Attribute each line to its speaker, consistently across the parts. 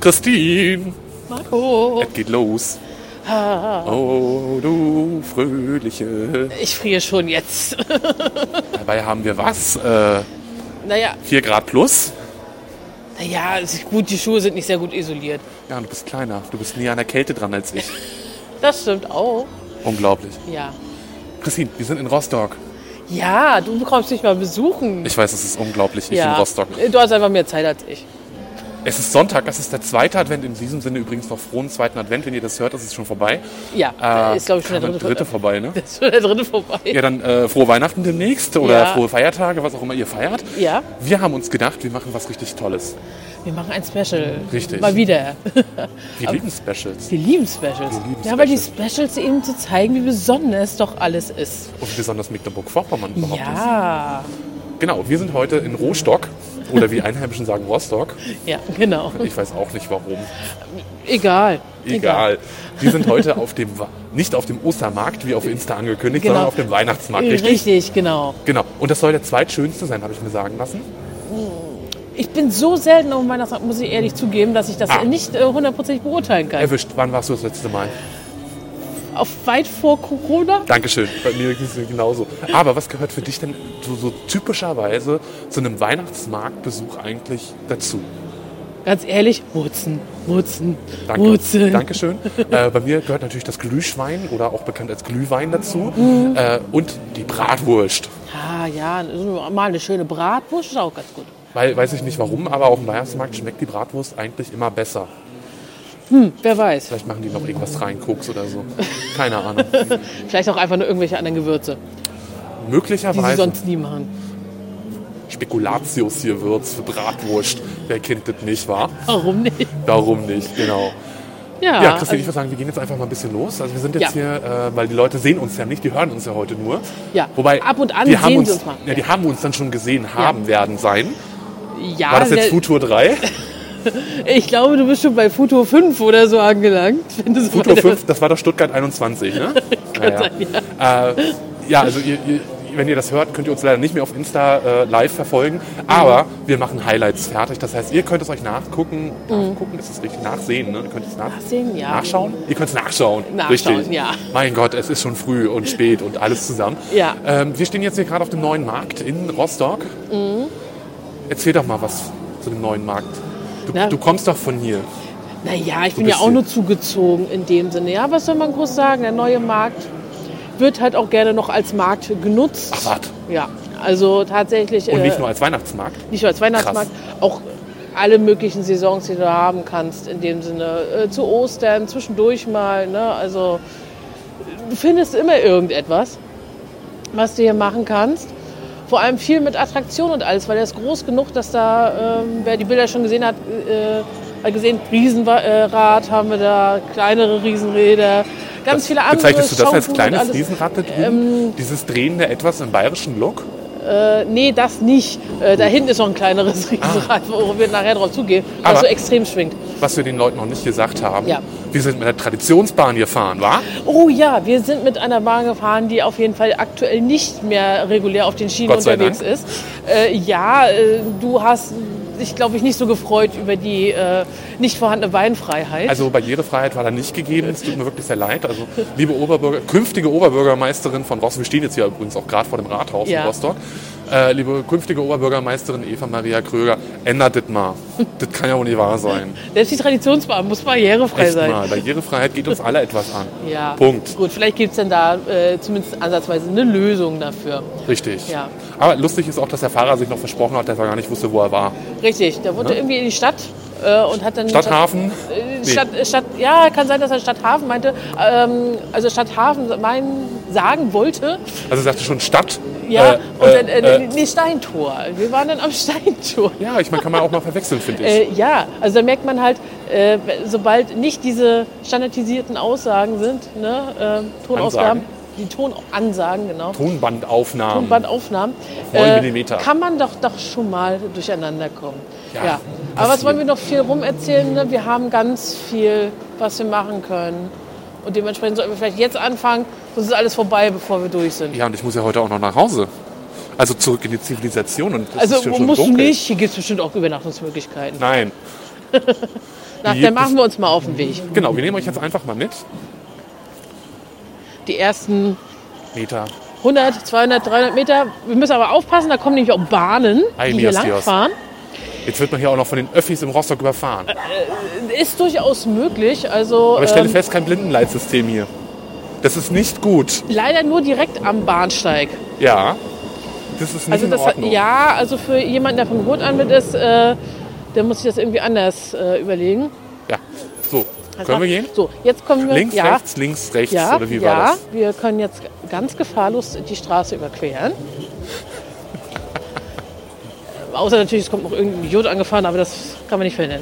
Speaker 1: Christine,
Speaker 2: Oh. Marco.
Speaker 1: es geht los.
Speaker 2: Ah.
Speaker 1: Oh, du Fröhliche.
Speaker 2: Ich friere schon jetzt.
Speaker 1: Dabei haben wir was? Äh,
Speaker 2: naja,
Speaker 1: 4 Grad plus?
Speaker 2: naja, es ist gut, die Schuhe sind nicht sehr gut isoliert.
Speaker 1: Ja, und du bist kleiner. Du bist näher an der Kälte dran als ich.
Speaker 2: Das stimmt auch.
Speaker 1: Unglaublich.
Speaker 2: Ja.
Speaker 1: Christine, wir sind in Rostock.
Speaker 2: Ja, du bekommst mich mal besuchen.
Speaker 1: Ich weiß, es ist unglaublich. Ich
Speaker 2: ja.
Speaker 1: in Rostock.
Speaker 2: Du hast einfach mehr Zeit als ich.
Speaker 1: Es ist Sonntag, das ist der zweite Advent. In diesem Sinne übrigens noch frohen zweiten Advent. Wenn ihr das hört, ist es schon vorbei.
Speaker 2: Ja,
Speaker 1: Äh,
Speaker 2: ist glaube ich schon der
Speaker 1: kam
Speaker 2: dritte,
Speaker 1: dritte vorbei, ne?
Speaker 2: Ist schon der dritte vorbei.
Speaker 1: Ja, dann äh, frohe Weihnachten demnächst oder
Speaker 2: Ja.
Speaker 1: frohe Feiertage, was auch immer ihr feiert.
Speaker 2: Ja.
Speaker 1: Wir haben uns gedacht, wir machen was richtig Tolles.
Speaker 2: Wir machen ein Special.
Speaker 1: Richtig.
Speaker 2: Mal wieder. Ähm,
Speaker 1: Wir lieben Specials.
Speaker 2: Wir lieben Specials.
Speaker 1: Wir lieben
Speaker 2: ja, weil die Specials eben zu zeigen, wie besonders doch alles ist.
Speaker 1: Und besonders Mecklenburg-Vorpommern überhaupt ist.
Speaker 2: Ja.
Speaker 1: Genau, wir sind heute in Rostock oder wie Einheimischen sagen Rostock.
Speaker 2: Ja, genau.
Speaker 1: Ich weiß auch nicht warum.
Speaker 2: Egal.
Speaker 1: Egal. Wir sind heute auf dem, Wa- nicht auf dem Ostermarkt, wie auf Insta angekündigt,
Speaker 2: Genau.
Speaker 1: sondern auf dem Weihnachtsmarkt, richtig?
Speaker 2: Richtig, genau.
Speaker 1: Genau. Und das soll der zweitschönste sein, habe ich mir sagen lassen.
Speaker 2: Ich bin so selten auf dem Weihnachtsmarkt, muss ich ehrlich zugeben, dass ich das
Speaker 1: Ah.
Speaker 2: nicht äh, hundertprozentig beurteilen kann.
Speaker 1: Erwischt, wann warst du das letzte Mal? Äh.
Speaker 2: Auf weit vor Corona?
Speaker 1: Dankeschön, bei mir ging es genauso. Aber was gehört für dich denn so, so typischerweise zu einem Weihnachtsmarktbesuch eigentlich dazu?
Speaker 2: Ganz ehrlich, Wurzen, Wurzen,
Speaker 1: Danke.
Speaker 2: Wurzeln.
Speaker 1: Dankeschön. Äh, bei mir gehört natürlich das Glühschwein oder auch bekannt als Glühwein dazu
Speaker 2: Mhm.
Speaker 1: äh, und die Bratwurst.
Speaker 2: Ah ja, so mal eine schöne Bratwurst ist auch ganz gut.
Speaker 1: Weil, weiß ich nicht warum, aber auf dem Weihnachtsmarkt schmeckt die Bratwurst eigentlich immer besser.
Speaker 2: Wer weiß,
Speaker 1: Vielleicht machen die noch irgendwas rein, Koks oder so. Keine Ahnung.
Speaker 2: vielleicht auch einfach nur irgendwelche anderen Gewürze, die sie
Speaker 1: Möglicherweise
Speaker 2: sonst nie machen.
Speaker 1: Spekulatius hier wird's für Bratwurst. Wer kennt das nicht, wa?
Speaker 2: Warum nicht?
Speaker 1: Darum nicht, genau.
Speaker 2: Ja,
Speaker 1: Ja, Christine, ich
Speaker 2: also,
Speaker 1: würde sagen, wir gehen jetzt einfach mal ein bisschen los. Also wir sind jetzt
Speaker 2: Ja.
Speaker 1: hier, äh, weil die Leute sehen uns ja nicht, die hören uns ja heute nur.
Speaker 2: Ja,
Speaker 1: Wobei
Speaker 2: ab und an
Speaker 1: die haben
Speaker 2: sehen
Speaker 1: uns,
Speaker 2: sie uns mal.
Speaker 1: Ja, die haben uns dann schon gesehen haben werden sein.
Speaker 2: also, ja,
Speaker 1: War das jetzt
Speaker 2: der-
Speaker 1: Futur 3?
Speaker 2: ich glaube, du bist schon bei Futur 5 oder so angelangt. wenn du so
Speaker 1: Futur
Speaker 2: weiter-
Speaker 1: 5, das war doch Stuttgart 21, ne? Naja. Äh, ja, also ihr, ihr, wenn ihr das hört, könnt ihr uns leider nicht mehr auf Insta äh, live verfolgen.
Speaker 2: Mhm.
Speaker 1: Aber wir machen Highlights fertig. Das heißt, ihr könnt es euch nachgucken. Nachgucken ist es richtig. Nachsehen, ne? Ihr könnt es nach
Speaker 2: Mhm. Nachsehen, ja.
Speaker 1: Nachschauen? Ihr könnt es nachschauen.
Speaker 2: Nachschauen,
Speaker 1: richtig.
Speaker 2: ja.
Speaker 1: Mein Gott, es ist schon früh und spät und alles zusammen.
Speaker 2: Ja.
Speaker 1: Ähm, wir stehen jetzt hier gerade auf dem neuen Markt in Rostock.
Speaker 2: Mhm.
Speaker 1: Erzähl doch mal was zu dem neuen Markt. Du,
Speaker 2: Na.
Speaker 1: du kommst doch von hier.
Speaker 2: Naja, ich bin
Speaker 1: bist
Speaker 2: ja auch
Speaker 1: hier.
Speaker 2: nur zugezogen in dem Sinne. Ja, was soll man groß sagen? Der neue Markt wird halt auch gerne noch als Markt genutzt.
Speaker 1: Ach, warte.
Speaker 2: Ja, also tatsächlich
Speaker 1: Und
Speaker 2: äh,
Speaker 1: nicht nur als Weihnachtsmarkt.
Speaker 2: nicht nur als Weihnachtsmarkt, auch alle möglichen Saisons, die du haben kannst, in dem Sinne. Äh, zu Ostern, zwischendurch mal. Ne? Also du findest immer irgendetwas, was du hier machen kannst. Vor allem viel mit Attraktion und alles, weil der ist groß genug, dass da, ähm, wer die Bilder schon gesehen hat, äh, hat gesehen, Riesenrad haben wir da, kleinere Riesenräder, ganz viele andere
Speaker 1: Bezeichnest du das als
Speaker 2: Schaufel und
Speaker 1: kleines
Speaker 2: alles. äh, ähm,
Speaker 1: Riesenrad da drüben? Dieses drehende etwas im bayerischen Look?
Speaker 2: Äh, nee, das nicht. Äh,
Speaker 1: Hm.
Speaker 2: da hinten ist noch ein kleineres Riesenrad, wo wir nachher drauf zugehen, was
Speaker 1: Ah. Aber-
Speaker 2: so extrem schwingt.
Speaker 1: Was wir den Leuten noch nicht gesagt haben.
Speaker 2: Ja.
Speaker 1: Wir sind mit der Traditionsbahn gefahren, wa?
Speaker 2: Oh ja, wir sind mit einer Bahn gefahren, die auf jeden Fall aktuell nicht mehr regulär auf den Schienen
Speaker 1: Gott sei
Speaker 2: unterwegs
Speaker 1: Dank.
Speaker 2: ist. Äh, ja, äh, du hast dich, glaube ich, nicht so gefreut über die äh, nicht vorhandene Beinfreiheit.
Speaker 1: Also Barrierefreiheit war da nicht gegeben. Es tut mir wirklich sehr leid. Also liebe Oberbürger, künftige Oberbürgermeisterin von Rostock, wir stehen jetzt hier übrigens auch gerade vor dem Rathaus
Speaker 2: Ja.
Speaker 1: in Rostock. Äh, liebe künftige Oberbürgermeisterin Eva Maria Kröger, ändert das mal. Das kann ja wohl nicht wahr sein.
Speaker 2: Selbst die Traditionsbahn muss barrierefrei
Speaker 1: Echt
Speaker 2: sein.
Speaker 1: mal. Barrierefreiheit geht uns alle etwas an.
Speaker 2: Ja,
Speaker 1: Punkt.
Speaker 2: Gut, vielleicht gibt es dann da äh, zumindest ansatzweise eine Lösung dafür.
Speaker 1: Richtig.
Speaker 2: Ja.
Speaker 1: Aber lustig ist auch, dass der Fahrer sich noch versprochen hat, dass er gar nicht wusste, wo er war.
Speaker 2: Richtig, der wurde irgendwie in die Stadt äh, und hat dann
Speaker 1: Stadthafen?
Speaker 2: Äh,
Speaker 1: Nee.
Speaker 2: Stadt, Stadt, ja, kann sein, dass er Stadthafen meinte. Ähm, also Stadthafen mein, sagen wollte.
Speaker 1: Also sagte schon Stadt.
Speaker 2: Ja,
Speaker 1: äh,
Speaker 2: und dann,
Speaker 1: äh,
Speaker 2: äh,
Speaker 1: äh,
Speaker 2: nee, Steintor. Wir waren dann am Steintor.
Speaker 1: ja, ich meine, kann man auch mal verwechseln, finde ich.
Speaker 2: Äh, ja, also da merkt man halt, äh, sobald nicht diese standardisierten Aussagen sind, ne, äh, Tonausgaben,
Speaker 1: Ansagen.
Speaker 2: die Tonansagen, genau,
Speaker 1: Tonbandaufnahmen.
Speaker 2: Tonbandaufnahmen, äh,
Speaker 1: Neun Millimeter.
Speaker 2: kann man doch doch schon mal durcheinander kommen.
Speaker 1: Ja,
Speaker 2: Ja. Aber was
Speaker 1: passiert.
Speaker 2: wollen wir noch viel rumerzählen? Ne? Wir haben ganz viel, was wir machen können. Und dementsprechend sollten wir vielleicht jetzt anfangen, sonst ist alles vorbei, bevor wir durch sind.
Speaker 1: Ja, und ich muss ja heute auch noch nach Hause. Also zurück in die Zivilisation und es
Speaker 2: Also
Speaker 1: ist ja schon
Speaker 2: musst
Speaker 1: dunkel.
Speaker 2: du nicht, hier gibt es bestimmt auch Übernachtungsmöglichkeiten.
Speaker 1: Nein.
Speaker 2: Nach
Speaker 1: Die-
Speaker 2: der machen wir uns mal auf den Weg.
Speaker 1: Genau, wir nehmen euch jetzt einfach mal mit.
Speaker 2: Die ersten
Speaker 1: Meter.
Speaker 2: 100, 200, 300 Meter. Wir müssen aber aufpassen, da kommen nämlich auch Bahnen, die hier
Speaker 1: Alias Dios.
Speaker 2: langfahren.
Speaker 1: Jetzt wird man hier auch noch von den Öffis im Rostock überfahren.
Speaker 2: Ist durchaus möglich. Also
Speaker 1: Aber ich stelle
Speaker 2: ähm,
Speaker 1: fest, kein Blindenleitsystem hier. Das ist nicht gut.
Speaker 2: leider nur direkt am Bahnsteig.
Speaker 1: Ja. Das ist nicht
Speaker 2: Also
Speaker 1: in
Speaker 2: das,
Speaker 1: Ordnung.
Speaker 2: ja, also für jemanden, der von Geburt an mit ist, äh, der muss sich das irgendwie anders äh, überlegen.
Speaker 1: ja. So,
Speaker 2: Also,
Speaker 1: können wir gehen?
Speaker 2: So, jetzt kommen wir
Speaker 1: Links,
Speaker 2: ja,
Speaker 1: rechts, links, rechts.
Speaker 2: ja,
Speaker 1: oder wie
Speaker 2: ja,
Speaker 1: war das?
Speaker 2: wir können jetzt ganz gefahrlos die Straße überqueren. Außer natürlich, es kommt noch irgendein Idiot angefahren, aber das kann man nicht verhindern.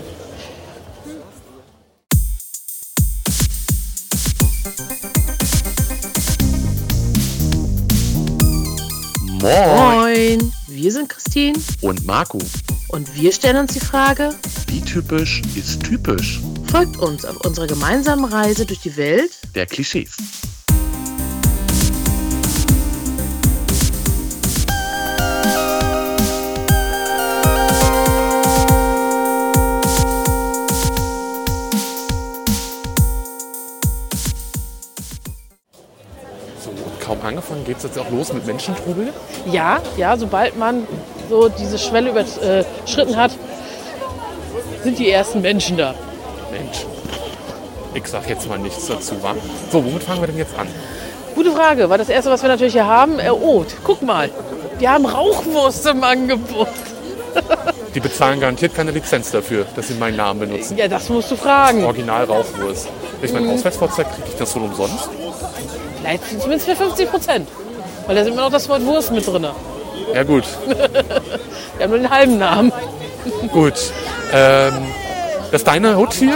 Speaker 3: Moin
Speaker 2: Moin, wir sind Christine
Speaker 3: und Marco.
Speaker 2: und wir stellen uns die Frage,
Speaker 3: Wie typisch ist typisch
Speaker 2: folgt uns auf unserer gemeinsamen Reise durch die Welt
Speaker 3: der Klischees?
Speaker 1: So, kaum angefangen geht es jetzt auch los mit Menschentrubel.
Speaker 2: Ja, ja, sobald man so diese Schwelle überschritten hat, sind die ersten Menschen da.
Speaker 1: Mensch. Ich sag jetzt mal nichts dazu, wa? So, womit fangen wir denn jetzt an?
Speaker 2: Gute Frage, weil das erste, was wir natürlich hier haben, äh, oh, guck mal, wir haben Rauchwurst im Angebot.
Speaker 1: Die bezahlen garantiert keine Lizenz dafür, dass sie meinen Namen benutzen.
Speaker 2: Ja, das musst du fragen.
Speaker 1: Original Rauchwurst. Ich meine, Auswärtsvorzeit kriege ich das wohl umsonst.
Speaker 2: Vielleicht sind es zumindest für 50 Prozent. Weil da sind immer noch das Wort Wurst mit drin. Wir
Speaker 1: Ja gut,
Speaker 2: haben nur den halben Namen.
Speaker 1: gut. Ähm, das ist deine Hut hier?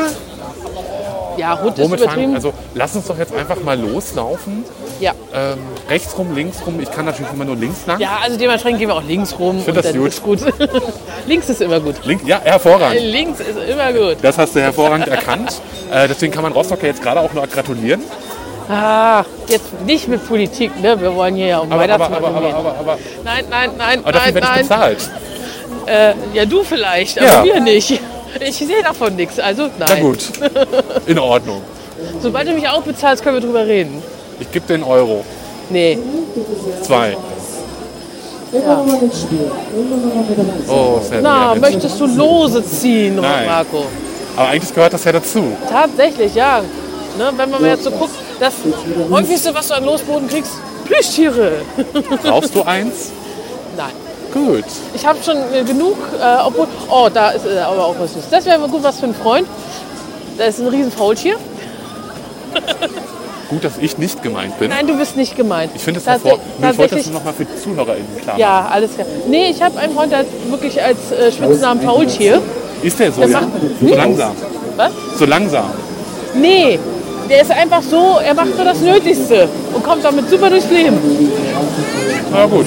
Speaker 2: Ja, Hund ist
Speaker 1: Womit fangen?
Speaker 2: übertrieben.
Speaker 1: Also lass uns doch jetzt einfach mal loslaufen.
Speaker 2: ja.
Speaker 1: Ähm, rechts rum, links rum. Ich kann natürlich immer nur links lang.
Speaker 2: ja, also dementsprechend gehen wir auch links rum.
Speaker 1: find das
Speaker 2: und dann ist gut. links ist immer gut.
Speaker 1: Link, ja hervorragend.
Speaker 2: Links ist immer gut.
Speaker 1: Das hast du hervorragend erkannt. Äh, deswegen kann man Rostock ja jetzt gerade auch nur gratulieren.
Speaker 2: Ah, jetzt nicht mit Politik, ne? Wir wollen hier ja um
Speaker 1: Aber, aber, aber,
Speaker 2: Weihnachtsmarkt
Speaker 1: aber, aber,
Speaker 2: gehen.
Speaker 1: aber, aber,
Speaker 2: Nein, nein, nein,
Speaker 1: aber dafür
Speaker 2: nein,
Speaker 1: werde ich
Speaker 2: nein.
Speaker 1: bezahlt.
Speaker 2: Äh, ja, du vielleicht, aber
Speaker 1: Ja.
Speaker 2: wir nicht. Ich sehe davon nichts, also nein.
Speaker 1: Na gut, in Ordnung.
Speaker 2: Sobald du mich auch bezahlst, können wir drüber reden.
Speaker 1: Ich gebe den Euro.
Speaker 2: Nee,
Speaker 1: Zwei.
Speaker 4: Immer noch ins Spiel. Immer noch mit dabei.
Speaker 1: Oh, sehr
Speaker 2: na,
Speaker 1: sehr nett.
Speaker 2: möchtest du lose ziehen,
Speaker 1: Nein.
Speaker 2: Marco?
Speaker 1: Aber eigentlich gehört das ja dazu.
Speaker 2: Tatsächlich, ja. Ne, wenn man mal jetzt so guckt, das häufigste, was du an Losboden kriegst, Plüschtiere.
Speaker 1: Brauchst du eins?
Speaker 2: Nein,
Speaker 1: Gut.
Speaker 2: ich habe schon äh, genug, äh, obwohl, oh, da ist äh, aber auch was Süßes. Das wäre aber gut was für einen Freund. Da ist ein riesen Faultier.
Speaker 1: Gut, dass ich nicht gemeint bin.
Speaker 2: Nein, du bist nicht gemeint.
Speaker 1: Ich finde es
Speaker 2: Tatsä-
Speaker 1: hervor. Nee, Ich wollte das
Speaker 2: tatsächlich.
Speaker 1: nur noch mal für die ZuhörerInnen klar machen.
Speaker 2: Ja, alles klar. Nee, ich habe einen Freund, der hat wirklich als äh, Spitznamen Faultier.
Speaker 1: Ist der so? Ja?
Speaker 2: macht-
Speaker 1: So langsam.
Speaker 2: Was?
Speaker 1: So langsam.
Speaker 2: Nee, der ist einfach so, er macht nur das Nötigste und kommt damit super durchs Leben.
Speaker 1: Na gut.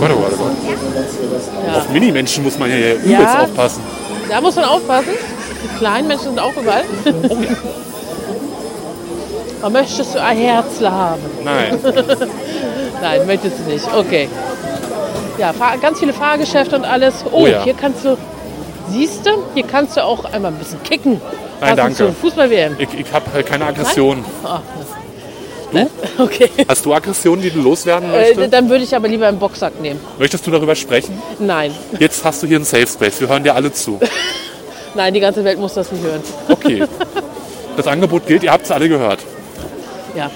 Speaker 1: Gott, oh Gott, oh Gott. Auf Minimenschen muss man hier übelst
Speaker 2: Ja.
Speaker 1: aufpassen.
Speaker 2: Da muss man aufpassen. Die kleinen Menschen sind auch überall.
Speaker 1: Oh
Speaker 2: Aber möchtest du ein Herzler haben?
Speaker 1: Nein.
Speaker 2: Nein, möchtest du nicht. Okay. Ja, Fahr- ganz viele Fahrgeschäfte und alles. Oh,
Speaker 1: Oh ja.
Speaker 2: hier kannst du, siehst du, hier kannst du auch einmal ein bisschen kicken. Passend
Speaker 1: danke.
Speaker 2: zur Fußball-WM.
Speaker 1: Ich, ich habe keine Aggressionen.
Speaker 2: Ah. ne? Okay.
Speaker 1: Hast du Aggressionen, die du loswerden
Speaker 2: Äh,
Speaker 1: möchtest?
Speaker 2: dann würde ich aber lieber einen Boxsack nehmen.
Speaker 1: Möchtest du darüber sprechen?
Speaker 2: Nein,
Speaker 1: Jetzt hast du hier einen Safe Space. Wir hören dir alle zu.
Speaker 2: nein, die ganze Welt muss das nicht hören.
Speaker 1: Okay. Das Angebot gilt, ihr habt es alle gehört.
Speaker 2: Ja.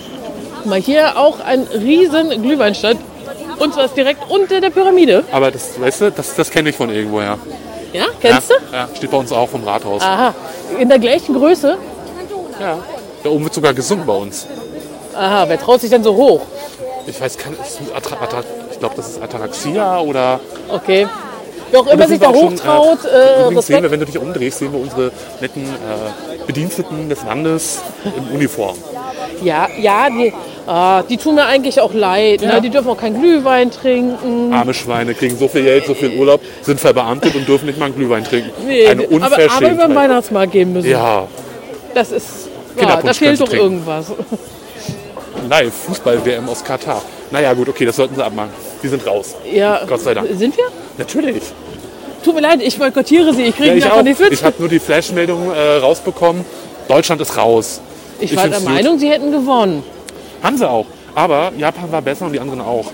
Speaker 2: Guck Mal hier auch ein riesen Glühweinstand. Und zwar ist direkt unter der Pyramide.
Speaker 1: Aber das, weißt du, das, das kenne ich von irgendwoher.
Speaker 2: Ja, kennst du? Ah.
Speaker 1: Ja, ja, steht bei uns auch im Rathaus.
Speaker 2: Aha. In der gleichen Größe.
Speaker 1: Ja. Da oben wird sogar gesungen bei uns.
Speaker 2: Aha, wer traut sich denn so hoch?
Speaker 1: Ich weiß gar nicht, ist Attra Attra ich glaube, das ist Ataraxia oder.
Speaker 2: Okay. Wer auch immer
Speaker 1: Da
Speaker 2: sich
Speaker 1: sind
Speaker 2: da
Speaker 1: wir auch schon,
Speaker 2: hochtraut,
Speaker 1: äh,
Speaker 2: äh,
Speaker 1: übrigens sehen wir,
Speaker 2: Respekt.
Speaker 1: wenn du dich umdrehst, sehen wir unsere netten äh, Bediensteten des Landes in Uniform.
Speaker 2: Ja, ja, die, ah, die tun mir eigentlich auch leid. Ne? Die dürfen auch keinen Glühwein trinken.
Speaker 1: Arme Schweine kriegen so viel Geld, so viel Urlaub, sind verbeamtet und dürfen nicht mal einen Glühwein trinken.
Speaker 2: Nee,
Speaker 1: Eine
Speaker 2: aber, aber über den
Speaker 1: Unverschämtheit.
Speaker 2: Weihnachtsmarkt gehen müssen.
Speaker 1: Ja,
Speaker 2: Das ist. Ja,
Speaker 1: Kinderpunsch
Speaker 2: da
Speaker 1: können
Speaker 2: fehlt
Speaker 1: sie
Speaker 2: doch
Speaker 1: trinken.
Speaker 2: irgendwas.
Speaker 1: live, Fußball-WM aus Katar. Naja, gut, okay, das sollten sie abmachen. Die sind raus.
Speaker 2: Ja.
Speaker 1: Gott sei Dank.
Speaker 2: Sind wir?
Speaker 1: Natürlich.
Speaker 2: Tut mir leid, ich boykottiere sie, ich kriege
Speaker 1: Ja, ich
Speaker 2: davon
Speaker 1: auch.
Speaker 2: nichts mit.
Speaker 1: ich habe nur die Flash-Meldung äh, rausbekommen. Deutschland ist raus.
Speaker 2: Ich war der
Speaker 1: find's gut.
Speaker 2: Meinung, sie hätten gewonnen.
Speaker 1: Haben sie auch. Aber Japan war besser und die anderen auch.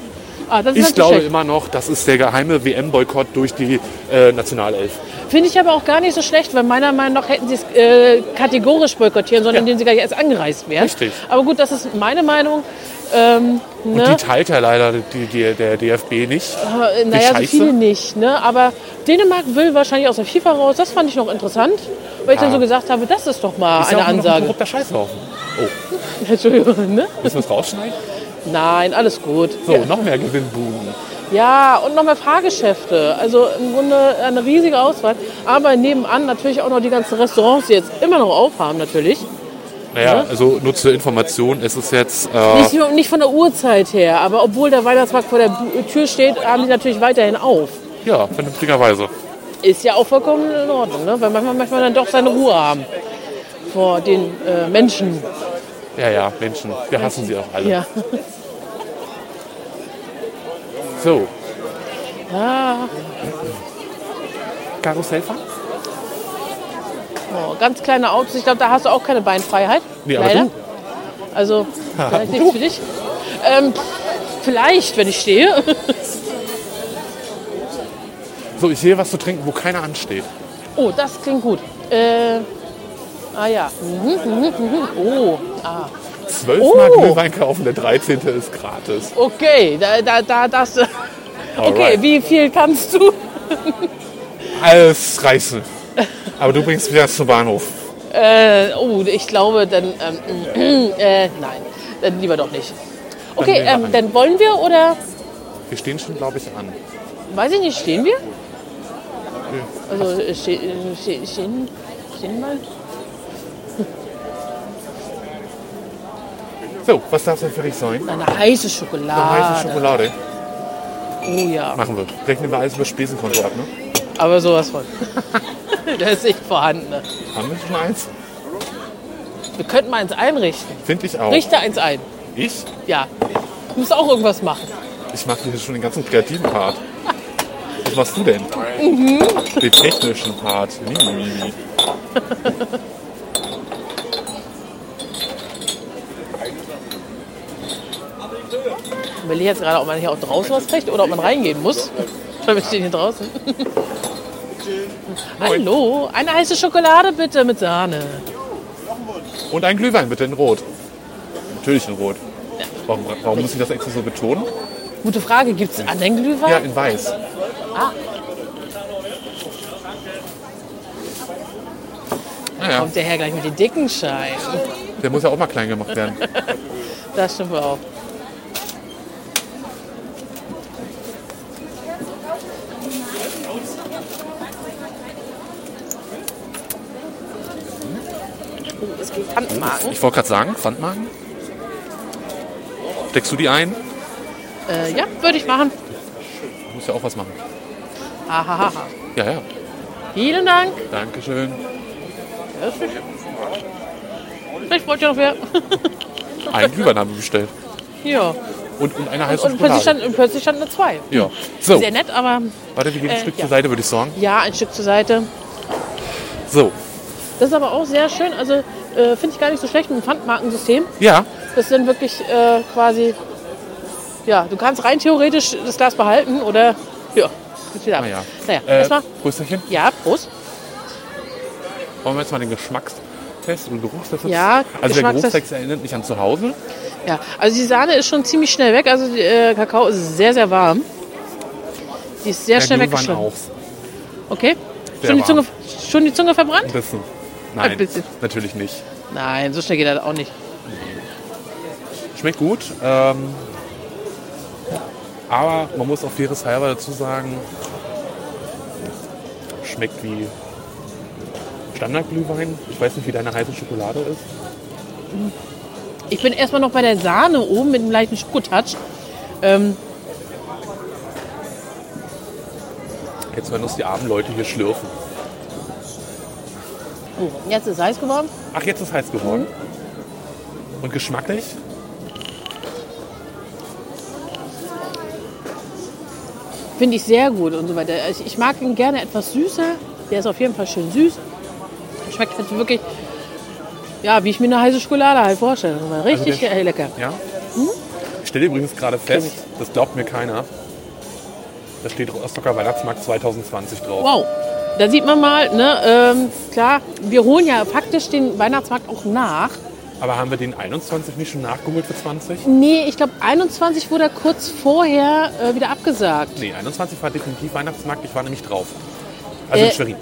Speaker 2: Ah, das ist
Speaker 1: Ich glaube
Speaker 2: schlecht.
Speaker 1: immer noch, das ist der geheime WM-Boykott durch die äh, Nationalelf.
Speaker 2: Finde ich aber auch gar nicht so schlecht, weil meiner Meinung nach hätten sie es äh, kategorisch boykottieren sollen,
Speaker 1: Ja.
Speaker 2: indem sie gar nicht erst angereist wären.
Speaker 1: Richtig.
Speaker 2: Aber gut, das ist meine Meinung. Ähm,
Speaker 1: Und
Speaker 2: ne?
Speaker 1: die teilt ja leider die, die, der DFB nicht.
Speaker 2: Äh, Naja, so
Speaker 1: Scheiße.
Speaker 2: viele nicht. Ne? Aber Dänemark will wahrscheinlich aus der FIFA raus. Das fand ich noch interessant, weil ich dann so gesagt habe, das ist doch mal
Speaker 1: Ist ja
Speaker 2: eine
Speaker 1: auch nur noch Ein
Speaker 2: Ansage.
Speaker 1: korrupter Scheißhaufen. Oh,
Speaker 2: Entschuldigung, ne?
Speaker 1: müssen wir es rausschneiden?
Speaker 2: Nein, alles gut.
Speaker 1: So, noch mehr Gewinnbuben.
Speaker 2: Ja, und noch mehr Fahrgeschäfte. Also im Grunde eine riesige Auswahl. Aber nebenan natürlich auch noch die ganzen Restaurants, die jetzt immer noch aufhaben, natürlich.
Speaker 1: Naja, also nur zur Information, es ist jetzt. Äh,
Speaker 2: Nicht, nicht von der Uhrzeit her, aber obwohl der Weihnachtsmarkt vor der Bu- Tür steht, haben die natürlich weiterhin auf.
Speaker 1: ja, vernünftigerweise.
Speaker 2: Ist ja auch vollkommen in Ordnung, ne? weil manchmal möchte man dann doch seine Ruhe haben vor den äh, Menschen.
Speaker 1: Ja, ja, Menschen. Wir hassen sie auch alle.
Speaker 2: Ja.
Speaker 1: So,
Speaker 2: Ah,
Speaker 1: Karussellfahren?
Speaker 2: oh, ganz kleine Autos, ich glaube, da hast du auch keine Beinfreiheit.
Speaker 1: Nee, aber
Speaker 2: leider.
Speaker 1: du?
Speaker 2: Also, vielleicht nichts für dich. Ähm, vielleicht, wenn ich stehe.
Speaker 1: So, ich sehe was zu trinken, wo keiner ansteht.
Speaker 2: Oh, das klingt gut. Äh, ah ja. Mhm, mhm, mhm. Oh, ah.
Speaker 1: Zwölfmal
Speaker 2: Oh.
Speaker 1: Glühwein kaufen, der 13. ist gratis.
Speaker 2: Okay, da, da, da, das. Okay,
Speaker 1: Alright.
Speaker 2: wie viel kannst du?
Speaker 1: Alles reißen. Aber du bringst mich jetzt zum Bahnhof.
Speaker 2: Äh, oh, ich glaube, dann. Ähm, äh, nein, dann lieber doch nicht. Okay,
Speaker 1: nehmen wir
Speaker 2: ähm,
Speaker 1: ein.
Speaker 2: dann wollen wir oder.
Speaker 1: Wir stehen schon, glaube ich, an.
Speaker 2: Weiß ich nicht, stehen wir? Also, äh, ste äh, ste stehen, stehen wir?
Speaker 1: So, was darf denn für dich sein?
Speaker 2: Eine heiße Ah,
Speaker 1: Eine heiße
Speaker 2: Schokolade.
Speaker 1: Schokolade.
Speaker 2: Oh ja,
Speaker 1: Machen wir. Rechnen wir alles über Spesenkonto ab, ne?
Speaker 2: aber sowas von. das ist nicht vorhanden. Ne?
Speaker 1: Haben wir schon eins?
Speaker 2: Wir könnten mal eins einrichten.
Speaker 1: Finde ich auch.
Speaker 2: Richte eins ein.
Speaker 1: Ich?
Speaker 2: Ja. Du musst auch irgendwas machen.
Speaker 1: Ich mache hier schon den ganzen kreativen Part. Was machst du denn?
Speaker 2: Mhm.
Speaker 1: Den technischen Part. Mimimimi.
Speaker 2: Will ich jetzt gerade, ob man hier auch draußen was kriegt oder ob man reingehen muss? Weil wir stehen hier draußen. Hallo, eine heiße Schokolade bitte mit Sahne.
Speaker 1: Und ein Glühwein bitte in Rot. Natürlich in Rot. Warum, warum muss ich das extra so betonen?
Speaker 2: Gute Frage, gibt es anderen
Speaker 1: Ja,
Speaker 2: Glühwein?
Speaker 1: in Weiß.
Speaker 2: Ah.
Speaker 1: Naja,
Speaker 2: Kommt der Herr gleich mit den dicken Schein.
Speaker 1: der muss ja auch mal klein gemacht werden.
Speaker 2: Das stimmt wohl auch. Oh, es gibt Handmarken.
Speaker 1: Ich wollte gerade sagen, Pfandmarken. Deckst du die ein?
Speaker 2: Äh, ja, würde ich machen.
Speaker 1: Du musst ja auch was machen.
Speaker 2: Ahaha.
Speaker 1: Ja, ja.
Speaker 2: Vielen Dank.
Speaker 1: Dankeschön.
Speaker 2: Vielleicht wollt ihr noch wer.
Speaker 1: Ein Glühwein haben wir bestellt.
Speaker 2: ja.
Speaker 1: Und, und eine heiße
Speaker 2: Und
Speaker 1: Schokolade.
Speaker 2: plötzlich stand, und plötzlich stand eine 2.
Speaker 1: Ja. So,
Speaker 2: Sehr nett, aber
Speaker 1: warte, wir gehen ein
Speaker 2: Äh,
Speaker 1: Stück
Speaker 2: ja.
Speaker 1: zur Seite, würde ich sagen.
Speaker 2: ja, ein Stück zur Seite.
Speaker 1: So,
Speaker 2: Das ist aber auch sehr schön. Also äh, finde ich gar nicht so schlecht mit dem Pfandmarkensystem.
Speaker 1: ja,
Speaker 2: Das sind wirklich äh, quasi. Ja, du kannst rein theoretisch das Glas behalten oder. Ja, gut wieder ab.
Speaker 1: Naja.
Speaker 2: Naja,
Speaker 1: äh,
Speaker 2: erstmal.
Speaker 1: Prösterchen.
Speaker 2: Ja, Prost.
Speaker 1: Wollen wir jetzt mal den Geschmackstest und Geruchstest?
Speaker 2: Ja,
Speaker 1: also der
Speaker 2: Geschmackstest-
Speaker 1: Geruchstest erinnert mich an zu Hause.
Speaker 2: Ja, also die Sahne ist schon ziemlich schnell weg. Also der Kakao ist sehr, sehr warm. Die ist sehr
Speaker 1: der
Speaker 2: schnell
Speaker 1: Glühwein
Speaker 2: weggeschlagen.
Speaker 1: auch.
Speaker 2: Okay.
Speaker 1: Sehr
Speaker 2: Schon die,
Speaker 1: warm.
Speaker 2: Zunge, schon die Zunge verbrannt?
Speaker 1: Ein bisschen.
Speaker 2: Ein
Speaker 1: Nein,
Speaker 2: bisschen.
Speaker 1: natürlich nicht.
Speaker 2: Nein, so schnell geht das auch nicht.
Speaker 1: Schmeckt gut. Ähm, aber man muss auch faires halber dazu sagen, schmeckt wie Standardglühwein. Ich weiß nicht, wie deine heiße Schokolade ist.
Speaker 2: Ich bin erstmal noch bei der Sahne oben mit einem leichten Schokotouch. Ähm,
Speaker 1: Jetzt hören uns die armen Leute hier schlürfen.
Speaker 2: oh, jetzt ist es heiß geworden.
Speaker 1: Ach, jetzt ist heiß geworden.
Speaker 2: Mhm.
Speaker 1: Und geschmacklich?
Speaker 2: Finde ich sehr gut und so weiter. Also Ich, ich mag ihn gerne etwas süßer. Der ist auf jeden Fall schön süß. Schmeckt halt wirklich, ja, wie ich mir eine heiße Schokolade halt vorstelle. War Richtig
Speaker 1: Also der-
Speaker 2: äh, lecker.
Speaker 1: Ja?
Speaker 2: Mhm.
Speaker 1: Ich stelle übrigens gerade fest, das glaubt mir keiner. Da steht Rostocker Weihnachtsmarkt 2020 drauf.
Speaker 2: Wow, da sieht man mal, ne, ähm, klar, wir holen ja faktisch den Weihnachtsmarkt auch nach.
Speaker 1: Aber haben wir den 21 nicht schon nachgeholt für 20?
Speaker 2: Nee, ich glaube 21 wurde er kurz vorher äh, wieder abgesagt.
Speaker 1: Nee, 21 war definitiv Weihnachtsmarkt. Ich war nämlich drauf. Also in
Speaker 2: Äh,
Speaker 1: Schwerin.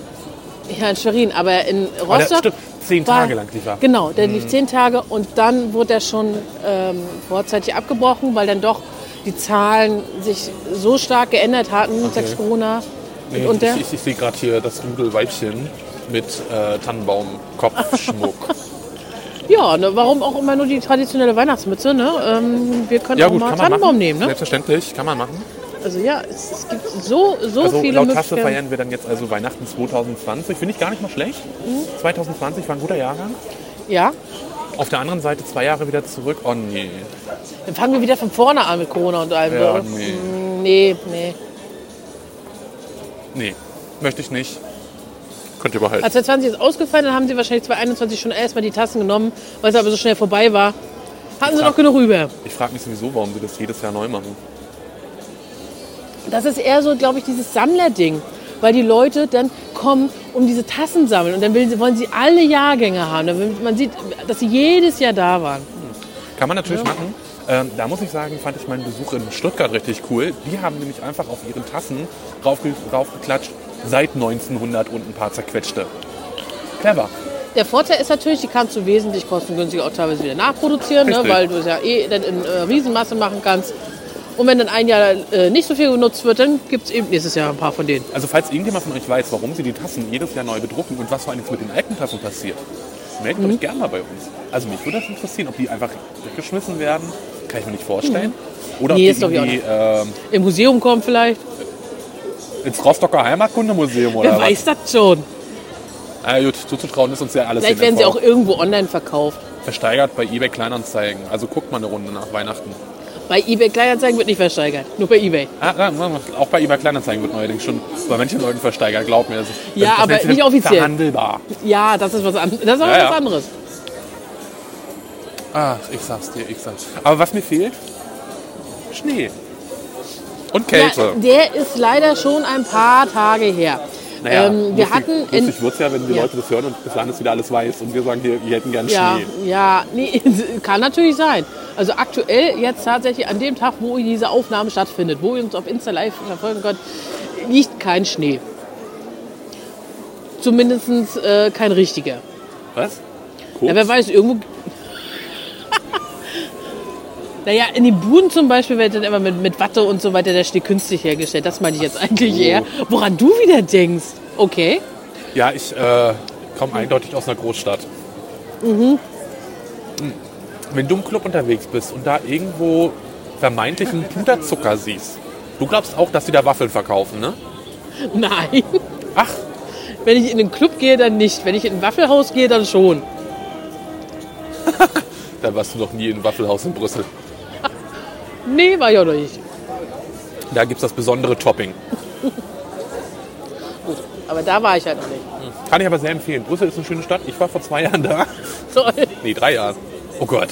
Speaker 2: Ja, in Schwerin, aber in
Speaker 1: Weil der-
Speaker 2: Rostock.
Speaker 1: stimmt, zehn
Speaker 2: war-
Speaker 1: Tage lang lief er.
Speaker 2: Genau, der lief zehn Tage und dann wurde er schon ähm, vorzeitig abgebrochen, weil dann doch die Zahlen sich so stark geändert hatten sechs Corona.
Speaker 1: Nee,
Speaker 2: und der?
Speaker 1: ich ich, ich sehe gerade hier das Rudelweibchen mit äh, Tannenbaumkopfschmuck.
Speaker 2: Ja, ne, warum auch immer nur die traditionelle Weihnachtsmütze? Ne? Ähm, wir können
Speaker 1: ja
Speaker 2: auch
Speaker 1: gut,
Speaker 2: mal
Speaker 1: kann man
Speaker 2: Tannenbaum
Speaker 1: machen.
Speaker 2: nehmen. Ne?
Speaker 1: Selbstverständlich, kann man machen.
Speaker 2: Also ja, es, es gibt so, so
Speaker 1: Also
Speaker 2: viele
Speaker 1: laut Tasse
Speaker 2: Möglichkeiten.
Speaker 1: feiern wir dann jetzt also Weihnachten 2020. Finde ich gar nicht mal schlecht.
Speaker 2: Mhm.
Speaker 1: 2020 war ein guter Jahrgang.
Speaker 2: Ja,
Speaker 1: Auf der anderen Seite zwei Jahre wieder zurück. Oh nee.
Speaker 2: dann fangen wir wieder von vorne an mit Corona und allem.
Speaker 1: Ja,
Speaker 2: oder?
Speaker 1: nee.
Speaker 2: Mm, nee, nee.
Speaker 1: Nee. Möchte ich nicht. Könnt ihr behalten.
Speaker 2: Als der 20 ist ausgefallen, dann haben sie wahrscheinlich 2021 schon erstmal die Tassen genommen, weil es aber so schnell vorbei war. Hatten sie
Speaker 1: Ja.
Speaker 2: noch genug rüber.
Speaker 1: Ich frage mich sowieso, warum sie das jedes Jahr neu machen.
Speaker 2: Das ist eher so, glaube ich, dieses Sammlerding. Weil die Leute dann kommen, um diese Tassen sammeln. Und dann will, sie- wollen sie alle Jahrgänge haben. Dann will- Man sieht, dass sie jedes Jahr da waren.
Speaker 1: Kann man natürlich machen. Ähm, da muss ich sagen, fand ich meinen Besuch in Stuttgart richtig cool. Die haben nämlich einfach auf ihren Tassen draufge draufgeklatscht, seit 1900 und ein paar zerquetschte. Clever.
Speaker 2: Der Vorteil ist natürlich, die kannst du wesentlich kostengünstiger auch teilweise wieder nachproduzieren, ne,
Speaker 1: Richtig.
Speaker 2: weil du es ja eh dann in äh, Riesenmasse machen kannst. Und wenn dann ein Jahr äh, nicht so viel genutzt wird, dann gibt es eben nächstes Jahr ein paar von denen.
Speaker 1: Also falls irgendjemand von euch weiß, warum sie die Tassen jedes Jahr neu bedrucken und was vor allem mit den alten Tassen passiert, meldet
Speaker 2: Mhm.
Speaker 1: euch gerne mal bei uns. Also mich würde das interessieren, ob die einfach weggeschmissen werden, kann ich mir nicht vorstellen. Oder
Speaker 2: Mhm. Nee,
Speaker 1: ob
Speaker 2: das
Speaker 1: die
Speaker 2: glaub ich auch
Speaker 1: irgendwie ähm,
Speaker 2: Im Museum kommen vielleicht.
Speaker 1: ins Rostocker Heimatkundemuseum oder
Speaker 2: Wer weiß das schon?
Speaker 1: was. Ah, gut, zuzutrauen ist uns ja alles
Speaker 2: Vielleicht
Speaker 1: in
Speaker 2: werden
Speaker 1: NV.
Speaker 2: sie auch irgendwo online verkauft.
Speaker 1: versteigert bei eBay Kleinanzeigen. Also guckt mal eine Runde nach Weihnachten.
Speaker 2: Bei eBay Kleinanzeigen wird nicht versteigert, nur bei eBay.
Speaker 1: Ah, ah, ah, auch bei eBay Kleinanzeigen wird neuerdings schon bei manchen Leuten versteigert, glaub mir. Das, ist-
Speaker 2: Ja,
Speaker 1: das
Speaker 2: aber
Speaker 1: nennt sich
Speaker 2: nicht
Speaker 1: dann
Speaker 2: offiziell.
Speaker 1: Verhandelbar.
Speaker 2: Ja, das ist was anderes. Das ist aber
Speaker 1: Ja, ja.
Speaker 2: was anderes.
Speaker 1: Ach, Ah, ich sag's dir, ich sag's. Aber was mir fehlt? Schnee. Und Kälte.
Speaker 2: Ja, der ist leider schon ein paar Tage her. ähm, wir hatten in,
Speaker 1: Ich würde ja, wenn die
Speaker 2: Ja.
Speaker 1: Leute das hören und bis dahin ist wieder alles weiß und wir sagen hier, wir hätten gern
Speaker 2: Ja,
Speaker 1: Schnee.
Speaker 2: ja, nee, kann natürlich sein. Also aktuell jetzt tatsächlich an dem Tag, wo diese Aufnahme stattfindet, wo ihr uns auf Insta Live verfolgen könnt, liegt kein Schnee. Zumindest äh, kein richtiger.
Speaker 1: Was?
Speaker 2: Ja, wer weiß, irgendwo. naja, in den Buden zum Beispiel wird dann immer mit, mit Watte und so weiter der Schnee künstlich hergestellt. Das meine ich jetzt eigentlich eher. Woran du wieder denkst. Okay.
Speaker 1: Ja, ich äh, komme eindeutig aus einer Großstadt. Mhm. Wenn du im Club unterwegs bist und da irgendwo vermeintlichen Puderzucker siehst, du glaubst auch, dass die da Waffeln verkaufen, ne?
Speaker 2: Nein.
Speaker 1: Ach,
Speaker 2: Wenn ich in den Club gehe, dann nicht. Wenn ich in ein Waffelhaus gehe, dann schon.
Speaker 1: da warst du noch nie im Waffelhaus in Brüssel.
Speaker 2: Nee, war ja noch nicht.
Speaker 1: Da gibt's das besondere Topping.
Speaker 2: Gut, aber da war ich halt noch nicht.
Speaker 1: Kann ich aber sehr empfehlen. Brüssel ist eine schöne Stadt. Ich war vor zwei Jahren da.
Speaker 2: Toll.
Speaker 1: Nee, drei Jahre. Oh Gott,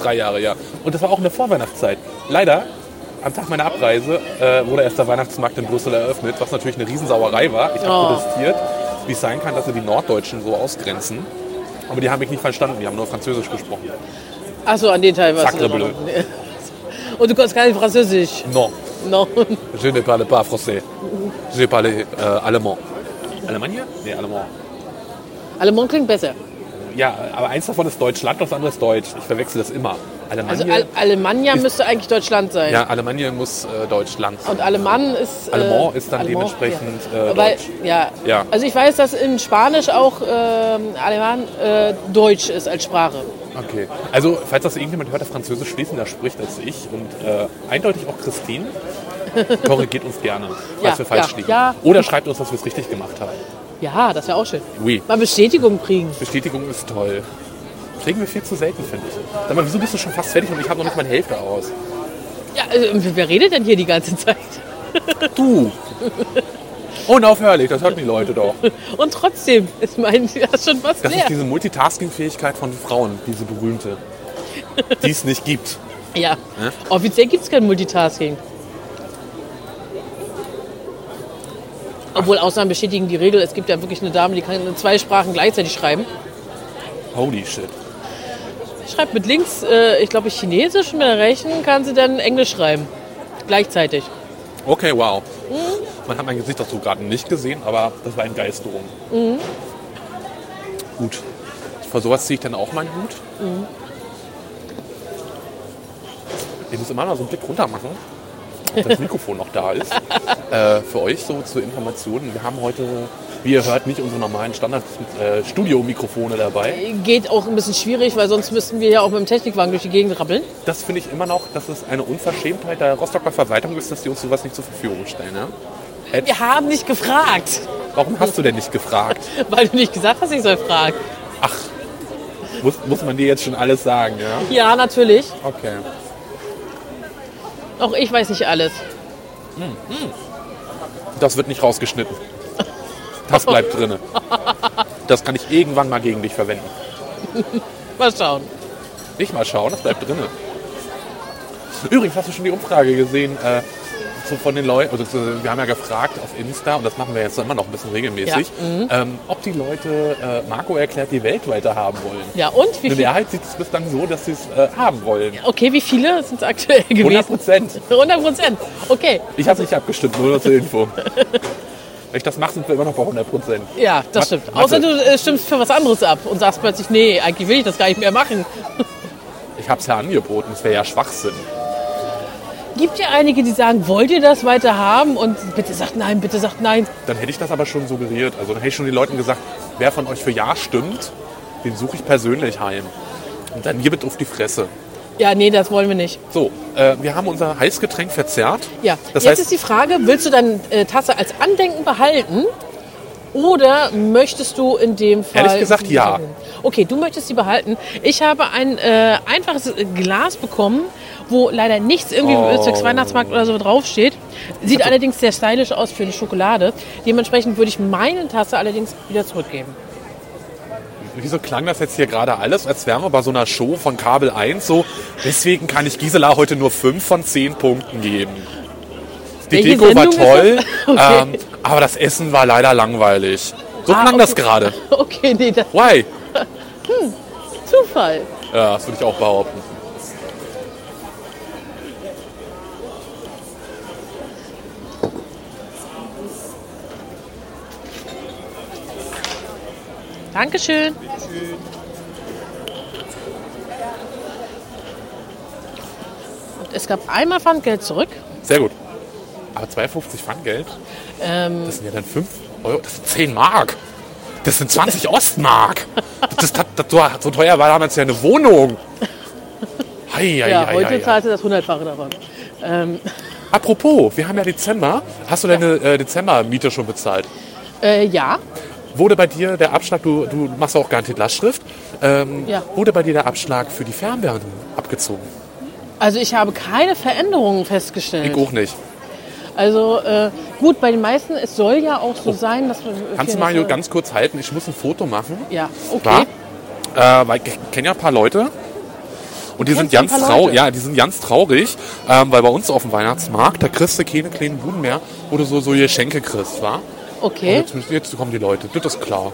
Speaker 1: drei Jahre, ja. Und das war auch in der Vorweihnachtszeit. Leider, am Tag meiner Abreise äh, wurde erst der Weihnachtsmarkt in Brüssel eröffnet, was natürlich eine Riesensauerei war. Ich habe
Speaker 2: Oh.
Speaker 1: protestiert, wie es sein kann, dass sie die Norddeutschen so ausgrenzen. Aber die haben mich nicht verstanden, die haben nur Französisch gesprochen.
Speaker 2: Achso, also an den Teil war es.
Speaker 1: Sacre bleu.
Speaker 2: Und du konntest gar nicht Französisch.
Speaker 1: Non,
Speaker 2: No.
Speaker 1: je ne parle pas français. Je parle äh, allemand. Alemannia? Nee, Allemand.
Speaker 2: Allemand klingt besser.
Speaker 1: Ja, aber eins davon ist Deutschland, das andere ist Deutsch. Ich verwechsel das immer.
Speaker 2: Also
Speaker 1: Alemannia,
Speaker 2: Al Alemannia müsste eigentlich Deutschland sein.
Speaker 1: ja, Alemannia muss äh, Deutschland sein.
Speaker 2: Und Alemann ist. äh,
Speaker 1: Allemand ist dann
Speaker 2: Allemand,
Speaker 1: dementsprechend,
Speaker 2: Ja.
Speaker 1: äh,
Speaker 2: Weil,
Speaker 1: Deutsch.
Speaker 2: ja.
Speaker 1: Ja.
Speaker 2: Also ich weiß, dass in Spanisch auch ähm, Alemann äh, Deutsch ist als Sprache.
Speaker 1: Okay. Also, falls das irgendjemand hört, der Französisch fließender spricht als ich und äh, eindeutig auch Christine, korrigiert uns gerne, falls
Speaker 2: Ja,
Speaker 1: wir falsch
Speaker 2: ja,
Speaker 1: liegen.
Speaker 2: ja.
Speaker 1: Oder schreibt uns, dass wir es richtig gemacht haben.
Speaker 2: Ja, das wäre auch schön.
Speaker 1: Oui.
Speaker 2: Mal Bestätigung kriegen.
Speaker 1: Bestätigung ist toll. Kriegen wir viel zu selten, finde ich. Sag mal, wieso bist du schon fast fertig und ich habe noch nicht meine Hälfte aus?
Speaker 2: äh, Ja, also, wer redet denn hier die ganze Zeit?
Speaker 1: Du! Oh, Unaufhörlich, das hört die Leute doch.
Speaker 2: Und trotzdem, ich meine, du hast schon was
Speaker 1: Das
Speaker 2: leer.
Speaker 1: ist diese Multitasking-Fähigkeit von Frauen, diese berühmte, die es nicht gibt.
Speaker 2: Ja. Offiziell gibt es kein Multitasking. Obwohl Ausnahmen bestätigen die Regel. Es gibt ja wirklich eine Dame, die kann in zwei Sprachen gleichzeitig schreiben.
Speaker 1: Holy shit.
Speaker 2: Schreibt mit links, äh, ich glaube, Chinesisch und mit der rechten kann sie dann Englisch schreiben. Gleichzeitig.
Speaker 1: Okay, wow. Man hat mein Gesicht dazu gerade nicht gesehen, aber das war ein Geisterung. Gut. Vor sowas ziehe ich dann auch meinen Hut. Ich muss immer mal so einen Blick runter machen, ob das Mikrofon noch da ist. Äh, für euch so zur Information, wir haben heute, wie ihr hört, nicht unsere normalen Standard-Studio-Mikrofone dabei.
Speaker 2: Geht auch ein bisschen schwierig, weil sonst müssten wir ja auch mit dem Technikwagen durch die Gegend rappeln.
Speaker 1: Das finde ich immer noch, dass es eine Unverschämtheit der Rostocker Verwaltung ist, dass die uns sowas nicht zur Verfügung stellen. Ne? Hätt-
Speaker 2: Wir haben nicht gefragt,
Speaker 1: Warum hast du denn nicht gefragt?
Speaker 2: weil du nicht gesagt hast, ich soll fragen.
Speaker 1: Ach, muss, muss man dir jetzt schon alles sagen, ja?
Speaker 2: Ja, natürlich.
Speaker 1: Okay.
Speaker 2: Auch ich weiß nicht alles.
Speaker 1: Das wird nicht rausgeschnitten. Das bleibt drinne. Das kann ich irgendwann mal gegen dich verwenden.
Speaker 2: Mal schauen.
Speaker 1: Nicht mal schauen, das bleibt drinne. Übrigens hast du schon die Umfrage gesehen äh, so von den Leuten, also so, wir haben ja gefragt auf Insta, und das machen wir jetzt immer noch ein bisschen regelmäßig, ähm, ob die Leute äh, Marco erklärt die Welt weiter haben wollen.
Speaker 2: Ja, und wie
Speaker 1: Eine
Speaker 2: viele?
Speaker 1: Mehrheit sieht es bislang so, dass sie es äh, haben wollen.
Speaker 2: Okay, wie viele sind es aktuell
Speaker 1: 100
Speaker 2: gewesen?
Speaker 1: Prozent.
Speaker 2: 100 Prozent. Okay,
Speaker 1: Ich habe nicht abgestimmt, nur zur Info. Wenn ich das mache, sind wir immer noch bei 100 Prozent.
Speaker 2: ja, das
Speaker 1: Ma-
Speaker 2: stimmt.
Speaker 1: Mathe.
Speaker 2: Außer du äh, stimmst für was anderes ab und sagst plötzlich, nee, eigentlich will ich das gar nicht mehr machen.
Speaker 1: Ich habe es ja angeboten, das wäre ja Schwachsinn.
Speaker 2: Gibt ja einige, die sagen, wollt ihr das weiter haben? Und bitte sagt nein, bitte sagt nein.
Speaker 1: Dann hätte ich das aber schon suggeriert. Also dann hätte ich schon den Leuten gesagt, wer von euch für Ja stimmt, den suche ich persönlich heim. Und dann gibt auf die Fresse.
Speaker 2: Ja, nee, das wollen wir nicht.
Speaker 1: So, äh, wir haben unser Heißgetränk verzerrt.
Speaker 2: Ja,
Speaker 1: Das
Speaker 2: jetzt
Speaker 1: heißt-
Speaker 2: ist die Frage, willst du deine äh, Tasse als Andenken behalten oder möchtest du in dem Fall...
Speaker 1: Ehrlich gesagt, ja.
Speaker 2: Okay, du möchtest sie behalten. Ich habe ein äh, einfaches äh, Glas bekommen, wo leider nichts irgendwie
Speaker 1: Oh.
Speaker 2: zwecks Weihnachtsmarkt oder so draufsteht. Sieht allerdings sehr stylisch aus für eine Schokolade. Dementsprechend würde ich meine Tasse allerdings wieder zurückgeben.
Speaker 1: Wieso klang das jetzt hier gerade alles, als wären wir bei so einer Show von Kabel 1 so? Deswegen kann ich Gisela heute nur 5 von 10 Punkten geben. Die
Speaker 2: Welche
Speaker 1: Deko war
Speaker 2: Sendung
Speaker 1: toll,
Speaker 2: ist das? Okay.
Speaker 1: ähm, aber das Essen war leider langweilig. So
Speaker 2: Ah,
Speaker 1: klang das
Speaker 2: okay.
Speaker 1: gerade.
Speaker 2: Okay, nee, das
Speaker 1: Why?
Speaker 2: ist Zufall.
Speaker 1: Ja, das würde ich auch behaupten.
Speaker 2: Dankeschön. Und es gab einmal Pfandgeld zurück.
Speaker 1: Sehr gut. Aber 2,50 Pfandgeld?
Speaker 2: Ähm,
Speaker 1: Das sind ja dann 5 Euro. Das sind 10 Mark. Das sind 20 Ostmark. Das, das, das, das, so teuer war damals ja eine Wohnung. Hei, hei,
Speaker 2: ja,
Speaker 1: hei,
Speaker 2: heute
Speaker 1: hei, hei.
Speaker 2: zahlte das Hundertfache davon. Ähm,
Speaker 1: Apropos, wir haben ja Dezember. Hast du deine äh, Dezember-Miete schon bezahlt?
Speaker 2: äh, ja,
Speaker 1: Wurde bei dir der Abschlag, du, du machst auch garantiert Lastschrift, ähm,
Speaker 2: Ja.
Speaker 1: wurde bei dir der Abschlag für die Fernwärme abgezogen?
Speaker 2: also ich habe keine Veränderungen
Speaker 1: Ich
Speaker 2: festgestellt.
Speaker 1: auch nicht.
Speaker 2: Also äh, gut, bei den meisten, es soll ja auch so sein, dass wir...
Speaker 1: Kannst du Mario ganz kurz halten? Ich muss ein Foto machen.
Speaker 2: Ja, okay.
Speaker 1: Ja. Äh, weil ich kenne ja ein paar Leute. Und die sind,
Speaker 2: Kennst du ein
Speaker 1: ganz
Speaker 2: paar
Speaker 1: trau
Speaker 2: Leute?
Speaker 1: ja, die sind ganz traurig, ähm, weil bei uns auf dem Weihnachtsmarkt, da kriegst du keine kleinen Buden mehr, wo du so, so Geschenke kriegst, wa? Und
Speaker 2: Okay,
Speaker 1: Jetzt, müssen- jetzt kommen die Leute, das ist klar.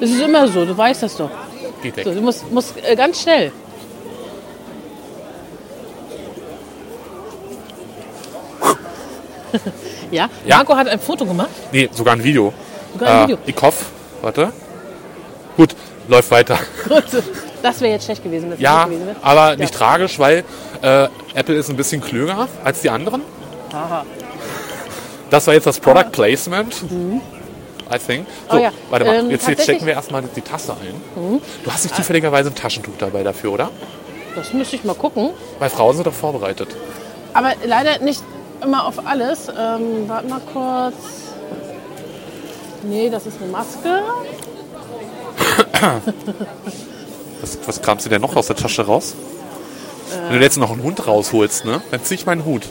Speaker 2: es ist immer so, du weißt das doch.
Speaker 1: Geht
Speaker 2: So,
Speaker 1: weg.
Speaker 2: du musst, musst äh, ganz schnell. ja?
Speaker 1: Ja.
Speaker 2: Marco hat ein Foto gemacht.
Speaker 1: Nee, sogar ein Video.
Speaker 2: Sogar ein
Speaker 1: äh,
Speaker 2: Video.
Speaker 1: Ich hoffe, warte. Gut, läuft weiter.
Speaker 2: Gut. Das wäre jetzt schlecht gewesen. wenn es
Speaker 1: Ja, Ah.
Speaker 2: nicht gewesen wäre.
Speaker 1: aber nicht
Speaker 2: Ja.
Speaker 1: tragisch, weil äh, Apple ist ein bisschen klüger als die anderen.
Speaker 2: Aha.
Speaker 1: Das war jetzt das Product Placement. I think. So,
Speaker 2: Ah. Mhm. Oh ja,
Speaker 1: warte mal.
Speaker 2: ähm,
Speaker 1: jetzt, jetzt
Speaker 2: tatsächlich- Mhm.
Speaker 1: checken wir erstmal die Tasse ein. Du hast nicht zufälligerweise ein Taschentuch dabei dafür, oder?
Speaker 2: Das müsste ich mal gucken.
Speaker 1: Weil Frauen sind doch vorbereitet.
Speaker 2: Aber leider nicht immer auf alles. Ähm, warte mal kurz. Nee, das ist eine Maske.
Speaker 1: Was, was kramst du denn noch aus der Tasche raus? Wenn du jetzt noch einen Hund rausholst, ne? Dann zieh ich meinen Hut.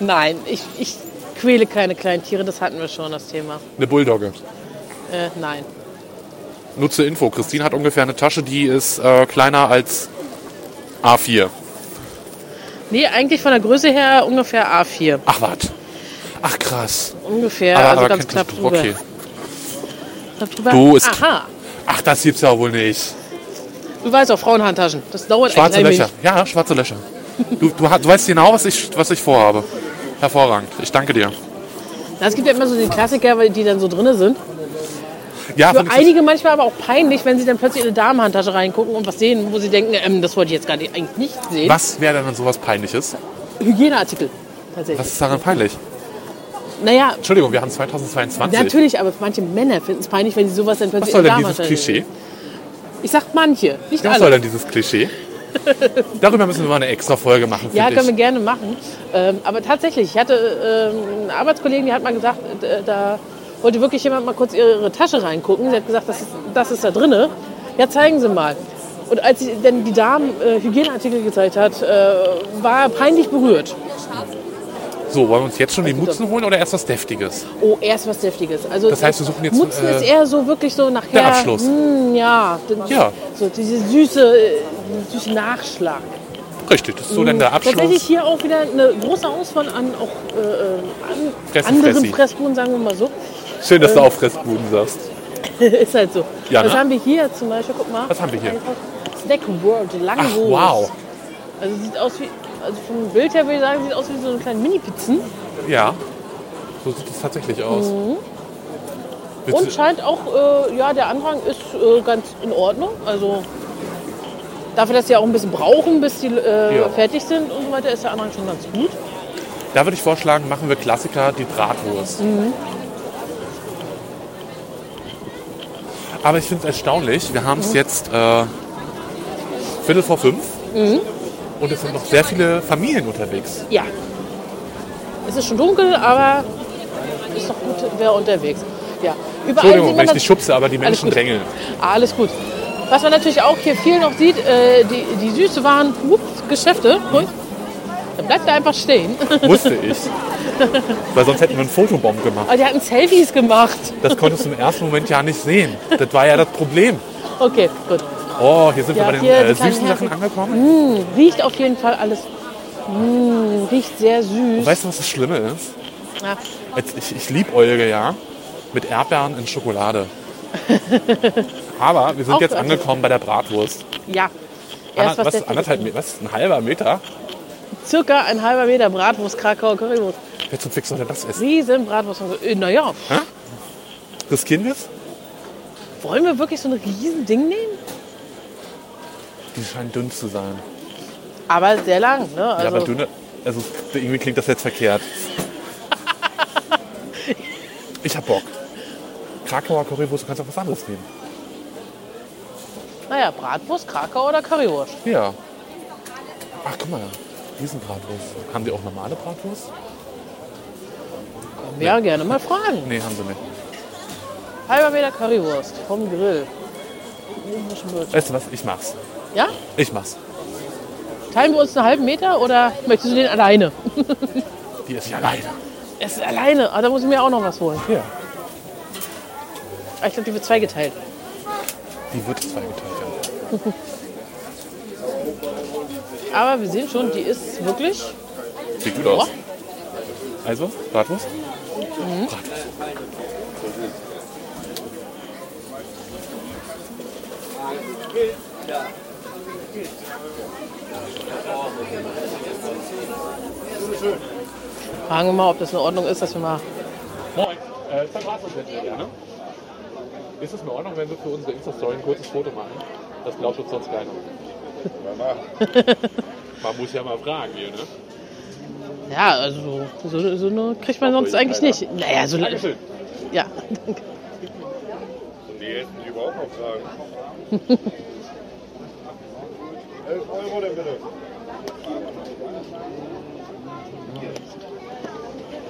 Speaker 2: Nein, ich, ich quäle keine kleinen Tiere, das hatten wir schon, das Thema.
Speaker 1: Eine Bulldogge.
Speaker 2: Äh, nein.
Speaker 1: Nur zur Info, Christine hat ungefähr eine Tasche, die ist äh, kleiner als A4.
Speaker 2: Nee, eigentlich von der Größe her ungefähr A4.
Speaker 1: Ach, warte. Ach, krass. Ah,
Speaker 2: Ungefähr,
Speaker 1: Aber-
Speaker 2: also
Speaker 1: aber
Speaker 2: ganz
Speaker 1: kennt-
Speaker 2: knapp drüber.
Speaker 1: Okay.
Speaker 2: Knapp drüber.
Speaker 1: Du, ist-
Speaker 2: Aha,
Speaker 1: Ach, das gibt's ja wohl nicht.
Speaker 2: du weißt auch, Frauenhandtaschen. Das dauert
Speaker 1: Schwarze
Speaker 2: ein klein
Speaker 1: Löcher. Ja, schwarze Löcher. Du, du, ha- du weißt genau, was ich, was ich vorhabe. Hervorragend. Ich danke dir.
Speaker 2: wenig. Na, Es gibt ja immer so die Klassiker, weil die dann so drin sind.
Speaker 1: Ja,
Speaker 2: Für
Speaker 1: fand ich,
Speaker 2: einige manchmal aber auch peinlich, wenn sie dann plötzlich in eine Damenhandtasche reingucken und was sehen, wo sie denken, ähm, das wollte ich jetzt gar nicht, eigentlich nicht sehen.
Speaker 1: was wäre denn an sowas Peinliches?
Speaker 2: Hygieneartikel. Tatsächlich.
Speaker 1: Was ist daran peinlich?
Speaker 2: Naja,
Speaker 1: Entschuldigung, wir haben 2022.
Speaker 2: natürlich, aber manche Männer finden es peinlich, wenn sie sowas dann
Speaker 1: Was
Speaker 2: plötzlich
Speaker 1: soll
Speaker 2: in eine
Speaker 1: denn dieses
Speaker 2: Damenhandtasche sehen.
Speaker 1: Klischee?
Speaker 2: Ich sag manche, nicht
Speaker 1: Was
Speaker 2: alle.
Speaker 1: soll denn dieses Klischee? Darüber müssen wir mal eine extra Folge machen.
Speaker 2: Ja,
Speaker 1: find
Speaker 2: können wir
Speaker 1: ich.
Speaker 2: gerne machen. Ähm, aber tatsächlich, ich hatte ähm, einen Arbeitskollegen, die hat mal gesagt, äh, da wollte wirklich jemand mal kurz ihre, ihre Tasche reingucken. Sie hat gesagt, das ist, das ist da drinne. Ja, zeigen Sie mal. Und als sie dann die Damen äh, Hygieneartikel gezeigt hat, äh, war er peinlich berührt.
Speaker 1: So, wollen wir uns jetzt schon die Mutzen holen oder erst was Deftiges?
Speaker 2: Oh, erst was Deftiges. Also
Speaker 1: Das heißt, wir suchen jetzt,
Speaker 2: Mutzen
Speaker 1: äh,
Speaker 2: ist eher so wirklich so nachher.
Speaker 1: der Abschluss.
Speaker 2: Hm, ja,
Speaker 1: Ja.
Speaker 2: So diese süße, äh, süße Nachschlag.
Speaker 1: Richtig, das ist so dann der
Speaker 2: Mhm. Tatsächlich
Speaker 1: Abschluss.
Speaker 2: hier auch wieder eine große Auswahl an auch äh, an
Speaker 1: Fressen,
Speaker 2: anderen
Speaker 1: Fressi.
Speaker 2: Fressbuden, sagen wir mal so.
Speaker 1: Schön,
Speaker 2: äh,
Speaker 1: dass du auf Fressbuden sagst.
Speaker 2: Ist halt so.
Speaker 1: Ja,
Speaker 2: Was
Speaker 1: ne?
Speaker 2: haben wir hier zum Beispiel? Guck mal.
Speaker 1: Was haben wir hier?
Speaker 2: Snack World,
Speaker 1: Ach,
Speaker 2: Langos.
Speaker 1: wow.
Speaker 2: Also sieht aus wie, also vom Bild her würde ich sagen, sieht aus wie so eine kleine Mini-Pizzen.
Speaker 1: Ja, so sieht es tatsächlich aus. Willst
Speaker 2: Mhm. Und
Speaker 1: du-
Speaker 2: scheint auch, äh, ja, der Andrang ist äh, ganz in Ordnung. Also dafür, dass die auch ein bisschen brauchen, bis die äh,
Speaker 1: Ja.
Speaker 2: fertig sind und so weiter, ist der Andrang schon ganz gut.
Speaker 1: Da würde ich vorschlagen, machen wir Klassiker, die Bratwurst.
Speaker 2: Mhm.
Speaker 1: Aber ich finde es erstaunlich, wir
Speaker 2: Mhm.
Speaker 1: haben es jetzt äh, Viertel vor fünf
Speaker 2: Mhm.
Speaker 1: und es sind noch sehr viele Familien unterwegs.
Speaker 2: Ja. Es ist schon dunkel, aber ist doch gut, wer unterwegs. Ja. Überall sieht
Speaker 1: Entschuldigung, wenn
Speaker 2: man
Speaker 1: ich dich schubse, aber die
Speaker 2: Alles
Speaker 1: Menschen
Speaker 2: gut.
Speaker 1: drängeln.
Speaker 2: Alles gut. Was man natürlich auch hier viel noch sieht, äh, die, die süße Waren, ups, Geschäfte. Und dann bleibt er einfach stehen.
Speaker 1: Wusste ich. Weil sonst hätten wir einen Fotobomb gemacht.
Speaker 2: Aber die hatten Selfies gemacht.
Speaker 1: Das konntest du im ersten Moment ja nicht sehen. Das war ja das Problem.
Speaker 2: Okay, gut.
Speaker 1: Oh, hier sind
Speaker 2: Ja,
Speaker 1: wir bei den
Speaker 2: hier die
Speaker 1: äh,
Speaker 2: kleinen
Speaker 1: süßen
Speaker 2: Herzen.
Speaker 1: Sachen angekommen.
Speaker 2: Riecht auf jeden Fall alles. Mm, riecht sehr süß. Ah,
Speaker 1: Weißt du, was das Schlimme ist?
Speaker 2: Ja.
Speaker 1: Jetzt, ich, ich liebe Euge, ja. Mit Erdbeeren in Schokolade. Aber wir sind
Speaker 2: Auch
Speaker 1: jetzt
Speaker 2: für uns.
Speaker 1: angekommen bei der Bratwurst.
Speaker 2: ja.
Speaker 1: Ander,
Speaker 2: Erst was,
Speaker 1: was,
Speaker 2: deftiges.
Speaker 1: anderthalb, Me- was? Ein halber Meter?
Speaker 2: Circa ein halber Meter Bratwurst, Krakauer Currywurst.
Speaker 1: Wer zum Fix soll denn das essen?
Speaker 2: Riesen Bratwurst. Also, äh, Naja,
Speaker 1: Riskieren wir es?
Speaker 2: wollen wir wirklich so ein riesen Ding nehmen?
Speaker 1: Die scheinen dünn zu sein.
Speaker 2: Aber sehr lang, ne?
Speaker 1: ja,
Speaker 2: Also,
Speaker 1: aber dünne. Also irgendwie klingt das jetzt verkehrt. ich hab Bock. Krakauer Currywurst, du kannst auch was anderes nehmen.
Speaker 2: naja, Bratwurst, Krakauer oder Currywurst.
Speaker 1: Ja. Ach, guck mal. Riesenbratwurst. Haben die auch normale Bratwurst?
Speaker 2: Können wir ja gerne mal fragen.
Speaker 1: Nee, haben sie nicht.
Speaker 2: Halber Meter Currywurst vom Grill.
Speaker 1: Weißt du was? Ich mach's.
Speaker 2: Ja?
Speaker 1: Ich mach's.
Speaker 2: Teilen wir uns einen halben Meter oder möchtest du den alleine?
Speaker 1: Die ist ja leider.
Speaker 2: Es ist alleine, aber da muss ich mir auch noch was holen.
Speaker 1: Ja.
Speaker 2: Ah, Ich glaube, die wird zweigeteilt.
Speaker 1: Die wird zweigeteilt. ja.
Speaker 2: Aber wir sehen schon, die ist wirklich.
Speaker 1: Sieht gut aus. Also, Bratwurst? Bratwurst.
Speaker 2: Fragen wir mal, ob das in Ordnung ist, dass wir mal.
Speaker 1: Moin. Äh, zwei Bratwurst hätten wir gerne. Ist es in Ordnung, wenn wir für unsere Insta-Story ein kurzes Foto machen? Das glaubt uns sonst keiner. Man muss ja mal fragen hier, ne?
Speaker 2: Ja, also so, so eine kriegt man sonst eigentlich nicht. Naja, so
Speaker 1: Dankeschön.
Speaker 2: Ja, danke.
Speaker 5: Die hätten die überhaupt noch fragen. 11 Euro denn bitte?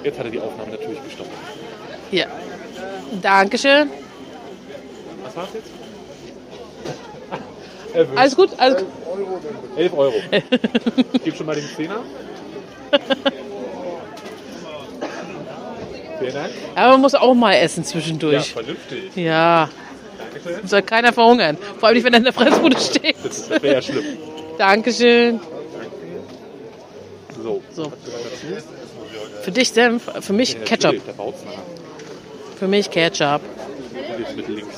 Speaker 1: Jetzt hat er die Aufnahme natürlich gestoppt.
Speaker 2: Ja. Dankeschön.
Speaker 1: Was war's jetzt?
Speaker 2: Alles gut? Alles gut.
Speaker 1: 11 Euro. Gib schon mal den Zehner.
Speaker 5: Vielen Dank.
Speaker 2: Aber man muss auch mal essen
Speaker 5: Ja,
Speaker 2: zwischendurch.
Speaker 5: vernünftig.
Speaker 2: Ja,
Speaker 5: Dankeschön.
Speaker 2: soll keiner verhungern. Vor allem nicht, wenn er in der Fressbude steht.
Speaker 5: Das wäre ja schlimm.
Speaker 2: Dankeschön.
Speaker 5: So.
Speaker 2: So.
Speaker 5: Dazu?
Speaker 2: Für dich Senf, für mich Ketchup.
Speaker 5: Natürlich, Da baut's nachher.
Speaker 2: Für mich Ketchup.
Speaker 5: Natürlich mit links.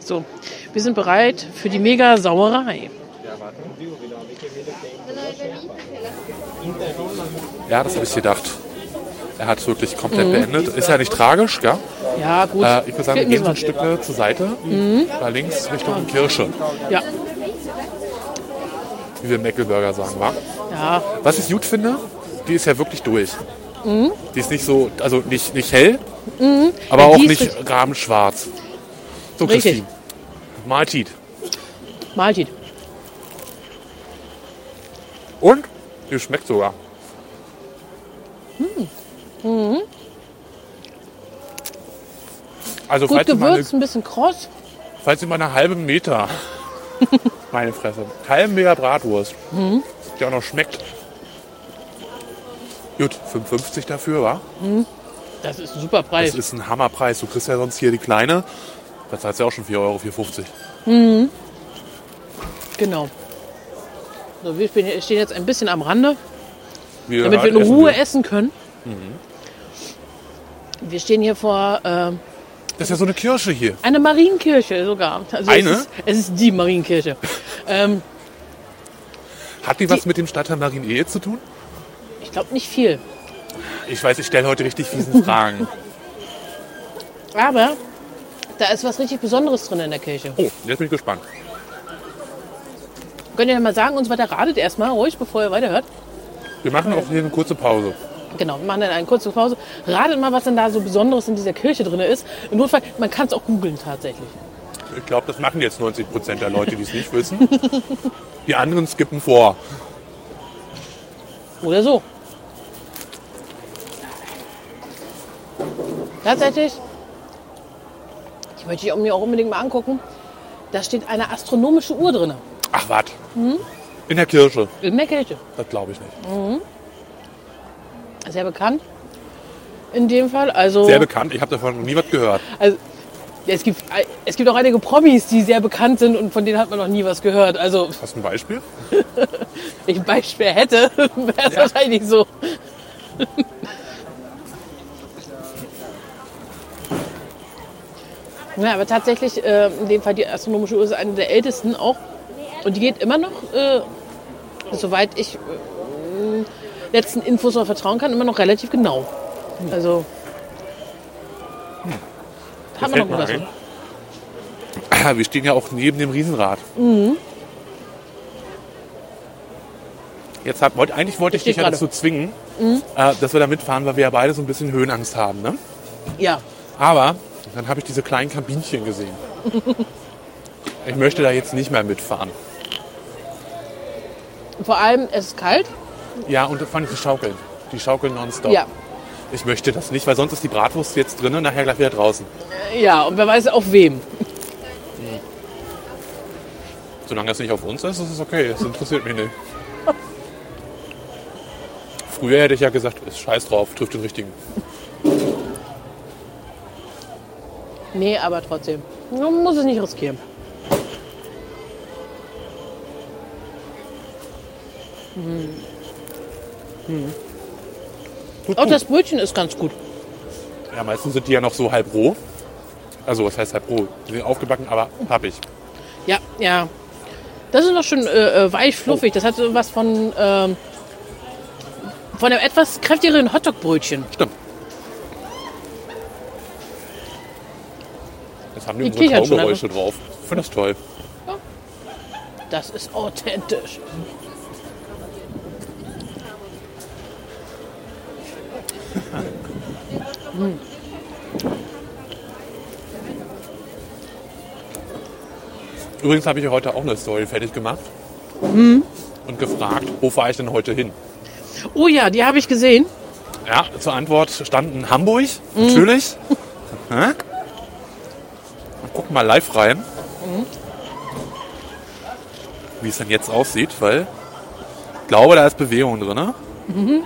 Speaker 2: So, wir sind bereit für die mega Sauerei.
Speaker 1: Ja, das habe ich gedacht. Er hat es wirklich komplett
Speaker 2: Mhm.
Speaker 1: beendet. Ist ja nicht tragisch, gell?
Speaker 2: Ja, gut.
Speaker 1: Äh, ich würde sagen, wir
Speaker 2: Geht
Speaker 1: gehen so ein
Speaker 2: nicht
Speaker 1: Stück ne, zur Seite, da links Richtung Kirsche,
Speaker 2: was. Mhm. Ja,
Speaker 1: wie wir im Meckelburger sagen, wa?
Speaker 2: ja,
Speaker 1: Was ich gut finde, die ist ja wirklich durch. Die ist nicht so, also nicht, nicht hell, aber
Speaker 2: Ja, Mhm. die
Speaker 1: auch
Speaker 2: ist
Speaker 1: nicht
Speaker 2: richtig-
Speaker 1: rabenschwarz. So,
Speaker 2: Richtig.
Speaker 1: Christine. Mahlzeit.
Speaker 2: Mahlzeit.
Speaker 1: Und? Die schmeckt sogar.
Speaker 2: Hm.
Speaker 1: Mhm. Also,
Speaker 2: Gut
Speaker 1: falls ihr, mal eine,
Speaker 2: gewürzt, ein bisschen kross.
Speaker 1: falls ihr mal eine halbe Meter, meine Fresse, halben Meter Bratwurst,
Speaker 2: Mhm.
Speaker 1: die auch noch schmeckt. Gut, 55 dafür, wa?
Speaker 2: Das ist ein super
Speaker 1: Das
Speaker 2: Preis.
Speaker 1: ist ein Hammerpreis. Du kriegst ja sonst hier die kleine. Da zahlst du ja auch schon 4,50 Euro.
Speaker 2: Genau. So, wir stehen stehen jetzt ein bisschen am Rande,
Speaker 1: Wir Mhm.
Speaker 2: damit wir
Speaker 1: halt
Speaker 2: in
Speaker 1: essen
Speaker 2: Ruhe
Speaker 1: gehen.
Speaker 2: essen können. Wir stehen hier vor äh,
Speaker 1: Das ist ja so eine Kirsche hier.
Speaker 2: einer Marienkirche sogar. Also
Speaker 1: Eine?
Speaker 2: Es ist, es ist die Marienkirche. ähm,
Speaker 1: Hat die was mit dem Stadtteil Marienehe zu tun?
Speaker 2: ich glaube nicht viel.
Speaker 1: Ich weiß, ich stelle heute richtig fiesen Fragen.
Speaker 2: Aber da ist was richtig Besonderes drin in der Kirche.
Speaker 1: Oh, jetzt bin ich gespannt.
Speaker 2: Könnt ihr ja mal sagen, uns weiter ratet erstmal ruhig, bevor ihr weiterhört.
Speaker 1: Wir machen auch hier eine kurze Pause.
Speaker 2: Genau, wir machen dann eine kurze Pause. Ratet mal, was denn da so Besonderes in dieser Kirche drin ist. Im Notfall, man kann es auch googeln tatsächlich.
Speaker 1: Ich glaube, das machen jetzt 90 Prozent der Leute, die es nicht wissen. Die anderen skippen vor.
Speaker 2: Oder so. Tatsächlich, ich möchte die mir auch unbedingt mal angucken. Da steht eine astronomische Uhr drin.
Speaker 1: Ach, was?
Speaker 2: Hm?
Speaker 1: In der Kirche.
Speaker 2: In der Kirche.
Speaker 1: Das glaube ich nicht.
Speaker 2: Sehr bekannt. In dem Fall. Also,
Speaker 1: Sehr bekannt. Ich habe davon noch nie was gehört.
Speaker 2: also es, gibt, es gibt auch einige Promis, die sehr bekannt sind und von denen hat man noch nie was gehört. Also,
Speaker 1: Hast du ein Beispiel?
Speaker 2: wenn ich ein Beispiel hätte, wäre es wahrscheinlich so. Ja, aber tatsächlich, äh, in dem Fall die astronomische Uhr ist eine der ältesten auch. Und die geht immer noch, äh, soweit ich äh, letzten Infos noch vertrauen kann, immer noch relativ genau. Also. Haben wir noch
Speaker 1: Fällt
Speaker 2: was?
Speaker 1: mir ein. Ah, Wir stehen ja auch neben dem Riesenrad.
Speaker 2: Mhm.
Speaker 1: Jetzt hab, wollt, eigentlich wollte ich
Speaker 2: steht
Speaker 1: dich ja
Speaker 2: gerade. Mhm.
Speaker 1: dazu zwingen, äh, dass wir da mitfahren, weil wir ja beide so ein bisschen Höhenangst haben. Ne?
Speaker 2: Ja.
Speaker 1: Aber dann habe ich diese kleinen Kabinchen gesehen. ich möchte da jetzt nicht mehr mitfahren.
Speaker 2: Vor allem, es ist kalt.
Speaker 1: Ja, und fand ich die schaukeln. Die schaukeln nonstop.
Speaker 2: Ja.
Speaker 1: Ich möchte das nicht, weil sonst ist die Bratwurst jetzt drinnen und nachher gleich wieder draußen.
Speaker 2: Ja, und wer weiß auf wem.
Speaker 1: Solange es nicht auf uns ist, ist es okay. Es interessiert mich nicht. Früher hätte ich ja gesagt, ist scheiß drauf, trifft den richtigen.
Speaker 2: Nee, aber trotzdem. Man muss es nicht riskieren. Auch das Brötchen ist ganz gut.
Speaker 1: Ja, meistens sind die ja noch so halb roh. Also, was heißt halb roh? Die sind aufgebacken, aber pappig.
Speaker 2: Ja, ja. Das ist noch schön äh, äh, weich, fluffig. Das hat so was von, ähm, von einem etwas kräftigeren Hotdog-Brötchen.
Speaker 1: Stimmt. Jetzt haben die,
Speaker 2: Die
Speaker 1: unsere
Speaker 2: kichern schon also.
Speaker 1: Kaugeräusche drauf. Ich finde das toll.
Speaker 2: Das ist authentisch. Hm.
Speaker 1: Übrigens habe ich ja heute auch eine Story fertig gemacht. Und gefragt, wo fahre ich denn heute hin?
Speaker 2: Oh ja, die habe ich gesehen.
Speaker 1: Ja, zur Antwort standen Hamburg, natürlich. Hä? Guck mal live rein. wie es dann jetzt aussieht, weil ich glaube, da ist Bewegung drin. Ne?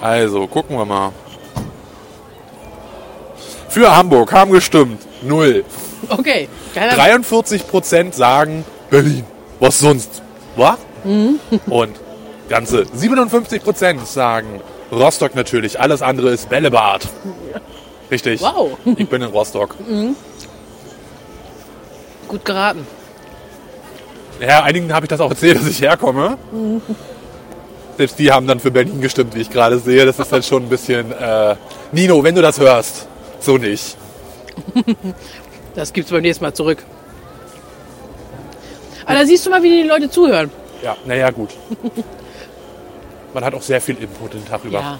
Speaker 1: Also, gucken wir mal. Für Hamburg haben gestimmt. Null.
Speaker 2: Okay, keiner.
Speaker 1: 43% sagen Berlin. Was sonst? Was? Und ganze 57% sagen Rostock natürlich. Alles andere ist Bällebad. Richtig.
Speaker 2: Wow.
Speaker 1: Ich bin in Rostock.
Speaker 2: Gut geraten.
Speaker 1: Ja, einigen habe ich das auch erzählt, dass ich herkomme. Selbst die haben dann für Berlin gestimmt, wie ich gerade sehe. Das ist dann schon ein bisschen... Äh, Nino, wenn du das hörst, so nicht.
Speaker 2: Das gibt's beim nächsten Mal zurück. Aber da siehst du mal, wie die Leute zuhören.
Speaker 1: Ja, naja, gut. Man hat auch sehr viel Input den Tag über.
Speaker 2: Ja.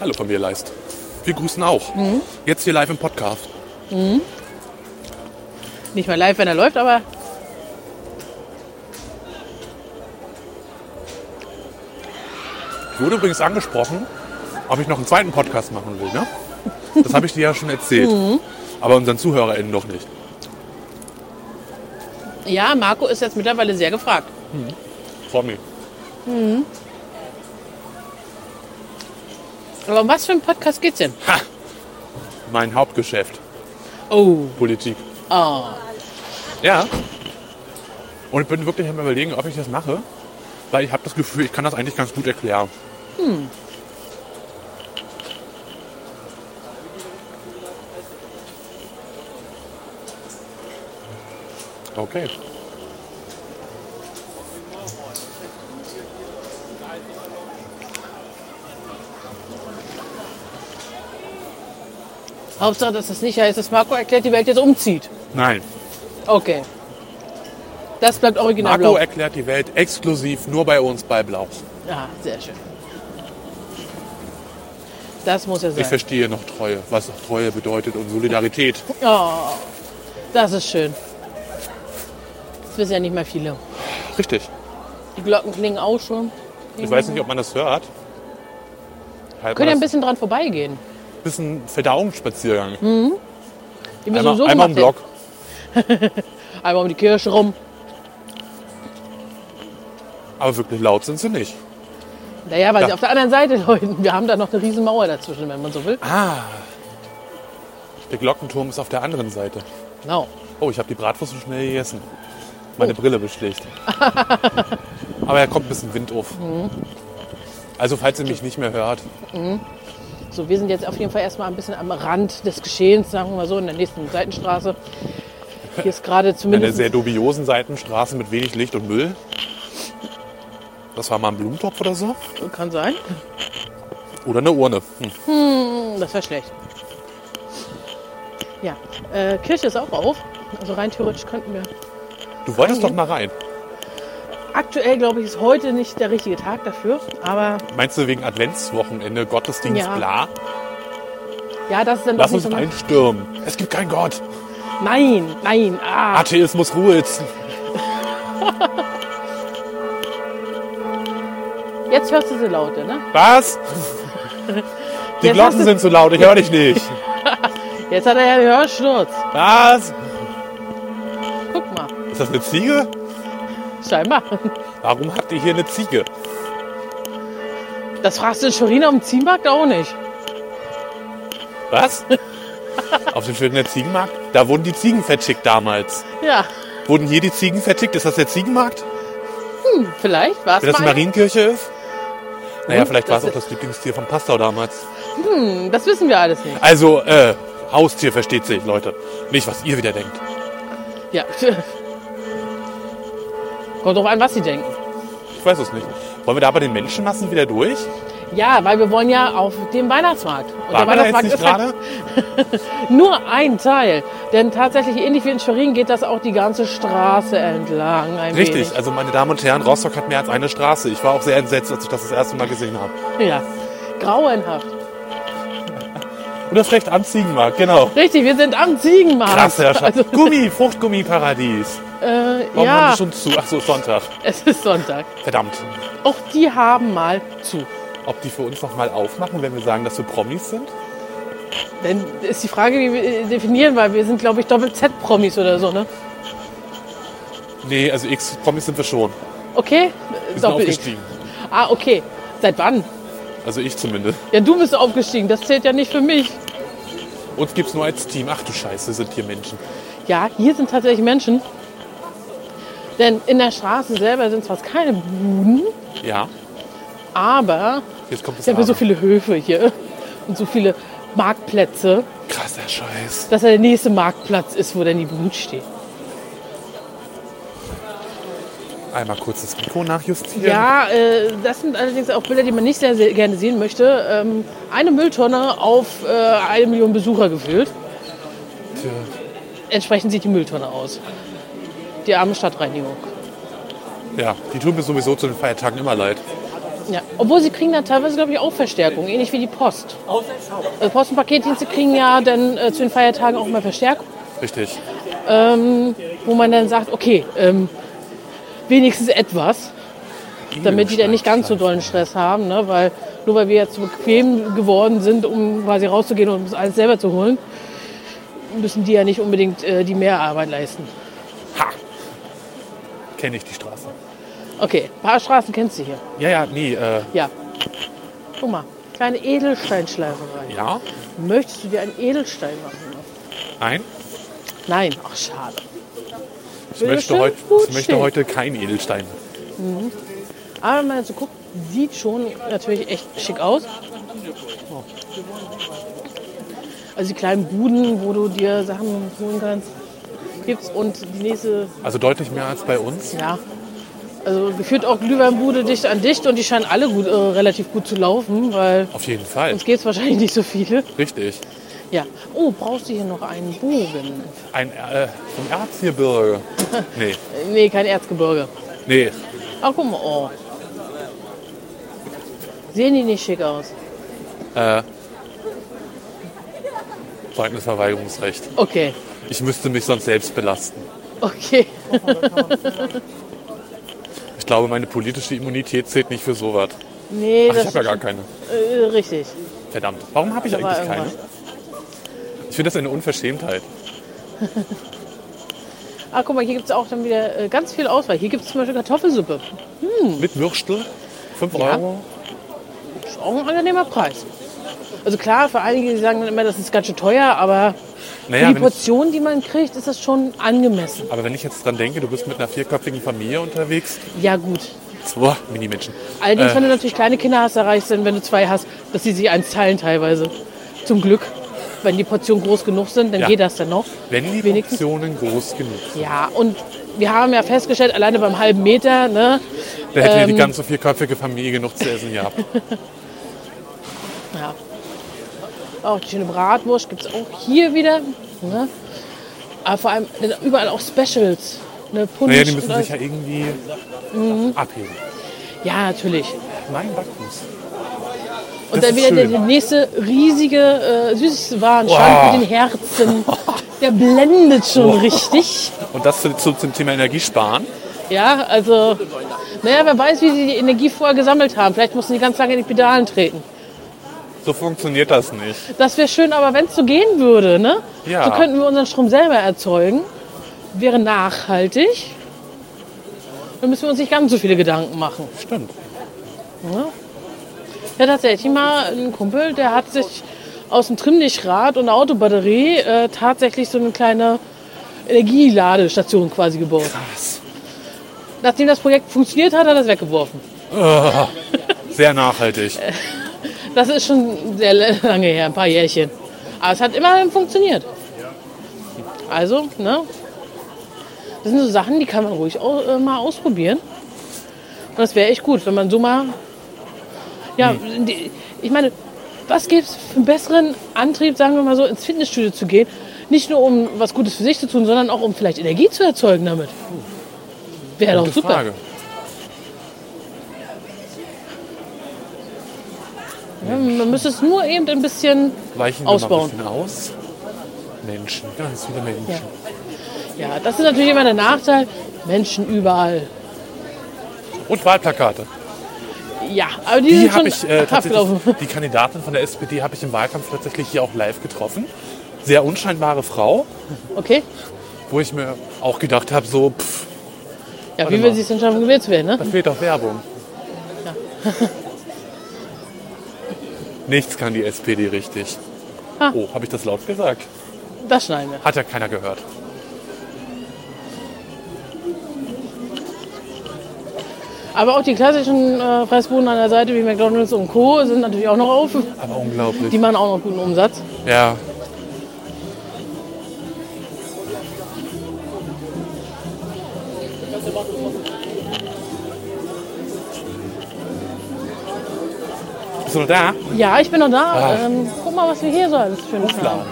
Speaker 1: Hallo von mir Leist. Wir grüßen auch. Jetzt hier live im Podcast.
Speaker 2: Nicht mal live, wenn er läuft, aber
Speaker 1: Ich wurde übrigens angesprochen, ob ich noch einen zweiten Podcast machen will. Ne? Das habe ich dir ja schon erzählt. Aber unseren ZuhörerInnen noch nicht.
Speaker 2: ja, Marco ist jetzt mittlerweile sehr gefragt.
Speaker 1: Promi.
Speaker 2: Aber um was für einen Podcast geht's denn?
Speaker 1: Mein Hauptgeschäft.
Speaker 2: Oh,
Speaker 1: Politik.
Speaker 2: oh.
Speaker 1: Ja. Und ich bin wirklich am überlegen, ob ich das mache. Weil ich habe das Gefühl, ich kann das eigentlich ganz gut erklären.
Speaker 2: Hm.
Speaker 1: Okay.
Speaker 2: Hauptsache, dass das nicht heißt, dass Marco erklärt, die Welt jetzt umzieht.
Speaker 1: Nein.
Speaker 2: Okay. Das bleibt original
Speaker 1: Marco
Speaker 2: blau.
Speaker 1: erklärt die Welt exklusiv nur bei uns bei Blau.
Speaker 2: Ja, Ah, sehr schön. Das muss ja
Speaker 1: Ich
Speaker 2: sein.
Speaker 1: verstehe noch Treue, was noch Treue bedeutet und Solidarität.
Speaker 2: Oh, das ist schön. Das wissen ja nicht mehr viele.
Speaker 1: Richtig.
Speaker 2: Die Glocken klingen auch schon.
Speaker 1: Ich weiß nicht, ob man das hört. Halt
Speaker 2: Können ja Mhm. ein
Speaker 1: mal das-
Speaker 2: bisschen dran vorbeigehen.
Speaker 1: bisschen Verdauungsspaziergang.
Speaker 2: Die müssen
Speaker 1: Einmal,
Speaker 2: Hm, also so
Speaker 1: einmal im
Speaker 2: gemacht
Speaker 1: Block.
Speaker 2: werden. Einmal um die Kirche rum.
Speaker 1: Aber wirklich laut sind sie nicht.
Speaker 2: Naja, weil
Speaker 1: Ja.
Speaker 2: sie auf der anderen Seite läuten. Wir haben da noch eine riesen Mauer dazwischen, wenn man so will.
Speaker 1: Ah. Der Glockenturm ist auf der anderen Seite.
Speaker 2: Genau.
Speaker 1: Oh, ich habe die Bratwurst so schnell gegessen. Meine
Speaker 2: Oh.
Speaker 1: Brille beschlägt. Aber er kommt ein bisschen Wind auf.
Speaker 2: Mhm.
Speaker 1: Also falls ihr mich nicht mehr hört,
Speaker 2: So, wir sind jetzt auf jeden Fall erstmal ein bisschen am Rand des Geschehens, sagen wir mal so, in der nächsten Seitenstraße. Hier ist gerade
Speaker 1: eine
Speaker 2: zumindest.
Speaker 1: sehr dubiosen Seitenstraße mit wenig Licht und Müll. Das war mal ein Blumentopf oder so.
Speaker 2: Kann sein.
Speaker 1: Oder eine Urne. Hm.
Speaker 2: Hm, Das wäre schlecht. Ja, äh, Kirche ist auch auf. Also rein theoretisch könnten wir.
Speaker 1: Du wolltest doch mal rein.
Speaker 2: Aktuell, glaube ich, ist heute nicht der richtige Tag dafür. Aber
Speaker 1: Meinst du wegen Adventswochenende, Gottesdienst,
Speaker 2: Ja.
Speaker 1: bla?
Speaker 2: ja, das ist dann
Speaker 1: Lass
Speaker 2: doch
Speaker 1: uns
Speaker 2: nicht so mein-
Speaker 1: einstürmen. Es gibt keinen Gott.
Speaker 2: Nein, nein, ah.
Speaker 1: Atheismus ruht.
Speaker 2: Jetzt hörst du sie laute, ne?
Speaker 1: Was? Die
Speaker 2: Jetzt hast
Speaker 1: Glocken
Speaker 2: du-
Speaker 1: sind zu laut, ich höre dich nicht.
Speaker 2: Jetzt hat er ja den Hörschnurz.
Speaker 1: Was?
Speaker 2: Guck mal.
Speaker 1: Ist das eine Ziege?
Speaker 2: Scheinbar.
Speaker 1: Warum habt ihr hier eine Ziege?
Speaker 2: Das fragst du in Schwerin auf dem Ziehmarkt auch nicht.
Speaker 1: Was? Auf dem Schöner Ziegenmarkt? Da wurden die Ziegen vertickt damals.
Speaker 2: Ja,
Speaker 1: Wurden hier die Ziegen vertickt? Ist das der Ziegenmarkt?
Speaker 2: vielleicht war
Speaker 1: Wenn
Speaker 2: es
Speaker 1: das die
Speaker 2: mal.
Speaker 1: Marienkirche ist? Naja,
Speaker 2: Und?
Speaker 1: vielleicht war es
Speaker 2: Das
Speaker 1: auch das Lieblingstier von Pastor damals.
Speaker 2: ein- Das wissen wir alles nicht.
Speaker 1: Also, äh, Haustier versteht sich, Leute. Nicht, was ihr wieder denkt.
Speaker 2: Ja. Kommt drauf an, was sie denken.
Speaker 1: Ich weiß es nicht. Wollen wir da bei den Menschenmassen wieder durch?
Speaker 2: Ja, weil wir wollen ja auf dem Weihnachtsmarkt. Und
Speaker 1: Waren wir da jetzt nicht
Speaker 2: halt
Speaker 1: gerade?
Speaker 2: nur ein Teil. Denn tatsächlich, ähnlich wie in Schwerin, geht das auch die ganze Straße entlang. Ein
Speaker 1: Richtig,
Speaker 2: Wenig.
Speaker 1: also meine Damen und Herren, Rostock hat mehr als eine Straße. Ich war auch sehr entsetzt, als ich das das erste Mal gesehen habe.
Speaker 2: Ja. Grauenhaft.
Speaker 1: Und das recht am Ziegenmarkt, genau.
Speaker 2: Richtig, wir sind am Ziegenmarkt.
Speaker 1: Krass, Herr Scha
Speaker 2: Also,
Speaker 1: Gummi, Fruchtgummiparadies.
Speaker 2: äh,
Speaker 1: Warum haben
Speaker 2: ja,
Speaker 1: die schon zu? Ach so, Sonntag.
Speaker 2: es ist Sonntag.
Speaker 1: Verdammt.
Speaker 2: Auch die haben mal zu.
Speaker 1: Ob die für uns noch mal aufmachen, wenn wir sagen, dass wir Promis sind?
Speaker 2: Dann ist die Frage, wie wir äh, definieren, weil wir sind, glaube ich, Doppel-Z-Promis oder so, ne?
Speaker 1: Nee, also X-Promis sind wir schon. Wir
Speaker 2: Okay?
Speaker 1: sind
Speaker 2: Doppel-X.
Speaker 1: aufgestiegen.
Speaker 2: Ah, okay. Seit wann?
Speaker 1: Also ich zumindest.
Speaker 2: Ja, du bist aufgestiegen. Das zählt ja nicht für mich.
Speaker 1: Uns gibt's nur als Team. Ach du Scheiße, sind hier Menschen.
Speaker 2: Ja, hier sind tatsächlich Menschen. Denn in der Straße selber sind zwar keine Buden,
Speaker 1: Ja,
Speaker 2: aber
Speaker 1: jetzt kommt das
Speaker 2: ich habe so
Speaker 1: Aber.
Speaker 2: viele Höfe hier und so viele Marktplätze,
Speaker 1: Krasser Scheiß.
Speaker 2: dass er der nächste Marktplatz ist, wo dann die Buden stehen.
Speaker 1: Einmal kurz das Mikro nachjustieren.
Speaker 2: Ja, äh, das sind allerdings auch Bilder, die man nicht sehr, sehr gerne sehen möchte. Ähm, eine Mülltonne auf äh, eine Million Besucher gefüllt.
Speaker 1: Tja.
Speaker 2: Entsprechend sieht die Mülltonne aus. Die arme Stadtreinigung.
Speaker 1: ja, die tun mir sowieso zu den Feiertagen immer leid.
Speaker 2: Ja. Obwohl sie kriegen da teilweise, glaube ich, auch Verstärkung, ähnlich wie die Post. Also Post- und Paketdienste kriegen ja dann äh, zu den Feiertagen auch mal Verstärkung,
Speaker 1: Richtig.
Speaker 2: wo man dann sagt, okay, ähm, wenigstens etwas, damit die dann nicht ganz so dollen Stress haben, ne? weil nur weil wir jetzt so bequem geworden sind, um quasi rauszugehen und uns alles selber zu holen, müssen die ja nicht unbedingt äh, die Mehrarbeit leisten.
Speaker 1: Ha! Kenne ich die Straße.
Speaker 2: Okay, ein paar Straßen kennst du hier.
Speaker 1: Ja, ja, nee, äh,
Speaker 2: Ja. Guck mal, kleine Edelsteinschleiferei.
Speaker 1: ja.
Speaker 2: Möchtest du dir einen Edelstein machen?
Speaker 1: Nein.
Speaker 2: Nein, ach schade.
Speaker 1: Ich möchte,
Speaker 2: bestimmt
Speaker 1: heute,
Speaker 2: gut
Speaker 1: ich möchte
Speaker 2: stehen.
Speaker 1: heute kein Edelstein.
Speaker 2: Aber wenn man so guckt, sieht schon natürlich echt schick aus. Also die kleinen Buden, wo du dir Sachen holen kannst, gibt's und die nächste,
Speaker 1: Also deutlich mehr als bei uns.
Speaker 2: ja, also geführt auch Glühweinbude dicht an dicht und die scheinen alle gut, äh, relativ gut zu laufen, weil
Speaker 1: Auf jeden Fall.
Speaker 2: uns gibt's wahrscheinlich nicht so viele.
Speaker 1: Richtig.
Speaker 2: Ja. Oh, brauchst du hier noch einen Bogen?
Speaker 1: Ein, äh, ein Erzgebirge. Nee,
Speaker 2: Äh, Nee, kein Erzgebirge.
Speaker 1: nee.
Speaker 2: Ach guck mal, oh. Sehen die nicht schick aus?
Speaker 1: Zeugnisverweigerungsrecht.
Speaker 2: Okay.
Speaker 1: Ich müsste mich sonst selbst belasten.
Speaker 2: Okay.
Speaker 1: Ich glaube, meine politische Immunität zählt nicht für sowas.
Speaker 2: Nee,
Speaker 1: Ach,
Speaker 2: das
Speaker 1: ich habe ja
Speaker 2: ist-
Speaker 1: gar keine.
Speaker 2: Äh, richtig.
Speaker 1: Verdammt. Warum habe ich
Speaker 2: Da war
Speaker 1: eigentlich keine? Ich finde das eine Unverschämtheit.
Speaker 2: Ah, guck mal, hier gibt es auch dann wieder äh, ganz viel Auswahl. Hier gibt es zum Beispiel Kartoffelsuppe. Hm.
Speaker 1: Mit Würstel, 5 Euro.
Speaker 2: Ist auch ein angenehmer Preis. Also klar, für einige, die sagen dann immer, das ist ganz schön teuer,
Speaker 1: Naja,
Speaker 2: aber für die
Speaker 1: wenn ich,
Speaker 2: Portion, die man kriegt, ist das schon angemessen.
Speaker 1: aber wenn ich jetzt dran denke, du bist mit einer vierköpfigen Familie unterwegs.
Speaker 2: Ja, gut.
Speaker 1: Zwei Mini-Menschen.
Speaker 2: Allerdings,
Speaker 1: Äh.
Speaker 2: wenn du natürlich kleine Kinder hast, erreicht dann, wenn du zwei hast, dass sie sich eins teilen teilweise. Zum Glück. Wenn die Portionen groß genug sind, dann
Speaker 1: Ja.
Speaker 2: geht das dann noch.
Speaker 1: Wenn die
Speaker 2: Wenigstens-
Speaker 1: Portionen groß genug sind,
Speaker 2: Ja, und wir haben ja festgestellt, alleine beim halben Meter, ne,
Speaker 1: da hätte ja die ganze vierköpfige Familie genug zu essen gehabt.
Speaker 2: Ja. Auch die schöne Bratwurst gibt es auch hier wieder. Ne? Aber vor allem sind überall auch Specials. Ne? Punsch
Speaker 1: Naja, die müssen
Speaker 2: und alles.
Speaker 1: sich halt- ja irgendwie
Speaker 2: Mhm.
Speaker 1: abheben.
Speaker 2: ja, natürlich.
Speaker 1: Mein Backfuß.
Speaker 2: Und
Speaker 1: Das
Speaker 2: dann
Speaker 1: ist
Speaker 2: wieder der,
Speaker 1: schön.
Speaker 2: der nächste riesige äh, Süßwarenstand
Speaker 1: Wow.
Speaker 2: mit den Herzen. Der blendet schon richtig.
Speaker 1: Und das zu, zu, zum Thema Energiesparen.
Speaker 2: Ja, also, naja, wer weiß, wie sie die Energie vorher gesammelt haben. Vielleicht mussten die ganz lange in die Pedalen treten.
Speaker 1: So funktioniert das nicht.
Speaker 2: Das wäre schön, aber wenn es so gehen würde, ne?
Speaker 1: Ja.
Speaker 2: so könnten wir unseren Strom selber erzeugen, wäre nachhaltig. Dann müssen wir uns nicht ganz so viele Gedanken machen.
Speaker 1: Stimmt.
Speaker 2: Ich hatte tatsächlich mal einen Kumpel, der hat sich aus dem Trimmlichtrad und einer Autobatterie äh, tatsächlich so eine kleine Energieladestation quasi gebaut.
Speaker 1: Krass.
Speaker 2: Nachdem das Projekt funktioniert hat, hat er das weggeworfen.
Speaker 1: Ah. Sehr nachhaltig.
Speaker 2: Das ist schon sehr lange her, ein paar Jährchen. Aber es hat immerhin funktioniert. Also, ne? Das sind so Sachen, die kann man ruhig au äh, mal ausprobieren. Und das wäre echt gut, wenn man so mal. Ja,
Speaker 1: Hm.
Speaker 2: die, ich meine, was gäbe es für einen besseren Antrieb, sagen wir mal so, ins Fitnessstudio zu gehen? Nicht nur um was Gutes für sich zu tun, sondern auch um vielleicht Energie zu erzeugen damit. Wäre doch
Speaker 1: Gute
Speaker 2: super.
Speaker 1: Frage.
Speaker 2: Ja, man müsste es nur eben ein bisschen
Speaker 1: Weichen
Speaker 2: Ausbauen.
Speaker 1: wir mal ein bisschen aus. Menschen, ganz viele Menschen.
Speaker 2: Ja. Ja, das ist natürlich immer der Nachteil. Menschen überall.
Speaker 1: Und Wahlplakate.
Speaker 2: Ja, aber die,
Speaker 1: Die
Speaker 2: sind schon
Speaker 1: habe ich äh,
Speaker 2: abgelaufen.
Speaker 1: tatsächlich, die Kandidatin von der SPD habe ich im Wahlkampf tatsächlich hier auch live getroffen. Sehr unscheinbare Frau,
Speaker 2: Okay.
Speaker 1: wo ich mir auch gedacht habe, so, pff,
Speaker 2: Ja, wie
Speaker 1: mal.
Speaker 2: will sie es denn schaffen, gewählt zu werden, ne?
Speaker 1: da fehlt doch Werbung. Nichts kann die SPD richtig.
Speaker 2: Ha.
Speaker 1: Oh, habe ich das laut gesagt?
Speaker 2: Das schneiden wir.
Speaker 1: Hat ja keiner gehört.
Speaker 2: Aber auch die klassischen äh, Fressbuden an der Seite wie McDonalds und Co. sind natürlich auch noch auf.
Speaker 1: Aber unglaublich.
Speaker 2: Die machen auch noch guten Umsatz.
Speaker 1: Ja. Bist du noch da?
Speaker 2: Ja, ich bin noch da.
Speaker 1: Ah.
Speaker 2: Ähm, guck mal, was wir hier so alles Schönes haben.
Speaker 1: Klar.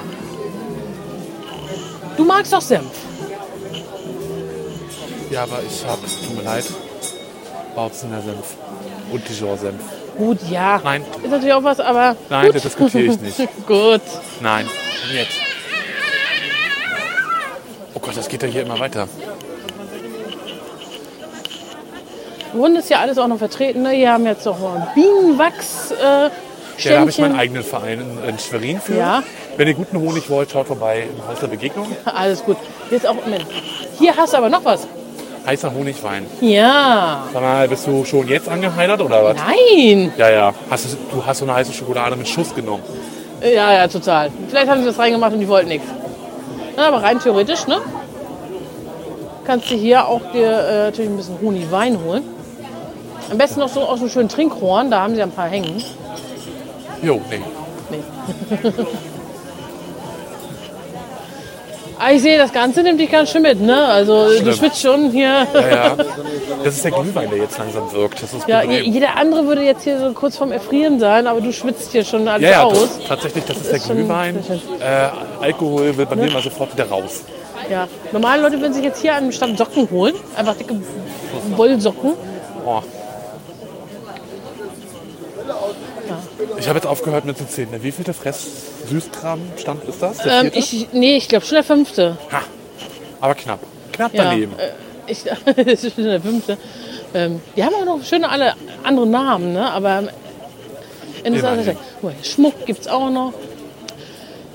Speaker 2: Du magst doch Senf.
Speaker 1: Ja, aber ich hab, es tut mir leid, Bautzener Senf und Dijon-Senf.
Speaker 2: Gut, ja.
Speaker 1: Nein.
Speaker 2: Ist natürlich auch was, aber.
Speaker 1: Nein,
Speaker 2: gut.
Speaker 1: das diskutiere ich nicht.
Speaker 2: Gut.
Speaker 1: Nein, jetzt. Oh Gott, das geht ja hier immer weiter.
Speaker 2: Im Grunde ist ja alles auch noch vertreten. Ne? Hier haben jetzt noch mal Bienenwachs. Äh,
Speaker 1: Ja, da habe ich
Speaker 2: Ständchen.
Speaker 1: meinen eigenen Verein in, in Schwerin für.
Speaker 2: Ja.
Speaker 1: Wenn ihr guten Honig wollt, schaut vorbei im Haus der Begegnung.
Speaker 2: Alles gut. Hier ist auch. Moment. Hier hast du aber noch was.
Speaker 1: Heißer Honigwein.
Speaker 2: Ja.
Speaker 1: Sag mal, bist du schon jetzt angeheitert oder was?
Speaker 2: Nein.
Speaker 1: Ja, ja. Hast du, du hast so eine heiße Schokolade mit Schuss genommen.
Speaker 2: Ja, ja, total. Vielleicht haben sie das reingemacht und die wollten nichts. Na, aber rein theoretisch, ne? Kannst du hier auch dir äh, natürlich ein bisschen Huni Wein holen. Am besten noch so aus einem schönen Trinkrohren, da haben sie ja ein paar hängen.
Speaker 1: Jo, nee.
Speaker 2: Aber Ah, ich sehe, das Ganze nimmt dich ganz schön mit, ne? Also du
Speaker 1: Schlimm.
Speaker 2: schwitzt schon hier.
Speaker 1: Ja, ja. Das ist der Glühwein, der jetzt langsam wirkt. Das ist
Speaker 2: Ja,
Speaker 1: gut eben.
Speaker 2: jeder andere würde jetzt hier so kurz vorm Erfrieren sein, aber du schwitzt hier schon alles
Speaker 1: ja, ja
Speaker 2: aus.
Speaker 1: das, tatsächlich, das ist, der
Speaker 2: schon- Ne?
Speaker 1: Glühwein.
Speaker 2: das ist
Speaker 1: Äh, Alkohol wird bei mir mal sofort wieder raus.
Speaker 2: Ja. Normale Leute würden sich jetzt hier an dem Stand Socken holen. Einfach dicke Wollsocken.
Speaker 1: Oh. Ich habe jetzt aufgehört mit zu zählen. ne? Wie viel der Fress-Süßkram-Stand ist das? Der
Speaker 2: Ähm,
Speaker 1: vierte?
Speaker 2: ich, nee, ich glaube schon der fünfte.
Speaker 1: ha. Aber knapp. Knapp
Speaker 2: Ja,
Speaker 1: daneben.
Speaker 2: äh, ich, das ist schon der fünfte. Ähm, die haben auch noch schöne alle andere Namen, ne? aber ähm, interessant. ist ja-
Speaker 1: Immerhin.
Speaker 2: Guck mal, Schmuck gibt es auch noch.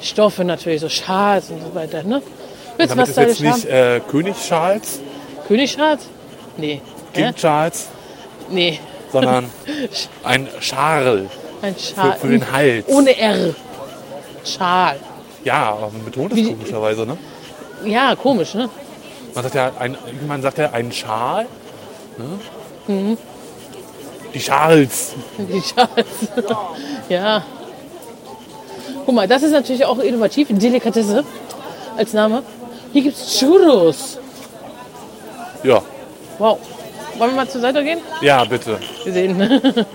Speaker 2: Stoffe natürlich, so Schals und so weiter. Ne? Willst
Speaker 1: Damit
Speaker 2: du was
Speaker 1: ist
Speaker 2: da
Speaker 1: jetzt
Speaker 2: haben?
Speaker 1: nicht äh, König Charles,
Speaker 2: König Schals? Nee.
Speaker 1: King
Speaker 2: Hä?
Speaker 1: Charles,
Speaker 2: Nee,
Speaker 1: sondern ein Charl
Speaker 2: ein
Speaker 1: für,
Speaker 2: Schal.
Speaker 1: für den Hals.
Speaker 2: Ohne R. Schal.
Speaker 1: Ja, aber man betont es
Speaker 2: Wie-
Speaker 1: komischerweise. Ne?
Speaker 2: Ja, komisch, ne?
Speaker 1: Man sagt ja, ein, irgendwann sagt er einen Schal. Ne?
Speaker 2: Mhm.
Speaker 1: Die Charles.
Speaker 2: Die Schals. ja. Guck mal, das ist natürlich auch innovativ. Delikatesse als Name. Hier gibt es Churros.
Speaker 1: Ja,
Speaker 2: Wow. Wollen wir mal zur Seite gehen?
Speaker 1: ja, bitte.
Speaker 2: Wir sehen.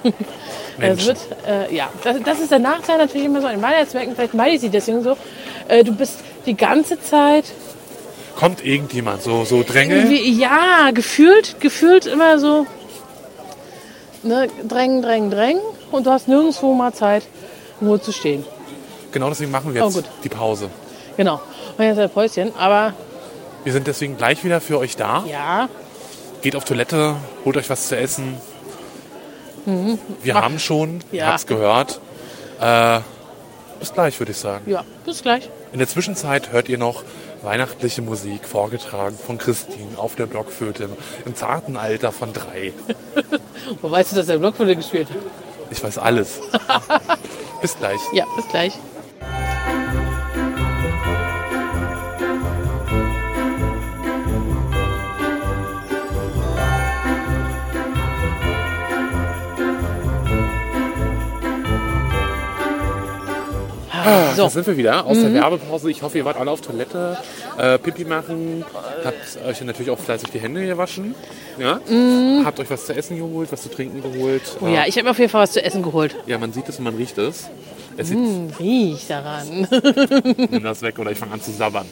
Speaker 2: Das
Speaker 1: Mensch.
Speaker 2: wird, äh, ja, das, das ist der Nachteil natürlich immer so in Weihnachtsmärkten. Vielleicht meine ich sie deswegen so. Äh, du bist die ganze Zeit
Speaker 1: Kommt irgendjemand, so, so Drängel.
Speaker 2: irgendwie, ja, gefühlt, gefühlt immer so, ne, drängen, drängen, drängen. Und du hast nirgendwo mal Zeit, nur zu stehen.
Speaker 1: Genau deswegen machen wir jetzt
Speaker 2: Oh, gut.
Speaker 1: die Pause.
Speaker 2: Genau. Und jetzt ein Päuschen. Aber
Speaker 1: Wir sind deswegen gleich wieder für euch da.
Speaker 2: ja,
Speaker 1: Geht auf Toilette, holt euch was zu essen. Wir haben schon, ihr
Speaker 2: Mhm. Ja.
Speaker 1: habt's gehört. Äh, bis gleich, würde ich sagen.
Speaker 2: ja, bis gleich.
Speaker 1: In der Zwischenzeit hört ihr noch weihnachtliche Musik, vorgetragen von Christine auf der Blockflöte im, im zarten Alter von drei.
Speaker 2: Wo weißt du, dass der Block für dich gespielt hat?
Speaker 1: Ich weiß alles. bis gleich.
Speaker 2: Ja, bis gleich. Ah,
Speaker 1: Da
Speaker 2: So,
Speaker 1: sind wir wieder aus der
Speaker 2: Mhm.
Speaker 1: Werbepause. Ich hoffe, ihr wart alle auf Toilette, äh, Pipi machen, habt euch natürlich auch fleißig die Hände gewaschen. Ja? Habt euch was zu essen geholt, was zu trinken geholt.
Speaker 2: Mhm. oh ja,
Speaker 1: Äh,
Speaker 2: ich habe mir auf jeden Fall was zu essen geholt.
Speaker 1: ja, man sieht es und man riecht es. Es
Speaker 2: Mhm. Riech daran.
Speaker 1: sieht, nimm das weg oder ich fange an zu sabbern.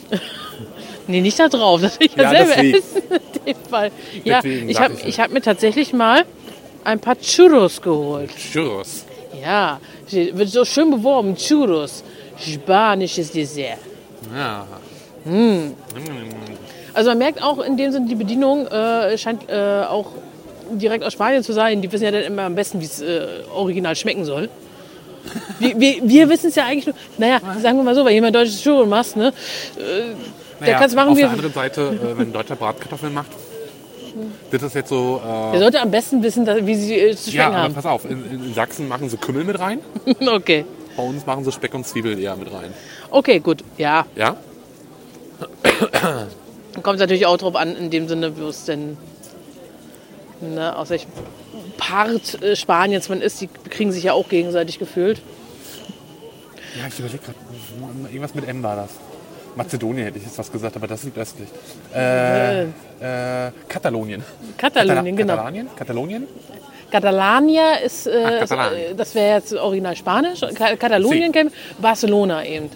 Speaker 2: Nee, nicht da drauf, das will ich ja,
Speaker 1: Ja,
Speaker 2: selber
Speaker 1: deswegen.
Speaker 2: essen. In dem Fall. Ja,
Speaker 1: Deswegen
Speaker 2: ich
Speaker 1: sag
Speaker 2: habe
Speaker 1: ich ja.
Speaker 2: ich hab mir tatsächlich mal ein paar Churros geholt.
Speaker 1: Churros.
Speaker 2: Ja, steht- wird so schön beworben. Churros, spanisches Dessert.
Speaker 1: Ja.
Speaker 2: Mhm.
Speaker 1: Mm.
Speaker 2: Also man merkt auch in dem Sinne, die Bedienung äh, scheint äh, auch direkt aus Spanien zu sein, die wissen ja dann immer am besten, wie es äh, original schmecken soll. Wir, wir, wir wissen es ja eigentlich nur, naja, sagen wir mal so, wenn jemand deutsches Churro machst, ne, äh, der kann es machen,
Speaker 1: Auf
Speaker 2: wie
Speaker 1: der
Speaker 2: er will.
Speaker 1: anderen Seite, äh, wenn ein Deutscher Bratkartoffeln macht, wird das jetzt so. Äh,
Speaker 2: Der sollte am besten wissen, dass, wie sie äh, zu
Speaker 1: ja,
Speaker 2: schmecken
Speaker 1: aber
Speaker 2: haben.
Speaker 1: pass auf, in, in in Sachsen machen sie Kümmel mit rein,
Speaker 2: Okay.
Speaker 1: bei uns machen sie Speck und Zwiebeln eher mit rein.
Speaker 2: Okay, gut. Ja,
Speaker 1: Ja?
Speaker 2: kommt natürlich auch drauf an, in dem Sinne, wo es denn, ne, aus welchem Part äh, Spaniens man ist. Die kriegen sich ja auch gegenseitig gefühlt.
Speaker 1: Ja, ich überlege gerade, irgendwas mit M war das. Mazedonien hätte ich jetzt was gesagt, aber das liegt östlich. Äh, äh, Katalonien.
Speaker 2: Katalonien,
Speaker 1: Katala-
Speaker 2: genau.
Speaker 1: Katalanien? Katalonien?
Speaker 2: Katalania ist, äh,
Speaker 1: Ah, Katalania.
Speaker 2: äh, das wäre jetzt original Spanisch. Ka- Katalonien
Speaker 1: Sie.
Speaker 2: kennen Barcelona eben.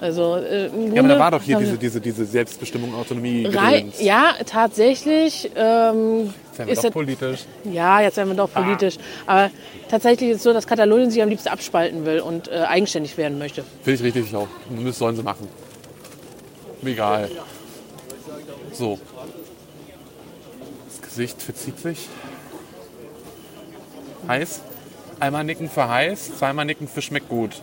Speaker 2: Also äh, im Grunde
Speaker 1: Ja, aber da war doch hier
Speaker 2: haben
Speaker 1: diese, diese, diese Selbstbestimmung, Autonomie.
Speaker 2: wir- Rei-
Speaker 1: Gedöns.
Speaker 2: ja, tatsächlich ähm,
Speaker 1: Sind wir
Speaker 2: ist
Speaker 1: doch
Speaker 2: das,
Speaker 1: politisch. Ah.
Speaker 2: ja jetzt werden wir doch politisch, aber tatsächlich ist es so, dass Katalonien sich am liebsten abspalten will und äh, eigenständig werden möchte.
Speaker 1: Finde ich richtig schlau. Das sollen sie machen. Mir egal. So. Das Gesicht verzieht sich. Heiß. Einmal nicken für heiß, zweimal nicken für schmeckt gut.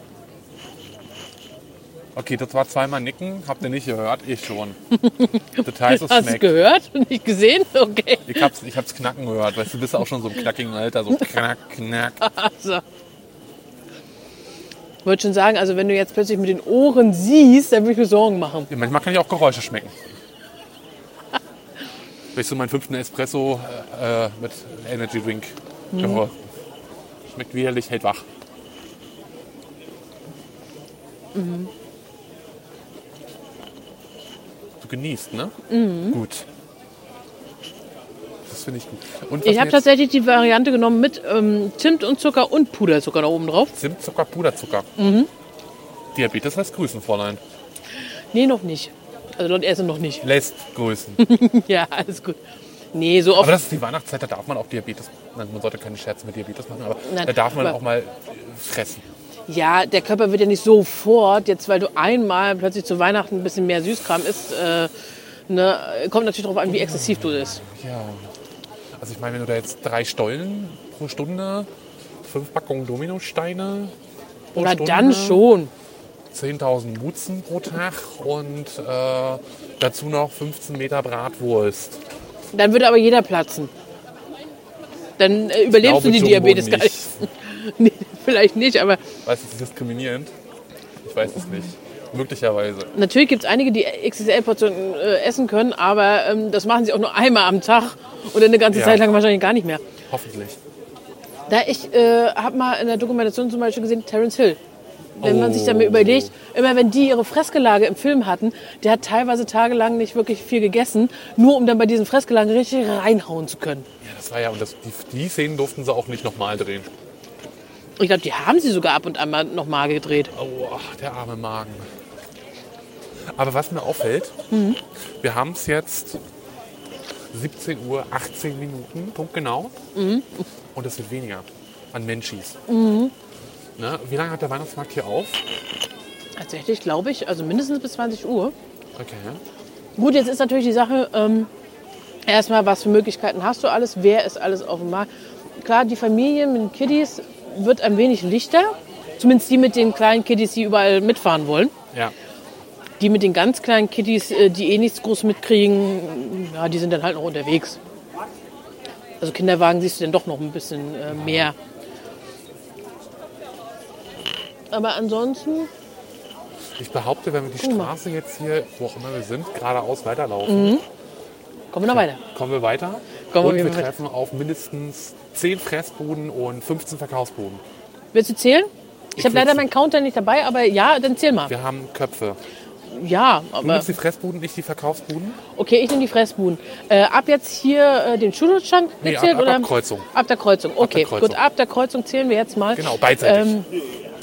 Speaker 1: Okay, das war zweimal nicken. Habt ihr nicht gehört? Ich schon. Das heißt, es
Speaker 2: Hast du
Speaker 1: schmeckt.
Speaker 2: gehört? Nicht gesehen? Okay.
Speaker 1: Ich hab's, ich hab's knacken gehört. Weißt du, bist auch schon so im knackigen Alter. So knack, knack.
Speaker 2: Also. Ich wollte schon sagen, also wenn du jetzt plötzlich mit den Ohren siehst, dann würde ich mir Sorgen machen.
Speaker 1: Ja, manchmal kann ich auch Geräusche schmecken. Wenn ich so meinen fünften Espresso äh, äh, mit Energy Drink
Speaker 2: Mhm.
Speaker 1: höre. Schmeckt widerlich, hält wach.
Speaker 2: Mhm.
Speaker 1: Du genießt, ne?
Speaker 2: Mhm.
Speaker 1: Gut. Das finde ich gut. Und was
Speaker 2: Ich habe
Speaker 1: mir jetzt-
Speaker 2: tatsächlich die Variante genommen mit ähm, Zimt und Zucker und Puderzucker noch oben drauf.
Speaker 1: Zimt, Zucker, Puderzucker.
Speaker 2: Mhm.
Speaker 1: Diabetes lässt grüßen, Fräulein.
Speaker 2: Nee, noch nicht. Also dort essen noch nicht.
Speaker 1: Lässt grüßen.
Speaker 2: ja, alles gut. Nee, so oft.
Speaker 1: Aber das ist die Weihnachtszeit, da darf man auch Diabetes. Nein, man sollte keine Scherze mit Diabetes machen, aber
Speaker 2: Nein,
Speaker 1: da darf man
Speaker 2: aber-
Speaker 1: auch mal äh, fressen.
Speaker 2: ja, der Körper wird ja nicht sofort, jetzt weil du einmal plötzlich zu Weihnachten ein bisschen mehr Süßkram isst, äh, ne, kommt natürlich darauf an, wie exzessiv du bist.
Speaker 1: Ja. Also ich meine, wenn du da jetzt drei Stollen pro Stunde, fünf Packungen Dominosteine pro
Speaker 2: Na
Speaker 1: Stunde,
Speaker 2: dann schon.
Speaker 1: 10.000 Mutzen pro Tag und äh, dazu noch 15 Meter Bratwurst.
Speaker 2: Dann würde aber jeder platzen. Dann äh, überlebst
Speaker 1: Glaube
Speaker 2: du die
Speaker 1: Jumbo
Speaker 2: Diabetes gar nicht.
Speaker 1: nicht.
Speaker 2: Nee, vielleicht nicht, aber
Speaker 1: Weißt du, das ist diskriminierend? Ich weiß es nicht. Möglicherweise.
Speaker 2: Natürlich gibt es einige, die XXL-Portionen äh, essen können, aber ähm, das machen sie auch nur einmal am Tag und eine ganze
Speaker 1: Ja.
Speaker 2: Zeit lang wahrscheinlich gar nicht mehr.
Speaker 1: Hoffentlich.
Speaker 2: Da ich äh, habe mal in der Dokumentation zum Beispiel gesehen, Terence Hill. Wenn man sich damit
Speaker 1: Oh.
Speaker 2: überlegt, immer wenn die ihre Fressgelage im Film hatten, der hat teilweise tagelang nicht wirklich viel gegessen, nur um dann bei diesen Fressgelagen richtig reinhauen zu können.
Speaker 1: Ja, das war ja, und das, die, die Szenen durften sie auch nicht nochmal drehen.
Speaker 2: Ich glaube, die haben sie sogar ab und an mal nochmal gedreht.
Speaker 1: Oh, der arme Magen. Aber was mir auffällt,
Speaker 2: Mhm.
Speaker 1: wir haben es jetzt 17 Uhr, 18 Minuten, punktgenau.
Speaker 2: Mhm.
Speaker 1: Und es wird weniger an Menschis. Ne? Wie lange hat der Weihnachtsmarkt hier auf?
Speaker 2: Tatsächlich glaube ich, also mindestens bis 20 Uhr.
Speaker 1: Okay. ne?
Speaker 2: Gut, jetzt ist natürlich die Sache, ähm, erstmal, was für Möglichkeiten hast du alles, wer ist alles auf dem Markt. Klar, die Familie mit den Kiddies wird ein wenig lichter, zumindest die mit den kleinen Kiddies, die überall mitfahren wollen.
Speaker 1: Ja.
Speaker 2: Die mit den ganz kleinen Kiddies, äh, die eh nichts groß mitkriegen, ja, die sind dann halt noch unterwegs. Also Kinderwagen siehst du dann doch noch ein bisschen äh, mehr. Aber ansonsten,
Speaker 1: Ich behaupte, wenn wir die
Speaker 2: Guck mal.
Speaker 1: Straße jetzt hier, wo auch immer wir sind, geradeaus weiterlaufen,
Speaker 2: kommen wir noch weiter.
Speaker 1: kommen wir weiter.
Speaker 2: Kommen wir
Speaker 1: und wir
Speaker 2: weiter.
Speaker 1: treffen auf mindestens 10 Fressbuden und 15 Verkaufsbuden.
Speaker 2: Willst du zählen? Ich
Speaker 1: Ich
Speaker 2: habe leider
Speaker 1: will's-
Speaker 2: meinen Counter nicht dabei, aber ja, dann zähl mal.
Speaker 1: Wir haben Köpfe.
Speaker 2: Ja,
Speaker 1: Du
Speaker 2: aber.
Speaker 1: nimmst die Fressbuden, nicht die Verkaufsbuden?
Speaker 2: Okay, ich nehme die Fressbuden. Äh, ab jetzt hier äh, den Schulhofstand
Speaker 1: Nee,
Speaker 2: gezählt?
Speaker 1: ab- ab-
Speaker 2: oder?
Speaker 1: ab Kreuzung.
Speaker 2: Ab der Kreuzung, okay.
Speaker 1: Kreuzung.
Speaker 2: Gut, ab der Kreuzung zählen wir jetzt mal. Ähm,
Speaker 1: Genau, beidseitig.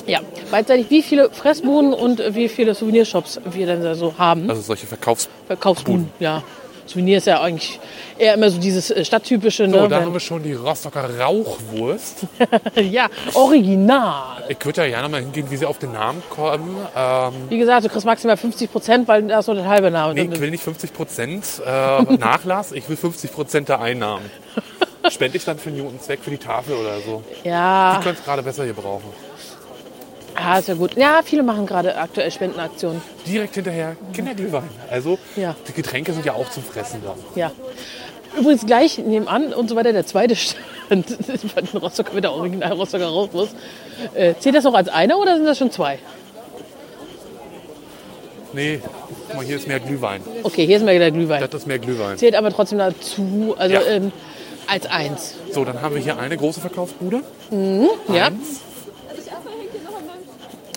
Speaker 2: ja, beidseitig, wie viele Fressbuden und äh, wie viele Souvenirshops wir dann da so haben.
Speaker 1: Also solche Verkaufs...
Speaker 2: Verkaufsbuden, ja. Souvenir ist ja eigentlich eher immer so dieses äh, stadttypische.
Speaker 1: So,
Speaker 2: Ne?
Speaker 1: Oh, da haben wir schon die Rostocker Rauchwurst.
Speaker 2: Wenn- ja, original.
Speaker 1: Ich würde ja gerne mal hingehen, wie sie auf den Namen kommen. Ähm,
Speaker 2: Wie gesagt, du kriegst maximal 50 Prozent, weil das nur der halbe Name
Speaker 1: nee,
Speaker 2: drin
Speaker 1: ich
Speaker 2: ist.
Speaker 1: will nicht 50 Prozent äh, Nachlass, ich will 50 Prozent der Einnahmen. Spende ich dann für einen guten Zweck, für die Tafel oder so. Die
Speaker 2: Ja,
Speaker 1: könnte es gerade besser hier brauchen.
Speaker 2: ah, ist ja gut. Ja, viele machen gerade aktuell Spendenaktionen.
Speaker 1: Direkt hinterher Kinderglühwein. Also
Speaker 2: Ja.
Speaker 1: die Getränke sind ja auch zum Fressen dann.
Speaker 2: Ja. Übrigens gleich nebenan und so weiter der zweite Stand. Ich fand den Rostocker mit der Original Rostocker Rauchwurst. Äh, zählt das noch als einer oder sind das schon zwei?
Speaker 1: Nee, guck mal, hier ist mehr Glühwein.
Speaker 2: Okay, hier ist mir der Glühwein.
Speaker 1: Das ist mehr Glühwein.
Speaker 2: Zählt aber trotzdem dazu, also
Speaker 1: Ja.
Speaker 2: ähm, als eins.
Speaker 1: So, dann haben wir hier eine große Verkaufsbude.
Speaker 2: Ja.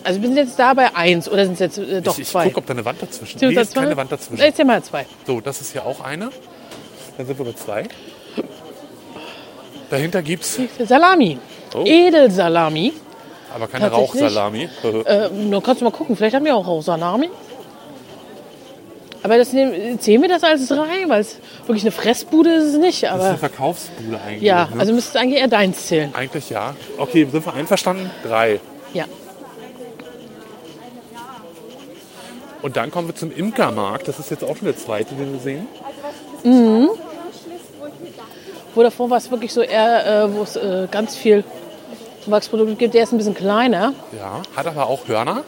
Speaker 2: Also wir sind jetzt da bei eins oder sind es jetzt äh, doch
Speaker 1: ich ich
Speaker 2: zwei?
Speaker 1: gucke, ob da eine Wand dazwischen ist.
Speaker 2: Sind
Speaker 1: Nee,
Speaker 2: da
Speaker 1: ist
Speaker 2: zwei?
Speaker 1: keine Wand dazwischen.
Speaker 2: Jetzt mal zwei.
Speaker 1: So, das ist hier auch eine. Dann sind wir bei zwei. Dahinter gibt es
Speaker 2: Salami.
Speaker 1: Oh.
Speaker 2: Edelsalami.
Speaker 1: aber keine
Speaker 2: tatsächlich.
Speaker 1: Rauchsalami.
Speaker 2: Äh, nur kannst du mal gucken, vielleicht haben wir auch Rauchsalami. Aber das nehmen, zählen wir das als rein, weil es wirklich eine Fressbude ist es nicht.
Speaker 1: das ist eine
Speaker 2: Aber
Speaker 1: Verkaufsbude eigentlich.
Speaker 2: ja,
Speaker 1: ne?
Speaker 2: also müsste es eigentlich eher deins zählen.
Speaker 1: Eigentlich ja. Okay, sind wir einverstanden? Drei.
Speaker 2: Ja.
Speaker 1: Und dann kommen wir zum Imkermarkt. Das ist jetzt auch schon der zweite, den wir sehen.
Speaker 2: Wo davor war es wirklich so eher, äh, wo es äh, ganz viel Wachsprodukte gibt. Der ist ein bisschen kleiner.
Speaker 1: Ja. Hat aber auch Hörner.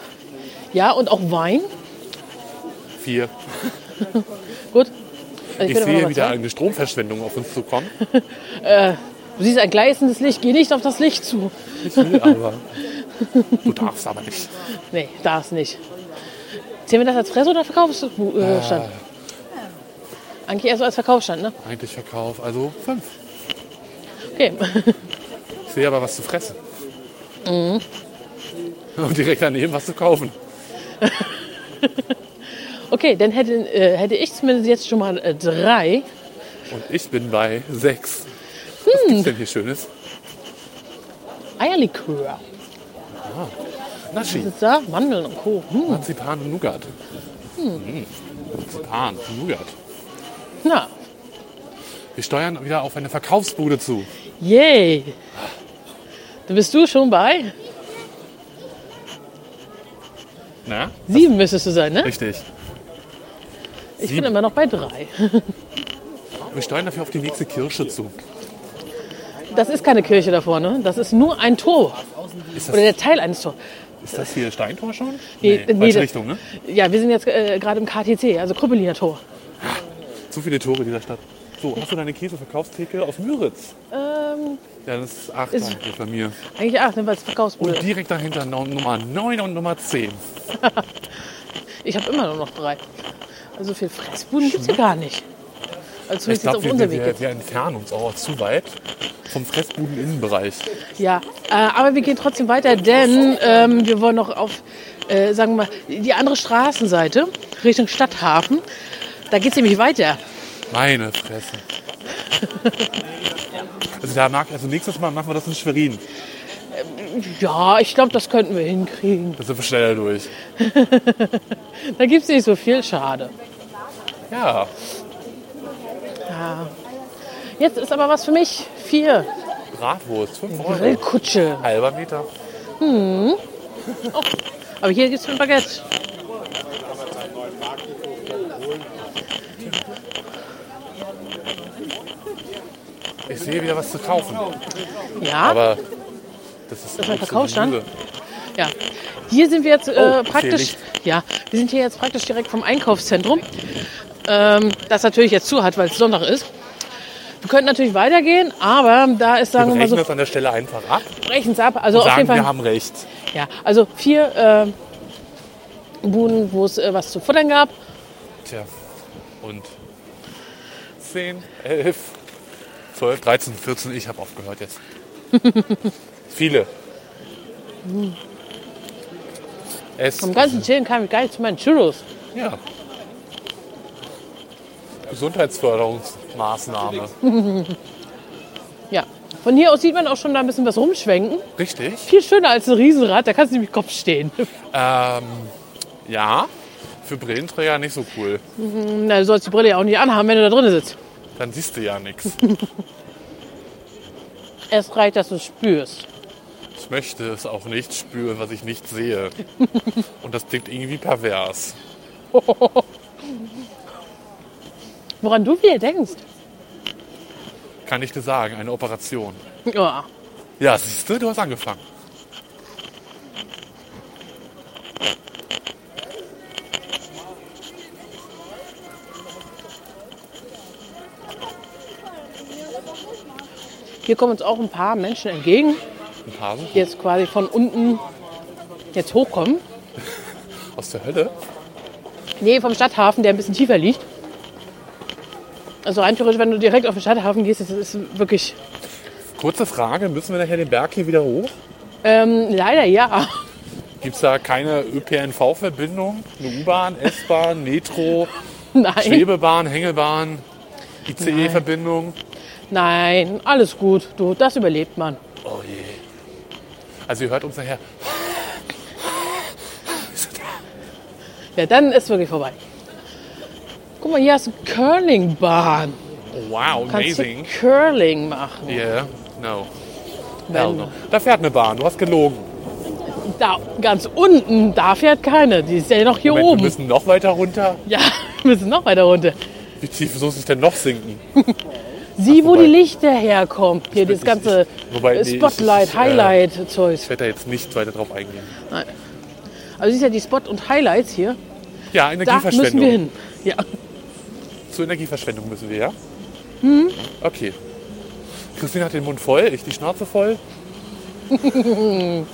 Speaker 2: Ja, und auch Wein.
Speaker 1: Vier.
Speaker 2: Gut. Also
Speaker 1: Ich
Speaker 2: bin aber noch
Speaker 1: sehe
Speaker 2: mal
Speaker 1: wieder
Speaker 2: zwei.
Speaker 1: eine Stromverschwendung auf uns zukommen.
Speaker 2: Du siehst ein gleißendes Licht, geh nicht auf das Licht zu.
Speaker 1: Ich will aber. Du darfst aber nicht.
Speaker 2: Nee, da ist nicht. Zählen wir das als Fresse oder Verkaufsstand?
Speaker 1: Ah.
Speaker 2: Äh, Stand? Eigentlich eher so als Verkaufsstand, ne?
Speaker 1: Eigentlich Verkauf. Also fünf.
Speaker 2: Okay.
Speaker 1: Ich sehe aber was zu fressen.
Speaker 2: Mhm.
Speaker 1: Und direkt daneben was zu kaufen.
Speaker 2: Okay, dann hätte, äh, hätte ich zumindest jetzt schon mal äh, drei.
Speaker 1: Und ich bin bei sechs. Was
Speaker 2: Hm.
Speaker 1: gibt's denn hier Schönes?
Speaker 2: Eierlikör.
Speaker 1: Naschi.
Speaker 2: Sitzt da? Mandeln und Co. Hm.
Speaker 1: Marzipan und Nougat. Hm. Marzipan und Nougat.
Speaker 2: Na,
Speaker 1: Wir steuern wieder auf eine Verkaufsbude zu.
Speaker 2: yay. Da bist du schon bei?
Speaker 1: Na?
Speaker 2: Sieben müsstest du sein, ne?
Speaker 1: Richtig.
Speaker 2: Ich bin
Speaker 1: sieben.
Speaker 2: immer noch bei drei.
Speaker 1: Wir steuern dafür auf die nächste Kirsche zu.
Speaker 2: Das ist keine Kirche da vorne. Das ist nur ein Tor.
Speaker 1: Ist
Speaker 2: Oder
Speaker 1: das,
Speaker 2: der Teil eines Tors.
Speaker 1: ist das hier Steintor schon?
Speaker 2: Nee, nee,
Speaker 1: falsche
Speaker 2: das-
Speaker 1: Richtung, ne?
Speaker 2: Ja, wir sind jetzt äh, gerade im KTC, also Krüppeliner Tor.
Speaker 1: Zu viele Tore dieser Stadt. So, hast du deine Käseverkaufstheke auf Müritz?
Speaker 2: Ähm,
Speaker 1: Ja, das ist acht
Speaker 2: Ist-
Speaker 1: eigentlich bei mir.
Speaker 2: eigentlich acht, ne, weil es Verkaufsbude
Speaker 1: Und
Speaker 2: ist.
Speaker 1: direkt dahinter noch Nummer 9 und Nummer 10.
Speaker 2: Ich habe immer nur noch drei. Also so viel Fressbuden gibt es ja gar nicht. Also
Speaker 1: Ich
Speaker 2: jetzt
Speaker 1: glaube,
Speaker 2: auf
Speaker 1: wir,
Speaker 2: unserem Weg
Speaker 1: wir,
Speaker 2: jetzt.
Speaker 1: wir entfernen uns auch zu weit vom Fressbuden-Innenbereich.
Speaker 2: Ja, äh, aber wir gehen trotzdem weiter, denn ähm, wir wollen noch auf, äh, sagen wir mal, die andere Straßenseite, Richtung Stadthafen. Da geht es nämlich weiter.
Speaker 1: Meine Fresse. Also da mag also nächstes Mal machen wir das in Schwerin.
Speaker 2: Ja, ich glaube, das könnten wir hinkriegen.
Speaker 1: Da sind wir schneller durch.
Speaker 2: Da gibt es nicht so viel, schade.
Speaker 1: Ja.
Speaker 2: Jetzt ist aber was für mich. Vier.
Speaker 1: Bratwurst, 5 Euro.
Speaker 2: Grillkutsche.
Speaker 1: Halber Meter.
Speaker 2: Aber hier gibt es ein Baguette.
Speaker 1: Ich sehe wieder was zu kaufen.
Speaker 2: Ja,
Speaker 1: Aber das ist,
Speaker 2: Das ist
Speaker 1: ein
Speaker 2: ein Verkaufsstand? ja. Hier sind wir jetzt äh,
Speaker 1: Oh,
Speaker 2: praktisch.
Speaker 1: Licht.
Speaker 2: Ja, wir sind hier jetzt praktisch direkt vom Einkaufszentrum. Ähm, das natürlich jetzt zu hat, weil es Sonntag ist. Wir könnten natürlich weitergehen, aber da ist,
Speaker 1: Wir
Speaker 2: sagen wir mal
Speaker 1: brechen
Speaker 2: so,
Speaker 1: das an der Stelle einfach ab
Speaker 2: brechen's ab. Also
Speaker 1: und
Speaker 2: auf jeden
Speaker 1: sagen, wir
Speaker 2: Fall,
Speaker 1: haben recht.
Speaker 2: ja, also vier ähm, Buden, wo es äh, was zu futtern gab.
Speaker 1: Tja. Und 10, 11, 12, 13, 14. Ich habe aufgehört jetzt. Viele. Es
Speaker 2: Vom ganzen Chillen kam ich gar nicht zu meinen Churros.
Speaker 1: Ja. Gesundheitsförderungsmaßnahme.
Speaker 2: Ja, von hier aus sieht man auch schon da ein bisschen was rumschwenken.
Speaker 1: Richtig.
Speaker 2: Viel schöner als ein Riesenrad, da kannst du nämlich Kopf stehen.
Speaker 1: Ähm, ja. Für Brillenträger nicht so cool.
Speaker 2: Na, du sollst die Brille ja auch nicht anhaben, wenn du da drin sitzt.
Speaker 1: Dann siehst du ja nichts.
Speaker 2: Es reicht, dass du es spürst.
Speaker 1: Ich möchte es auch nicht spüren, was ich nicht sehe. Und das klingt irgendwie pervers.
Speaker 2: Woran du wieder denkst.
Speaker 1: kann ich dir sagen, eine Operation.
Speaker 2: Ja.
Speaker 1: Ja, siehst du, du hast angefangen.
Speaker 2: Hier kommen uns auch ein paar Menschen entgegen,
Speaker 1: Ein Hasen
Speaker 2: die jetzt quasi von unten jetzt hochkommen.
Speaker 1: aus der Hölle.
Speaker 2: Nee, vom Stadthafen, der ein bisschen tiefer liegt. Also rein theoretisch, wenn du direkt auf den Stadthafen gehst, das ist wirklich...
Speaker 1: Kurze Frage, müssen wir nachher den Berg hier wieder hoch?
Speaker 2: Ähm, leider ja.
Speaker 1: Gibt es da keine ÖPNV-Verbindung? Eine U-Bahn, S-Bahn, Metro,
Speaker 2: Nein,
Speaker 1: Schwebebahn, Hängebahn, ICE-Verbindung?
Speaker 2: nein, alles gut. Du, das überlebt man.
Speaker 1: Oh je. Also ihr hört uns nachher.
Speaker 2: Ja, dann ist wirklich vorbei. Guck mal, hier hast du Curlingbahn.
Speaker 1: Wow,
Speaker 2: Kannst
Speaker 1: amazing.
Speaker 2: du Curling machen.
Speaker 1: Yeah, no. Hell
Speaker 2: Wenn-
Speaker 1: no. Da fährt eine Bahn, du hast gelogen.
Speaker 2: Da ganz unten, da fährt keine. Die ist ja noch hier
Speaker 1: Moment, Wir
Speaker 2: oben.
Speaker 1: müssen noch weiter runter.
Speaker 2: Ja, wir müssen noch weiter runter.
Speaker 1: Wie tief soll es denn noch sinken?
Speaker 2: Sieh, wo
Speaker 1: wobei-
Speaker 2: die Lichter herkommen. Hier
Speaker 1: bin-
Speaker 2: das ganze
Speaker 1: ich- ich- wobei, nee, ich-
Speaker 2: Spotlight,
Speaker 1: ich- äh, Ich
Speaker 2: Highlight-Zeugs.
Speaker 1: werde da jetzt nicht weiter drauf eingehen.
Speaker 2: Also siehst ja die Spot- und Highlights hier.
Speaker 1: Ja,
Speaker 2: Da
Speaker 1: Energieverschwendung.
Speaker 2: müssen wir hin. Ja.
Speaker 1: Zur Energieverschwendung müssen wir, ja? Okay. Christine hat den Mund voll, ich die Schnauze voll. Nein.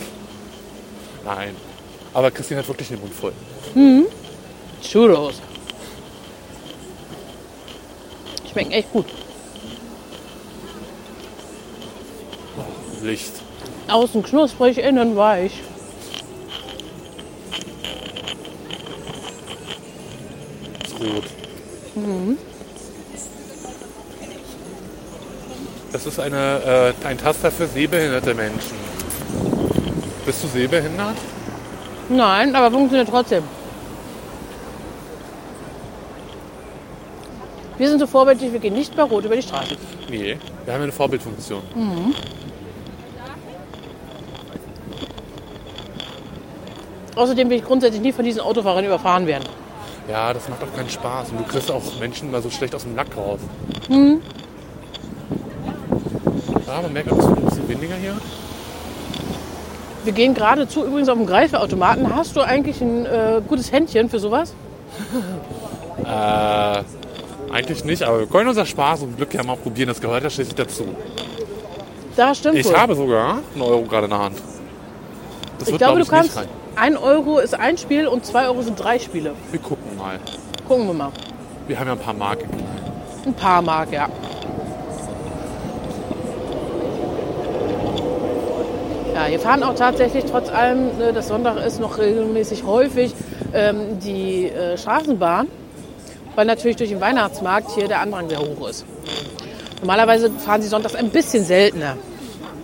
Speaker 1: Aber Christine hat wirklich den Mund voll.
Speaker 2: Churros. Schmecken echt gut.
Speaker 1: Licht.
Speaker 2: Außen knusprig, innen weich.
Speaker 1: Ist rot. Das ist eine, äh, ein Taster für sehbehinderte Menschen. Bist du sehbehindert?
Speaker 2: Nein, aber funktioniert trotzdem. Wir sind so vorbildlich, wir gehen nicht bei Rot über die Straße.
Speaker 1: Nee. Wir haben eine Vorbildfunktion.
Speaker 2: Außerdem will ich grundsätzlich nie von diesen Autofahrern überfahren werden.
Speaker 1: Ja, das macht auch keinen Spaß. Und du kriegst auch Menschen mal so schlecht aus dem Nack raus.
Speaker 2: Mhm.
Speaker 1: Ja, man merkt auch, es wird ein bisschen weniger hier.
Speaker 2: Wir gehen geradezu übrigens auf dem Greifautomaten. Hast du eigentlich ein äh, gutes Händchen für sowas?
Speaker 1: Äh, eigentlich nicht, aber wir können unser Spaß und Glück ja mal probieren. Das gehört ja schließlich dazu.
Speaker 2: Da stimmt
Speaker 1: Ich
Speaker 2: wohl.
Speaker 1: habe sogar einen Euro gerade in der Hand. Das
Speaker 2: ich
Speaker 1: wird,
Speaker 2: glaube,
Speaker 1: glaub
Speaker 2: du
Speaker 1: ich, nicht
Speaker 2: kannst.
Speaker 1: rein.
Speaker 2: Ein Euro ist ein Spiel und zwei Euro sind drei Spiele.
Speaker 1: Wir gucken mal.
Speaker 2: Gucken wir mal.
Speaker 1: Wir haben ja ein paar Marken.
Speaker 2: Ein paar Mark, ja. Ja, hier fahren auch tatsächlich trotz allem, ne, das Sonntag ist noch regelmäßig häufig, ähm, die äh, Straßenbahn, weil natürlich durch den Weihnachtsmarkt hier der Andrang sehr hoch ist. Normalerweise fahren sie sonntags ein bisschen seltener.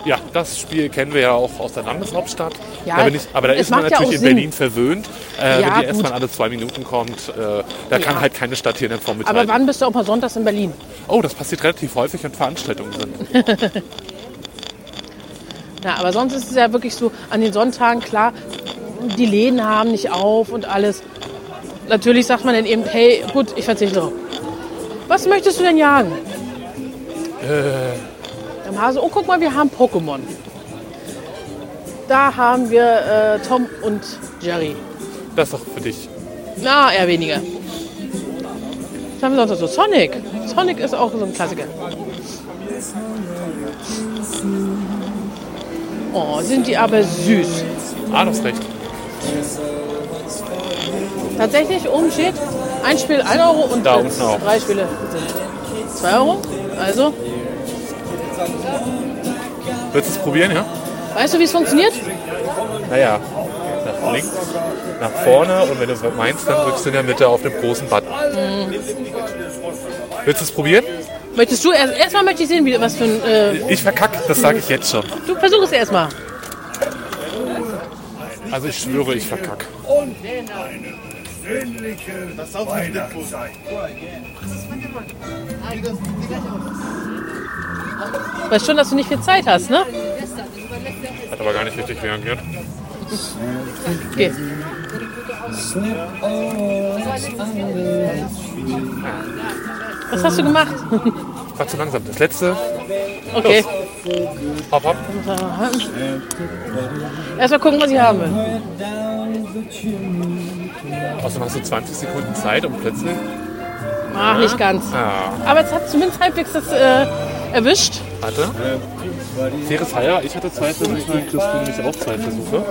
Speaker 1: Ja, das Spiel kennen wir ja auch aus der Landeshauptstadt.
Speaker 2: Ja,
Speaker 1: da bin ich, aber da
Speaker 2: es
Speaker 1: ist man
Speaker 2: macht ja
Speaker 1: natürlich
Speaker 2: auch
Speaker 1: in
Speaker 2: Sinn.
Speaker 1: Berlin verwöhnt. Äh,
Speaker 2: Ja,
Speaker 1: wenn die
Speaker 2: gut.
Speaker 1: S-Bahn alle zwei Minuten kommt, äh, da kann
Speaker 2: Ja.
Speaker 1: halt keine Stadt hier in der Form mithalten.
Speaker 2: Aber wann bist du auch mal sonntags in Berlin?
Speaker 1: Oh, das passiert relativ häufig, wenn Veranstaltungen sind.
Speaker 2: Ja, aber sonst ist es ja wirklich so, an den Sonntagen, klar, die Läden haben nicht auf und alles. Natürlich sagt man dann eben, hey, gut, ich verzichte drauf. Was möchtest du denn jagen? Äh. Am Hase, oh, guck mal, wir haben Pokémon. Da haben wir äh, Tom und Jerry.
Speaker 1: Das ist doch für dich.
Speaker 2: Na, eher weniger. Was haben wir sonst noch so? Sonic. Sonic ist auch so ein Klassiker. Oh, sind die aber süß.
Speaker 1: Ah, das ist recht.
Speaker 2: Tatsächlich oben steht ein Spiel 1 Euro und
Speaker 1: Da unten auch.
Speaker 2: drei Spiele sind 2 Euro. Also,
Speaker 1: Willst du es probieren, ja?
Speaker 2: weißt du, wie es funktioniert?
Speaker 1: Naja, nach links, nach vorne und wenn du es meinst, dann drückst du in der Mitte auf dem großen Button. Mhm. Willst du es probieren?
Speaker 2: Möchtest du erst, erstmal möchte ich sehen, wie, was für ein. Äh,
Speaker 1: Ich verkacke, das sage ich jetzt schon.
Speaker 2: du versuch es erstmal.
Speaker 1: Also ich schwöre, ich verkacke.
Speaker 2: Weißt schon, dass du nicht viel Zeit hast, ne?
Speaker 1: Hat aber gar nicht richtig reagiert.
Speaker 2: Geh. Was hast du gemacht?
Speaker 1: War zu langsam. Das letzte.
Speaker 2: Okay.
Speaker 1: Hopp, hopp.
Speaker 2: Erstmal gucken, was ich haben will.
Speaker 1: Außerdem Also hast du 20 Sekunden Zeit und plötzlich.
Speaker 2: Ach, nicht ganz.
Speaker 1: Ah,
Speaker 2: Aber es hat zumindest halbwegs das äh, erwischt.
Speaker 1: warte. Faires Heuer. Ich hatte zwei Versuche, kriegst du nämlich auch zwei Versuche.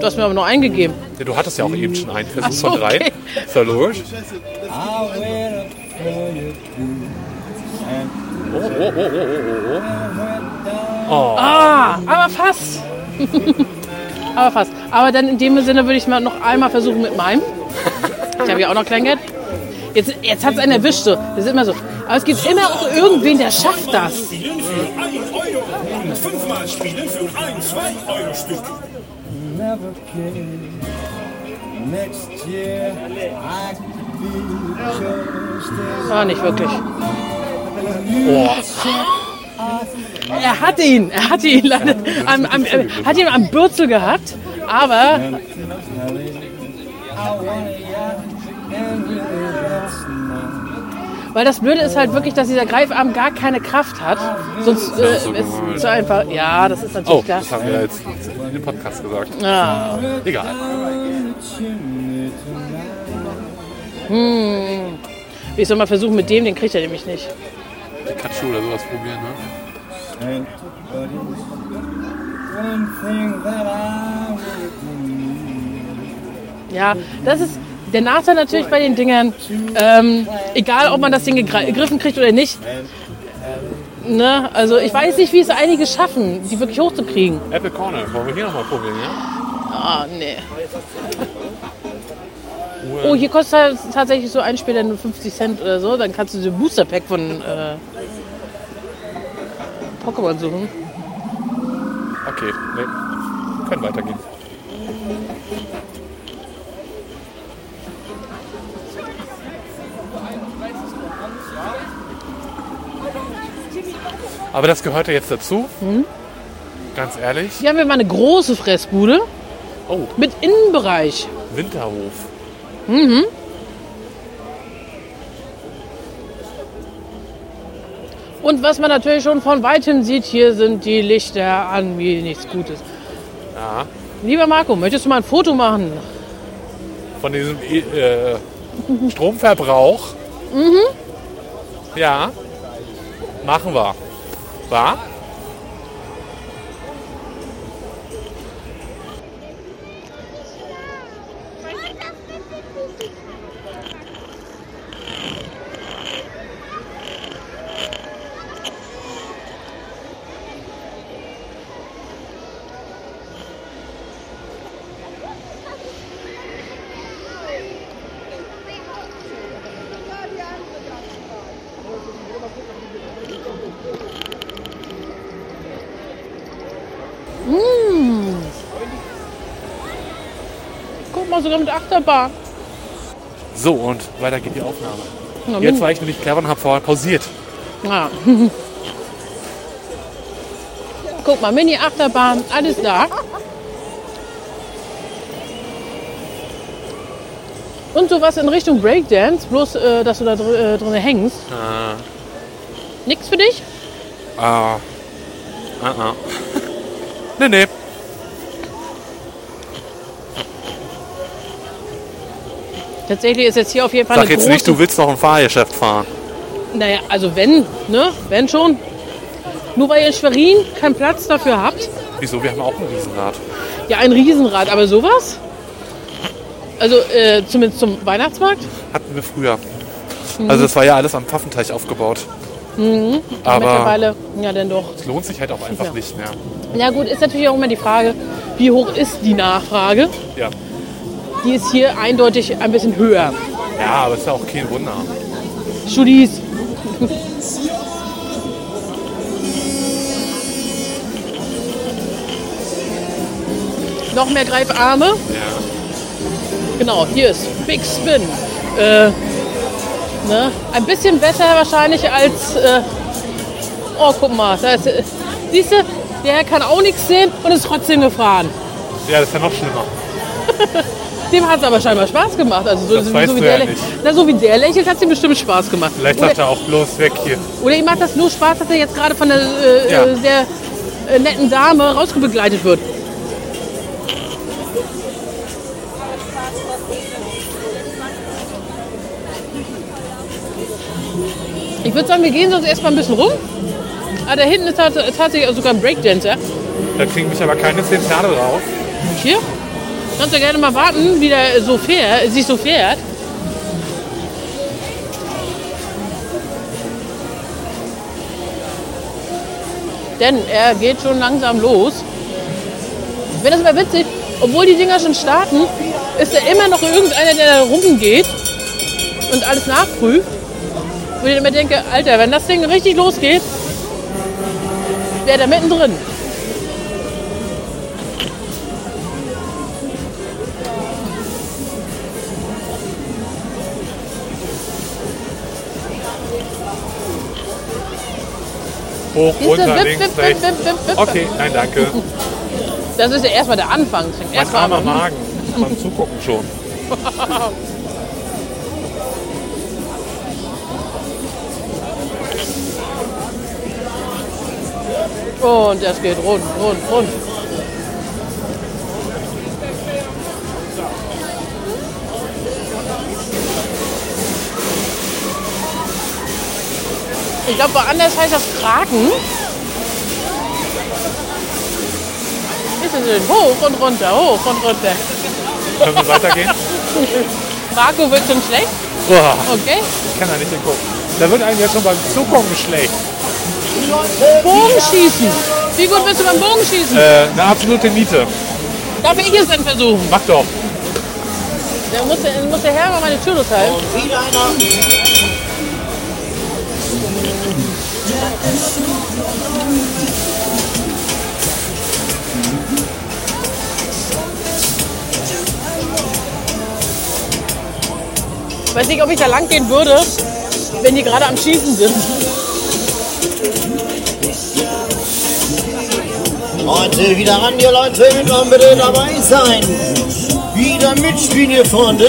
Speaker 2: Du hast mir aber nur eingegeben.
Speaker 1: Ja, du hattest ja auch eben schon einen Versuch
Speaker 2: Ach so,
Speaker 1: von drei.
Speaker 2: okay.
Speaker 1: Ist ja logisch. Oh, oh, oh, oh, oh, oh,
Speaker 2: Ah, aber fast. aber fast. Aber dann in dem Sinne würde ich mal noch einmal versuchen mit meinem. Ich habe ja auch noch Kleingeld. Jetzt, jetzt hat es einen erwischt. So. Das ist immer so. Aber es gibt immer auch irgendwen, der schafft das.
Speaker 6: Spielen für 1 Euro. Und fünfmal spielen für ein 2-Euro-Stück.
Speaker 7: never came. Next year I could be just as
Speaker 2: Ah, nicht wirklich.
Speaker 1: oh.
Speaker 2: Er hat ihn. Er hat ihn leider am, am, äh, hat ihn am Bürzel gehabt. Aber
Speaker 7: I wanted you, and really that's not.
Speaker 2: weil das Blöde ist halt wirklich, dass dieser Greifarm gar keine Kraft hat. Sonst äh, ist es zu einfach. Ja, das ist natürlich
Speaker 1: Oh,
Speaker 2: klar.
Speaker 1: das haben wir jetzt in dem Podcast gesagt.
Speaker 2: Ah.
Speaker 1: Egal.
Speaker 2: Ich soll mal versuchen mit dem, den kriegt er nämlich nicht.
Speaker 1: Pikachu oder sowas probieren, ne?
Speaker 7: But it's one thing that I would
Speaker 2: Ja, das ist der Nachteil natürlich bei den Dingern. Ähm, egal, ob man das Ding gegre- gegriffen kriegt oder nicht. Ne? Also ich weiß nicht, wie es einige schaffen, die wirklich hochzukriegen.
Speaker 1: Apple Corner, wollen wir hier nochmal probieren, ja?
Speaker 2: Ah, nee. Oh, hier kostet halt tatsächlich so ein Spieler nur 50 Cent oder so. Dann kannst du so ein Booster Pack von äh, Pokémon suchen.
Speaker 1: Okay, nee. Können weitergehen. Aber das gehört ja jetzt dazu. Ganz ehrlich.
Speaker 2: Hier haben wir mal eine große Fressbude
Speaker 1: Oh,
Speaker 2: mit Innenbereich.
Speaker 1: Winterhof.
Speaker 2: Und was man natürlich schon von weitem sieht, hier sind die Lichter an wie nichts Gutes.
Speaker 1: Ja.
Speaker 2: Lieber Marco, möchtest du mal ein Foto machen?
Speaker 1: Von diesem E- äh, Stromverbrauch. Ja. Machen wir. War?
Speaker 2: Guck mal, sogar mit Achterbahn.
Speaker 1: So, und weiter geht die Aufnahme.
Speaker 2: Na,
Speaker 1: Jetzt
Speaker 2: Min-
Speaker 1: war ich nämlich clever und habe vorher pausiert.
Speaker 2: Ja. Guck mal, Mini-Achterbahn, alles da. Und sowas in Richtung Breakdance, bloß äh, dass du da dr äh, drin hängst. Nix für dich?
Speaker 1: Ah. Ah, ah. nee, nee.
Speaker 2: Tatsächlich ist jetzt hier auf jeden Fall
Speaker 1: Sag
Speaker 2: eine
Speaker 1: jetzt
Speaker 2: große
Speaker 1: nicht, du willst noch ein Fahrgeschäft fahren.
Speaker 2: Naja, also wenn, ne? Wenn schon. Nur weil ihr in Schwerin keinen Platz dafür habt.
Speaker 1: Wieso? Wir haben auch ein Riesenrad.
Speaker 2: Ja, ein Riesenrad, aber sowas? Also äh, zumindest zum Weihnachtsmarkt?
Speaker 1: Hatten wir früher.
Speaker 2: Mhm.
Speaker 1: Also das war ja alles am Pfaffenteich aufgebaut. Aber
Speaker 2: Mittlerweile, ja dann doch.
Speaker 1: es lohnt sich halt auch einfach
Speaker 2: Ja.
Speaker 1: nicht mehr.
Speaker 2: Na gut, ist natürlich auch immer die Frage, wie hoch ist die Nachfrage?
Speaker 1: Ja.
Speaker 2: Die ist hier eindeutig ein bisschen höher.
Speaker 1: ja, aber ist ja auch kein Wunder.
Speaker 2: Studis. Noch mehr Greifarme.
Speaker 1: Ja.
Speaker 2: Genau, hier ist Big Spin. Äh, ne? Ein bisschen besser wahrscheinlich als. Äh, oh, guck mal. Da ist, äh, siehst du, der kann auch nichts sehen und ist trotzdem gefahren.
Speaker 1: ja, das ist ja noch schlimmer.
Speaker 2: Dem hat es aber scheinbar Spaß gemacht. Also so,
Speaker 1: Das
Speaker 2: so,
Speaker 1: weißt
Speaker 2: so, wie
Speaker 1: du ja
Speaker 2: der lä-
Speaker 1: nicht.
Speaker 2: Na, so wie der lächelt, hat es ihm bestimmt Spaß gemacht.
Speaker 1: Vielleicht
Speaker 2: oder,
Speaker 1: sagt er auch bloß weg hier.
Speaker 2: oder ihm macht das nur Spaß, dass er jetzt gerade von einer äh,
Speaker 1: Ja.
Speaker 2: äh, sehr äh, netten Dame rausgebegleitet wird. Ich würde sagen, wir gehen sonst erstmal ein bisschen rum. Ah, da hinten ist tats- tatsächlich sogar ein Breakdancer.
Speaker 1: Da kriegen mich aber keine zehn Pferde drauf.
Speaker 2: Hier? Kannst du gerne mal warten, wie der so fährt, sich so fährt. Denn er geht schon langsam los. Ich finde das immer witzig. Obwohl die Dinger schon starten, ist da immer noch irgendeiner, der da rumgeht und alles nachprüft. Wo ich dann immer denke, Alter, wenn das Ding richtig losgeht, wäre der mittendrin.
Speaker 1: Hoch,
Speaker 2: Siehst du,
Speaker 1: runter,
Speaker 2: wip,
Speaker 1: links,
Speaker 2: wip, wip,
Speaker 1: rechts.
Speaker 2: wip, wip, wip.
Speaker 1: Okay, nein, danke.
Speaker 2: Das ist ja erstmal der Anfang. Es fängt
Speaker 1: Mein
Speaker 2: erstmal
Speaker 1: armer
Speaker 2: an.
Speaker 1: Magen beim Zugucken schon.
Speaker 2: Und das geht rund, rund, rund. Ich glaube, woanders heißt das Kraken. Ist es schön. Hoch und runter, hoch und runter.
Speaker 1: Können wir weitergehen?
Speaker 2: Marco wird schon schlecht.
Speaker 1: Uah,
Speaker 2: Okay.
Speaker 1: ich kann da nicht hingucken. Da wird einem ja schon beim Zugucken schlecht.
Speaker 2: Bogenschießen. Wie gut bist du beim Bogenschießen?
Speaker 1: Äh, eine absolute Niete.
Speaker 2: Darf ich es dann versuchen?
Speaker 1: Mach doch.
Speaker 2: Da muss der, muss der Herr mal meine Tür loshalten. Weiß nicht, ob ich da lang gehen würde, wenn die gerade am Schießen sind.
Speaker 8: Heute wieder ran, ihr Leute, und bitte dabei sein. Wieder mitspielen, ihr Freunde.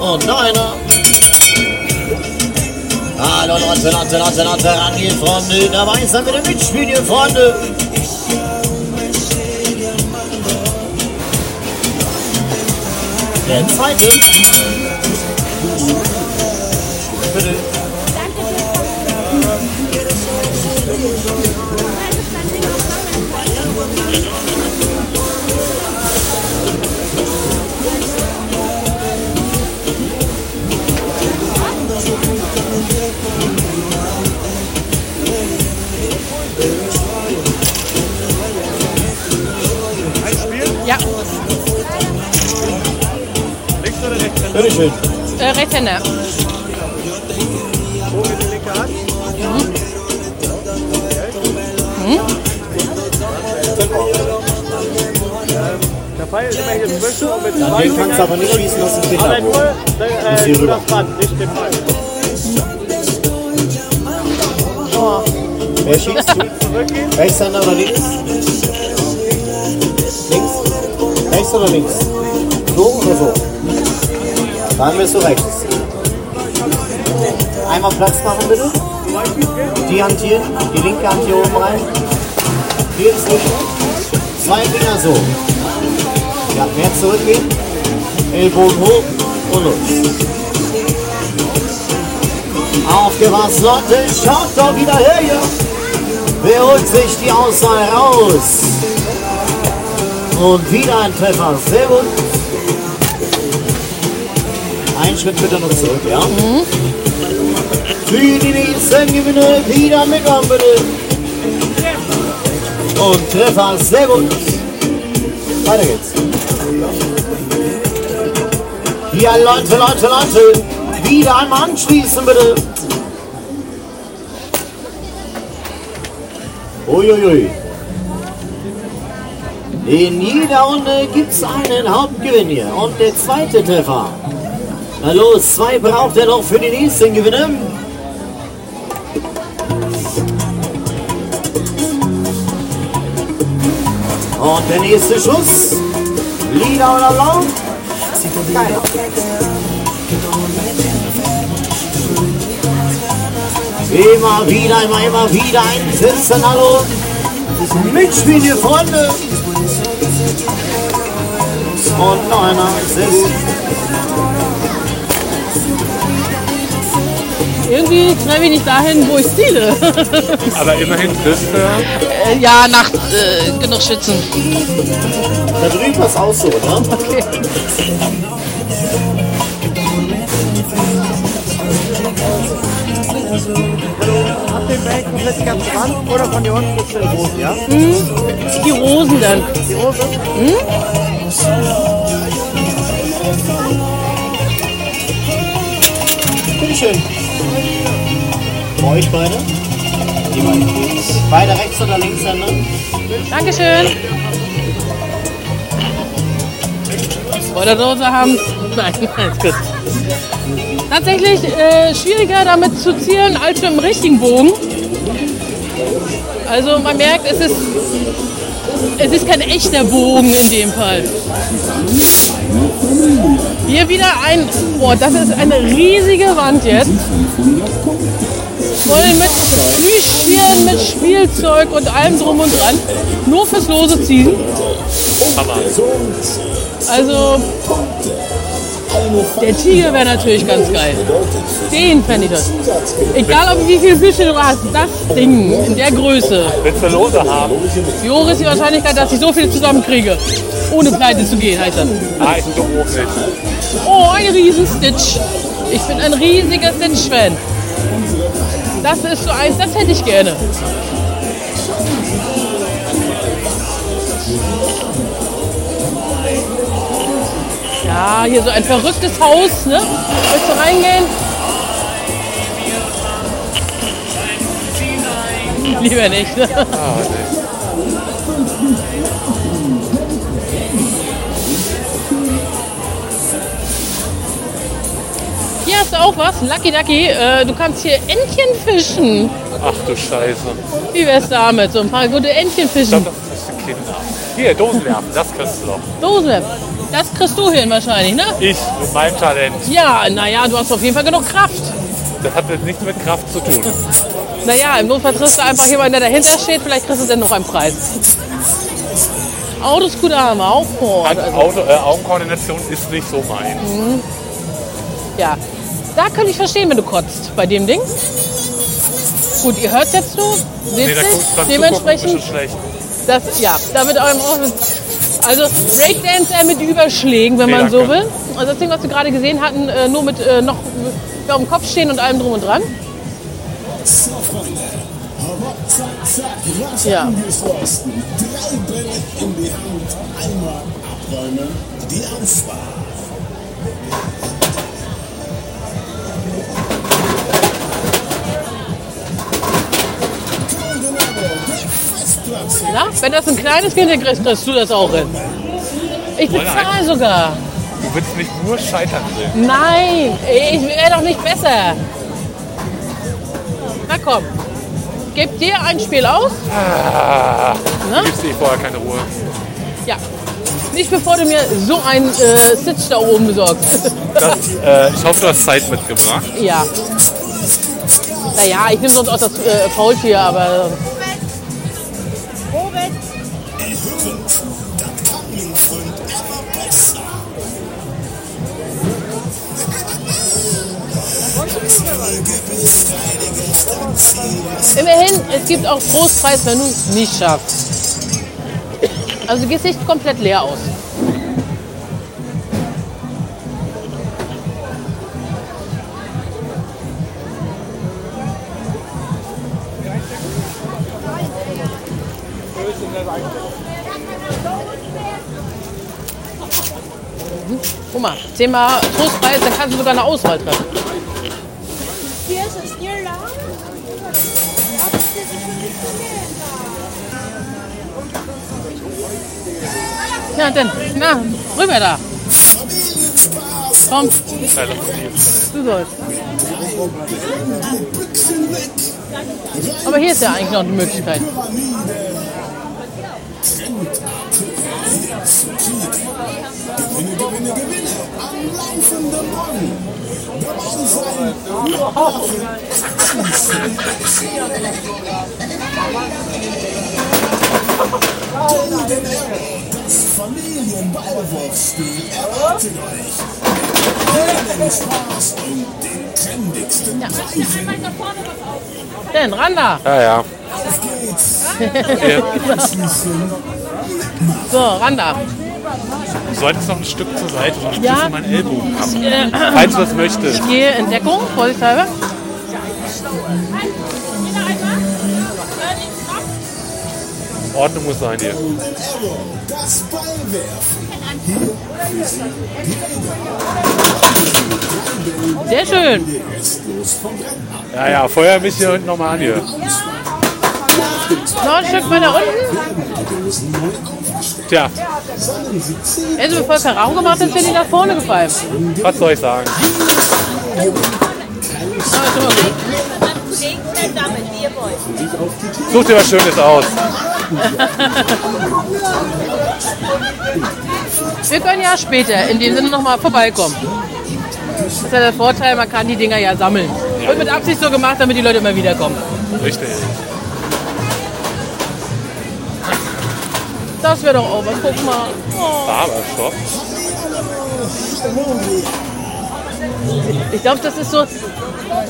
Speaker 8: Und noch einer. Hallo Leute, Leute, Leute, Leute, ran, ihr Freunde. Dabei sein, bitte mitspielen, ihr Freunde. Der zweite. Bitte.
Speaker 2: Ja,
Speaker 8: Bitteschön.
Speaker 2: äh, Rechtshänder.
Speaker 5: Der Pfeil ist immer hier zwischen und mit
Speaker 8: An den kannst du aber nicht schießen, das ist ein Kinderbogen. Muss hier rüber.
Speaker 5: Band, nicht den Pfeil.
Speaker 8: Wer schießt? Rechtshänder oder links? Links? Rechts oder links? So oder so? Dann bist du rechts. Einmal Platz machen bitte. Die Hand hier, die linke Hand hier oben rein. Hier ist links. Zwei Finger so. Ja, mehr zurückgehen. Ellbogen hoch und los. Aufgepasst, Leute, schaut doch wieder her, ja. Wer holt sich die Auswahl raus? Und wieder ein Treffer. Sehr gut. Ein Schritt bitte noch zurück, ja? Für die nächsten Gewinne wieder mitmachen, bitte. Und Treffer. Sehr gut. Weiter geht's. Ja, Leute, Leute, Leute. Wieder einmal anschließen, bitte. Uiuiui. In jeder Runde gibt es einen Hauptgewinn hier. Und der zweite Treffer. Na los, zwei braucht er noch für die nächsten Gewinne. Und der nächste Schuss. Lieder oder Long? Keiner. Immer wieder, immer, immer wieder einsetzen, hallo. Mitspielen, ihr Freunde. Und noch einer. Sehr gut.
Speaker 2: Irgendwie treibe ich nicht dahin, wo ich ziele.
Speaker 1: Aber immerhin trifft er.
Speaker 9: Äh, ja, nach äh, genug Schützen.
Speaker 8: Da drüben ist auch so, ne?
Speaker 5: Habt ihr Band komplett ganz ran oder von hier unten bis zu den Rosen, ja?
Speaker 2: Die Rosen dann.
Speaker 5: Die Rosen?
Speaker 8: Bitteschön. Für euch beide. Die beiden. Beide rechts oder links, dann, ne?
Speaker 2: Dankeschön. Butterdose haben. Nein, alles gut. Tatsächlich äh, schwieriger damit zu zielen als mit dem richtigen Bogen. Also man merkt, es ist, es ist kein echter Bogen in dem Fall. Hier wieder ein, boah, das ist eine riesige Wand jetzt. Voll mit Plüschtieren, mit Spielzeug und allem drum und dran. Nur fürs lose Ziehen. Also, der Tiger wäre natürlich ganz geil. Den fände ich das. Egal, ob wie viel Fische du hast, das Ding in der Größe.
Speaker 1: Willst du Lose haben?
Speaker 2: Wie hoch ist die Wahrscheinlichkeit, dass ich so viele zusammenkriege? Ohne pleite zu gehen, heißt das.
Speaker 1: Nein, so hoch nicht.
Speaker 2: Oh, ein riesen Stitch. Ich bin ein riesiger Stitch-Fan. Das ist so eins, das hätte ich gerne. Ja, hier so ein verrücktes Haus, ne? Willst du reingehen? Lieber nicht. Ne? Hier hast du auch was, Lucky Ducky. Äh, du kannst hier Entchen fischen.
Speaker 1: Ach du Scheiße.
Speaker 2: Wie wär's damit? So ein paar gute Entchen
Speaker 1: Ich glaube,
Speaker 2: fischen.
Speaker 1: das ist für Kinder. Hier, Dosen werfen, das kannst du doch.
Speaker 2: Dose. Das kriegst du hin wahrscheinlich, ne?
Speaker 1: Ich mit meinem Talent.
Speaker 2: Ja, naja, du hast auf jeden Fall genug Kraft.
Speaker 1: Das hat jetzt nichts mit Kraft zu tun.
Speaker 2: Naja, im Notfall triffst du einfach jemanden, der dahinter steht. Vielleicht kriegst du dann noch einen Preis. Autoscooter haben wir auch vor.
Speaker 1: Hand
Speaker 2: Also,
Speaker 1: Auto, äh, Augenkoordination ist nicht so mein.
Speaker 2: ja. Da könnte ich verstehen, wenn du kotzt bei dem Ding. Gut, ihr hört jetzt nur. Seht
Speaker 1: da guckst beim Zugucken ein
Speaker 2: nicht.
Speaker 1: bisschen
Speaker 2: Dementsprechend
Speaker 1: schlecht.
Speaker 2: Das, ja, damit auch im Office. Also Breakdance eher mit Überschlägen, wenn
Speaker 1: Nee,
Speaker 2: man so
Speaker 1: danke.
Speaker 2: will. Also das Ding, was wir gerade gesehen hatten, äh, nur mit äh, noch ja, auf dem Kopf stehen und allem drum und dran. Ja. Na, wenn das ein kleines Kind ist, kriegst du das auch hin. Ich bezahle sogar.
Speaker 1: Du willst nicht nur scheitern sehen.
Speaker 2: Nein, ich wäre doch nicht besser. Na komm, gib dir ein Spiel aus.
Speaker 1: Du gibst eh vorher keine Ruhe.
Speaker 2: Ja. Nicht bevor du mir so einen äh, Sitz da oben besorgst.
Speaker 1: Das, äh, ich hoffe, du hast Zeit mitgebracht.
Speaker 2: ja. Naja, ich nehme sonst auch das äh, Faultier, aber immerhin, es gibt auch Großpreis, wenn du es nicht schaffst. Also du gehst nicht komplett leer aus. Guck mal, Thema Trostpreis, dann kannst du sogar eine Auswahl treffen.
Speaker 10: Hier ist es hier lang. Ob es dir sich ein bisschen mehr
Speaker 2: Ja, denn, na, rüber da. Komm, du sollst. Aber hier ist ja eigentlich noch eine Möglichkeit.
Speaker 6: Alles gut, Arthur. Alles gut. Gewinne, gewinne, gewinne. Am laufenden Band. Dabei sein. Laufen. Tony den Erbe. Das Familienballwurfspiel erwartet euch. Jeden Spaß und den trendigsten Weichen.
Speaker 2: Denn, ran da!
Speaker 1: Ja, ja.
Speaker 6: Auf geht's.
Speaker 2: So, ran da!
Speaker 1: Du solltest noch ein Stück zur Seite, sonst
Speaker 2: Ja.
Speaker 1: ja. du meinen Ellbogen ab.
Speaker 2: Äh,
Speaker 1: Falls du das möchtest.
Speaker 2: Ich gehe in Deckung, vorsichtshalber.
Speaker 1: Ordnung muss sein hier.
Speaker 6: Golden Arrow, das Ballwerfen. Hier für Sie die Regeln.
Speaker 2: Sehr schön.
Speaker 6: Restlos vom Rentner.
Speaker 1: Ja, ja, feuer mich hier hinten nochmal an hier.
Speaker 2: Noch ein Stück weiter unten.
Speaker 6: Dosen neu aufgestellt.
Speaker 1: Tja,
Speaker 6: Sammeln Sie zehn
Speaker 2: Also bevor Karaum gemacht ist, bin ich nach vorne gefallen. Ah,
Speaker 1: was soll ich sagen?
Speaker 2: Aber ist immer gut.
Speaker 1: Such dir was Schönes aus.
Speaker 2: Wir können ja später in dem Sinne nochmal vorbeikommen. Das ist ja der Vorteil, man kann die Dinger ja sammeln. Wird mit Absicht so gemacht, damit die Leute immer wiederkommen.
Speaker 1: Richtig.
Speaker 2: Das wäre doch auch was. Guck mal.
Speaker 1: Barbershop.
Speaker 2: Ich glaube, das ist so.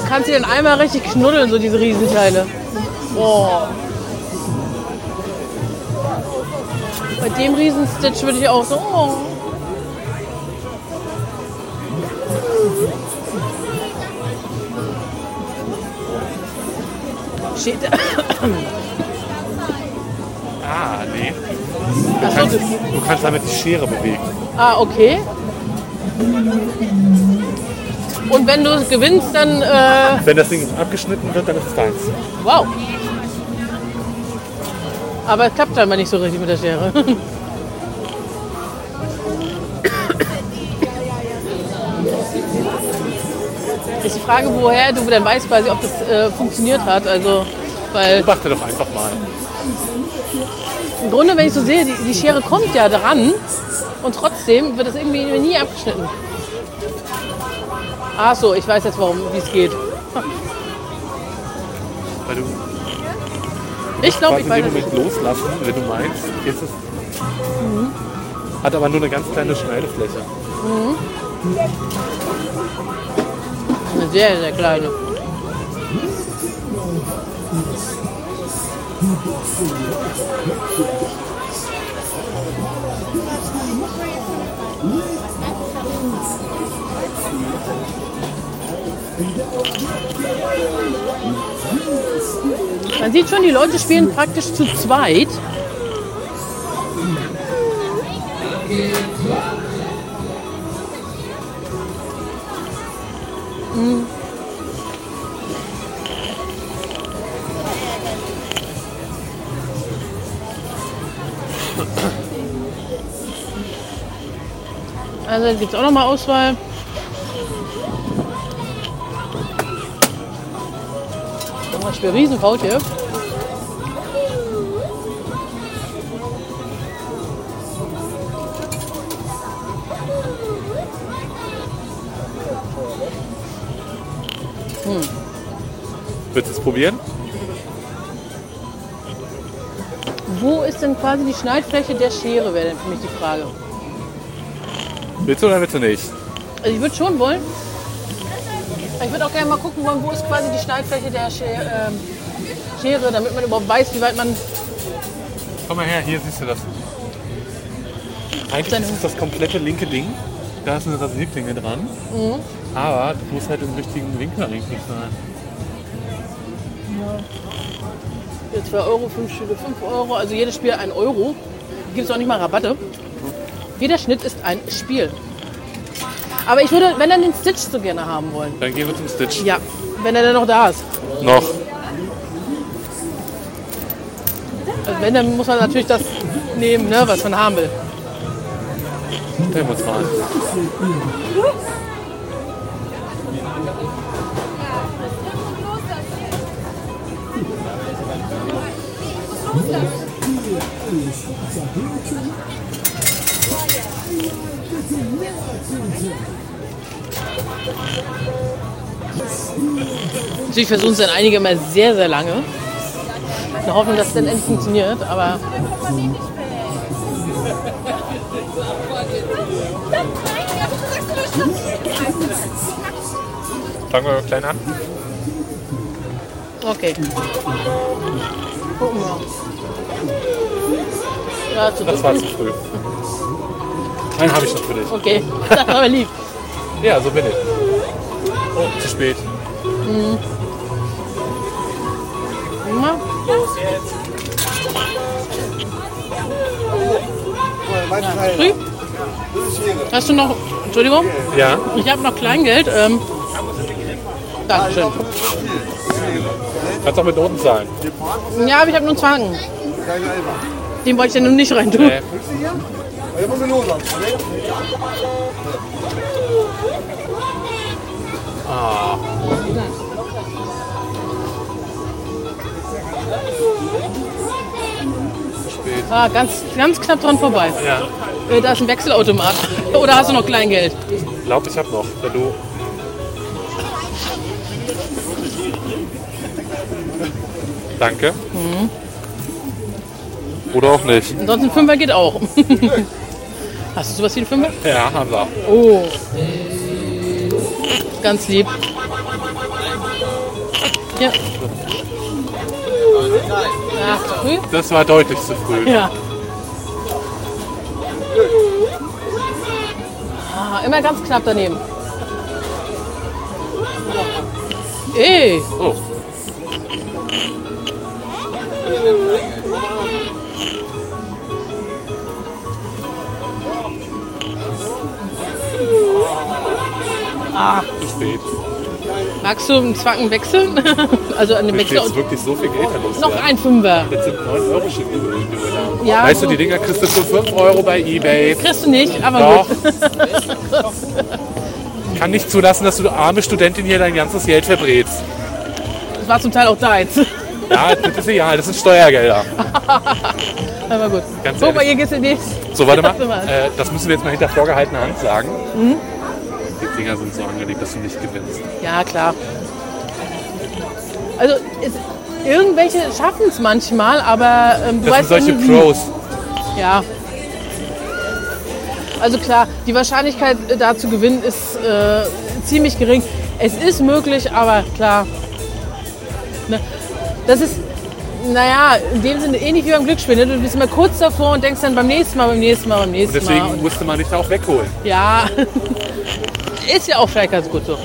Speaker 2: Kannst du den einmal richtig knuddeln, so diese Riesenteile. Boah. Bei dem Riesenstitch würde ich auch so. Oh. Steht,
Speaker 1: Ah, nee. Du kannst, du kannst damit die Schere bewegen.
Speaker 2: ah, okay. Und wenn du es gewinnst, dann. Äh,
Speaker 1: Wenn das Ding jetzt abgeschnitten wird, dann ist es deins.
Speaker 2: wow. Aber es klappt scheinbar nicht so richtig mit der Schere. Ist die Frage, woher du denn weißt, quasi, ob das äh, funktioniert hat. Also, weil
Speaker 1: Beobachte doch einfach mal.
Speaker 2: im Grunde, wenn ich so sehe, die, die Schere kommt ja dran und trotzdem wird es irgendwie nie abgeschnitten. Ach so, ich weiß jetzt, warum, wie es geht.
Speaker 1: Weil du
Speaker 2: Ich glaube,
Speaker 1: quasi
Speaker 2: ich
Speaker 1: in dem
Speaker 2: weiß es
Speaker 1: Moment loslassen, wenn du meinst, jetzt ist Hat aber nur eine ganz kleine Schneidefläche.
Speaker 2: Eine sehr, sehr kleine. Man sieht schon, die Leute spielen praktisch zu zweit. Also gibt es auch nochmal Auswahl. Oh, Ich bin riesenfault hier.
Speaker 1: Willst du es probieren?
Speaker 2: Wo ist denn quasi die Schneidfläche der Schere, wäre dann für mich die Frage.
Speaker 1: Willst du oder willst du nicht?
Speaker 2: Also ich würde schon wollen. Ich würde auch gerne mal gucken wollen, wo ist quasi die Schneidfläche der Schere, ähm, Schere damit man überhaupt weiß, wie weit man...
Speaker 1: Komm mal her, hier siehst du das. Eigentlich ist es das komplette linke Ding. Da ist eine Rasierklinge dran. Aber du musst halt im richtigen Winkelrichtung sein.
Speaker 2: Jetzt 2 Euro, 5 Stücke, 5 Euro. Also jedes Spiel 1 Euro. Gibt es auch nicht mal Rabatte. Jeder Schnitt ist ein Spiel. Aber ich würde, wenn dann den Stitch so gerne haben wollen.
Speaker 1: Dann gehen wir zum Stitch.
Speaker 2: Ja, wenn er dann noch da ist.
Speaker 1: Noch.
Speaker 2: Also wenn, dann muss man natürlich das nehmen, ne, was man haben will.
Speaker 1: Stellen wir uns mal an.
Speaker 2: Natürlich versuchen es dann einige immer sehr, sehr lange. Wir hoffen, dass es dann endlich funktioniert, aber.
Speaker 1: Danke, Kleiner.
Speaker 2: Okay. Gucken wir. Ja, zu
Speaker 1: Das war zu früh. Einen habe ich noch für dich.
Speaker 2: Okay, das war mir lieb.
Speaker 1: Ja, so bin ich. Oh, zu spät.
Speaker 2: Mhm. Na? Ja, früh? Hast du noch. Entschuldigung?
Speaker 1: Ja.
Speaker 2: Ich habe noch Kleingeld. Ähm, Dankeschön.
Speaker 1: Kannst auch mit Noten zahlen.
Speaker 2: Ja, aber ich habe nur einen Zwangen. Den wollte ich ja nun nicht rein tun.
Speaker 1: Nee. Ah. Zu spät.
Speaker 2: Ah, ganz, ganz knapp dran vorbei.
Speaker 1: Ja.
Speaker 2: Äh, Da ist ein Wechselautomat. Oder hast du noch Kleingeld?
Speaker 1: Ich glaube, ich habe noch. Wenn du. Danke.
Speaker 2: Mhm.
Speaker 1: Oder auch nicht.
Speaker 2: Ansonsten Fünfer geht auch. Hast du sowas wie einen Fünfer?
Speaker 1: Ja, haben wir.
Speaker 2: Oh. Ganz lieb. Ja. Ach, zu früh?
Speaker 1: Das war deutlich zu früh.
Speaker 2: Ja. Ah, immer ganz knapp daneben. Ey.
Speaker 1: Oh.
Speaker 2: Ah.
Speaker 1: Zu spät.
Speaker 2: Magst du einen Zwacken wechseln? also an den
Speaker 1: Jetzt
Speaker 2: Wechsel.
Speaker 1: ist wirklich so viel Geld los.
Speaker 2: Noch Ah. ein Fünfer.
Speaker 1: Jetzt sind 9 Euro Stück übrig.
Speaker 2: Ja,
Speaker 1: weißt du,
Speaker 2: so.
Speaker 1: die Dinger kriegst du für 5 Euro bei Ebay.
Speaker 2: Kriegst du nicht, aber
Speaker 1: Doch.
Speaker 2: gut.
Speaker 1: Kann nicht zulassen, dass du du arme Studentin hier dein ganzes Geld verbrätst.
Speaker 2: das war zum Teil auch da jetzt.
Speaker 1: Ja, das ist egal, das sind Steuergelder.
Speaker 2: aber gut.
Speaker 1: Ganz
Speaker 2: so, bei
Speaker 1: ehrlich.
Speaker 2: ihr geht's in die nächste.
Speaker 1: So, warte mal.
Speaker 2: Mal.
Speaker 1: Äh, das müssen wir jetzt mal hinter vorgehaltener Hand sagen.
Speaker 2: Mhm.
Speaker 1: Die Dinger sind so angelegt, dass du nicht gewinnst.
Speaker 2: Ja, klar. Also, es, irgendwelche schaffen es manchmal, aber ähm, du
Speaker 1: Das sind
Speaker 2: weißt ja
Speaker 1: solche
Speaker 2: nie, wie.
Speaker 1: Pros.
Speaker 2: Ja. Also klar, die Wahrscheinlichkeit äh, da zu gewinnen ist äh, ziemlich gering. Es ist möglich, aber klar. Ne? Das ist, naja, in dem Sinne ähnlich wie beim Glücksspiel. Ne? Du bist immer kurz davor und denkst dann beim nächsten Mal, beim nächsten Mal, beim
Speaker 1: Und
Speaker 2: nächsten Mal.
Speaker 1: deswegen musste man dich da auch wegholen.
Speaker 2: Ja, ist ja auch vielleicht ganz gut so.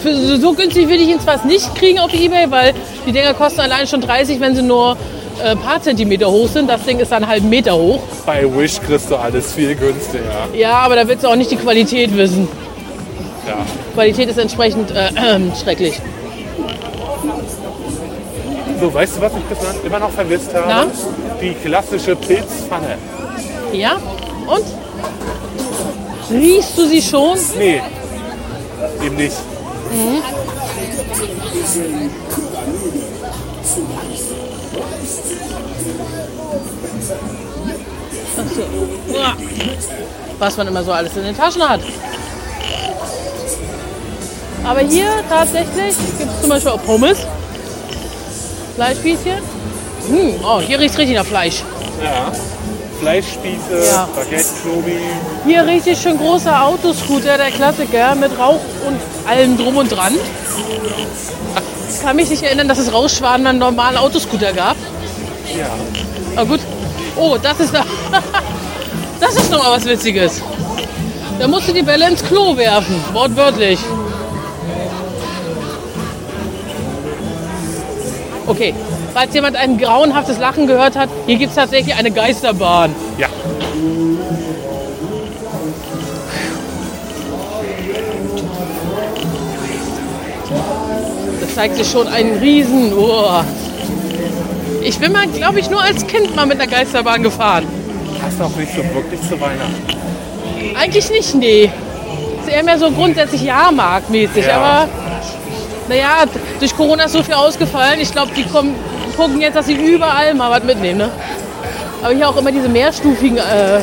Speaker 2: Für so, so günstig will ich ihn zwar nicht kriegen auf Ebay, weil die Dinger kosten allein schon 30, wenn sie nur äh, ein paar Zentimeter hoch sind. Das Ding ist dann einen halben Meter hoch.
Speaker 1: Bei Wish kriegst du alles viel günstiger.
Speaker 2: Ja, aber da willst du auch nicht die Qualität wissen.
Speaker 1: Ja.
Speaker 2: Qualität ist entsprechend äh, ähm, schrecklich.
Speaker 1: So, weißt du, was ich bislang immer noch vermisst habe? Die klassische Pilzpfanne.
Speaker 2: Ja? Und? Riechst du sie schon?
Speaker 1: Nee, eben nicht.
Speaker 2: Mhm. Ach so. Uah. Was man immer so alles in den Taschen hat. Aber hier tatsächlich gibt es zum Beispiel auch Pommes. Fleischspießchen. Hm, oh, hier riecht richtig nach Fleisch.
Speaker 1: Ja. Fleischspieße,
Speaker 2: Ja.
Speaker 1: Baguette, Knobi.
Speaker 2: Hier richtig schön großer Autoscooter, der Klassiker, mit Rauch und allem drum und dran. Ich kann mich nicht erinnern, dass es Rauschschwaden einen normalen Autoscooter gab.
Speaker 1: Ja.
Speaker 2: Aber gut. Oh, das ist da. Das ist noch mal was Witziges. Da musst du die Bälle ins Klo werfen, wortwörtlich. Okay, falls jemand ein grauenhaftes Lachen gehört hat, hier gibt es tatsächlich eine Geisterbahn.
Speaker 1: Ja.
Speaker 2: Das zeigt sich schon einen riesen. Oh. Ich bin mal, glaube ich, nur als Kind mal mit einer Geisterbahn gefahren.
Speaker 1: Passt auch nicht so wirklich zu Weihnachten.
Speaker 2: Eigentlich nicht, nee. Ist eher mehr so grundsätzlich Jahrmarktmäßig,
Speaker 1: Ja.
Speaker 2: aber naja, durch Corona ist so viel ausgefallen. Ich glaube, die kommen, gucken jetzt, dass sie überall mal was mitnehmen. Ne? Aber hier auch immer diese mehrstufigen äh,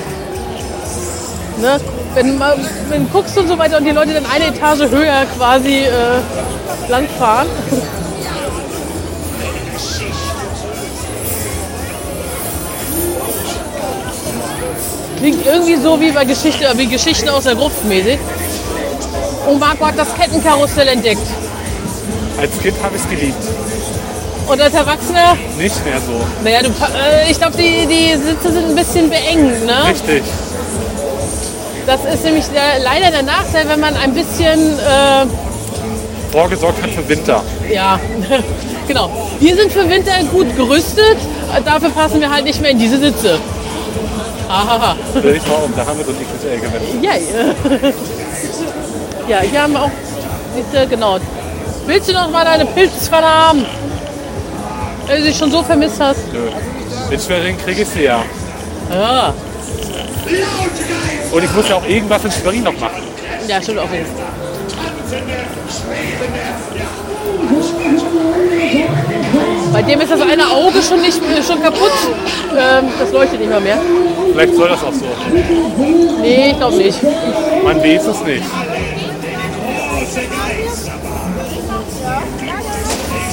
Speaker 2: ne? wenn, man- wenn du guckst und so weiter und die Leute dann eine Etage höher quasi äh, langfahren. Klingt irgendwie so wie bei Geschichte, wie Geschichten aus der Gruft mäßig. Und Marco hat das Kettenkarussell entdeckt.
Speaker 1: Als Kind habe ich es geliebt.
Speaker 2: Und als Erwachsener,
Speaker 1: Nicht mehr so.
Speaker 2: naja, du, pa- äh, ich glaube, die, die Sitze sind ein bisschen beengt, ne?
Speaker 1: Richtig.
Speaker 2: Das ist nämlich der, leider der Nachteil, wenn man ein bisschen, äh,
Speaker 1: Vorgesorgt hat für Winter.
Speaker 2: ja, genau. Wir sind für Winter gut gerüstet, äh, dafür passen wir halt nicht mehr in diese Sitze. Ahaha.
Speaker 1: Dreh ich mal um, da haben wir so ein XXL gewettet.
Speaker 2: Yay. Ja, hier haben wir auch, siehste, genau. Willst du noch mal deine Pilzpfanne haben? Wenn du sie schon so vermisst hast.
Speaker 1: Nö. In Schwerin kriege ich sie ja.
Speaker 2: Ja,
Speaker 1: Und ich muss ja auch irgendwas in Schwerin noch machen.
Speaker 2: ja stimmt auch wieder. Bei dem ist das eine Auge schon nicht schon kaputt. Ähm, das leuchtet nicht mal mehr.
Speaker 1: Vielleicht soll das auch so.
Speaker 2: Nee, ich glaube nicht.
Speaker 1: Man weiß es nicht.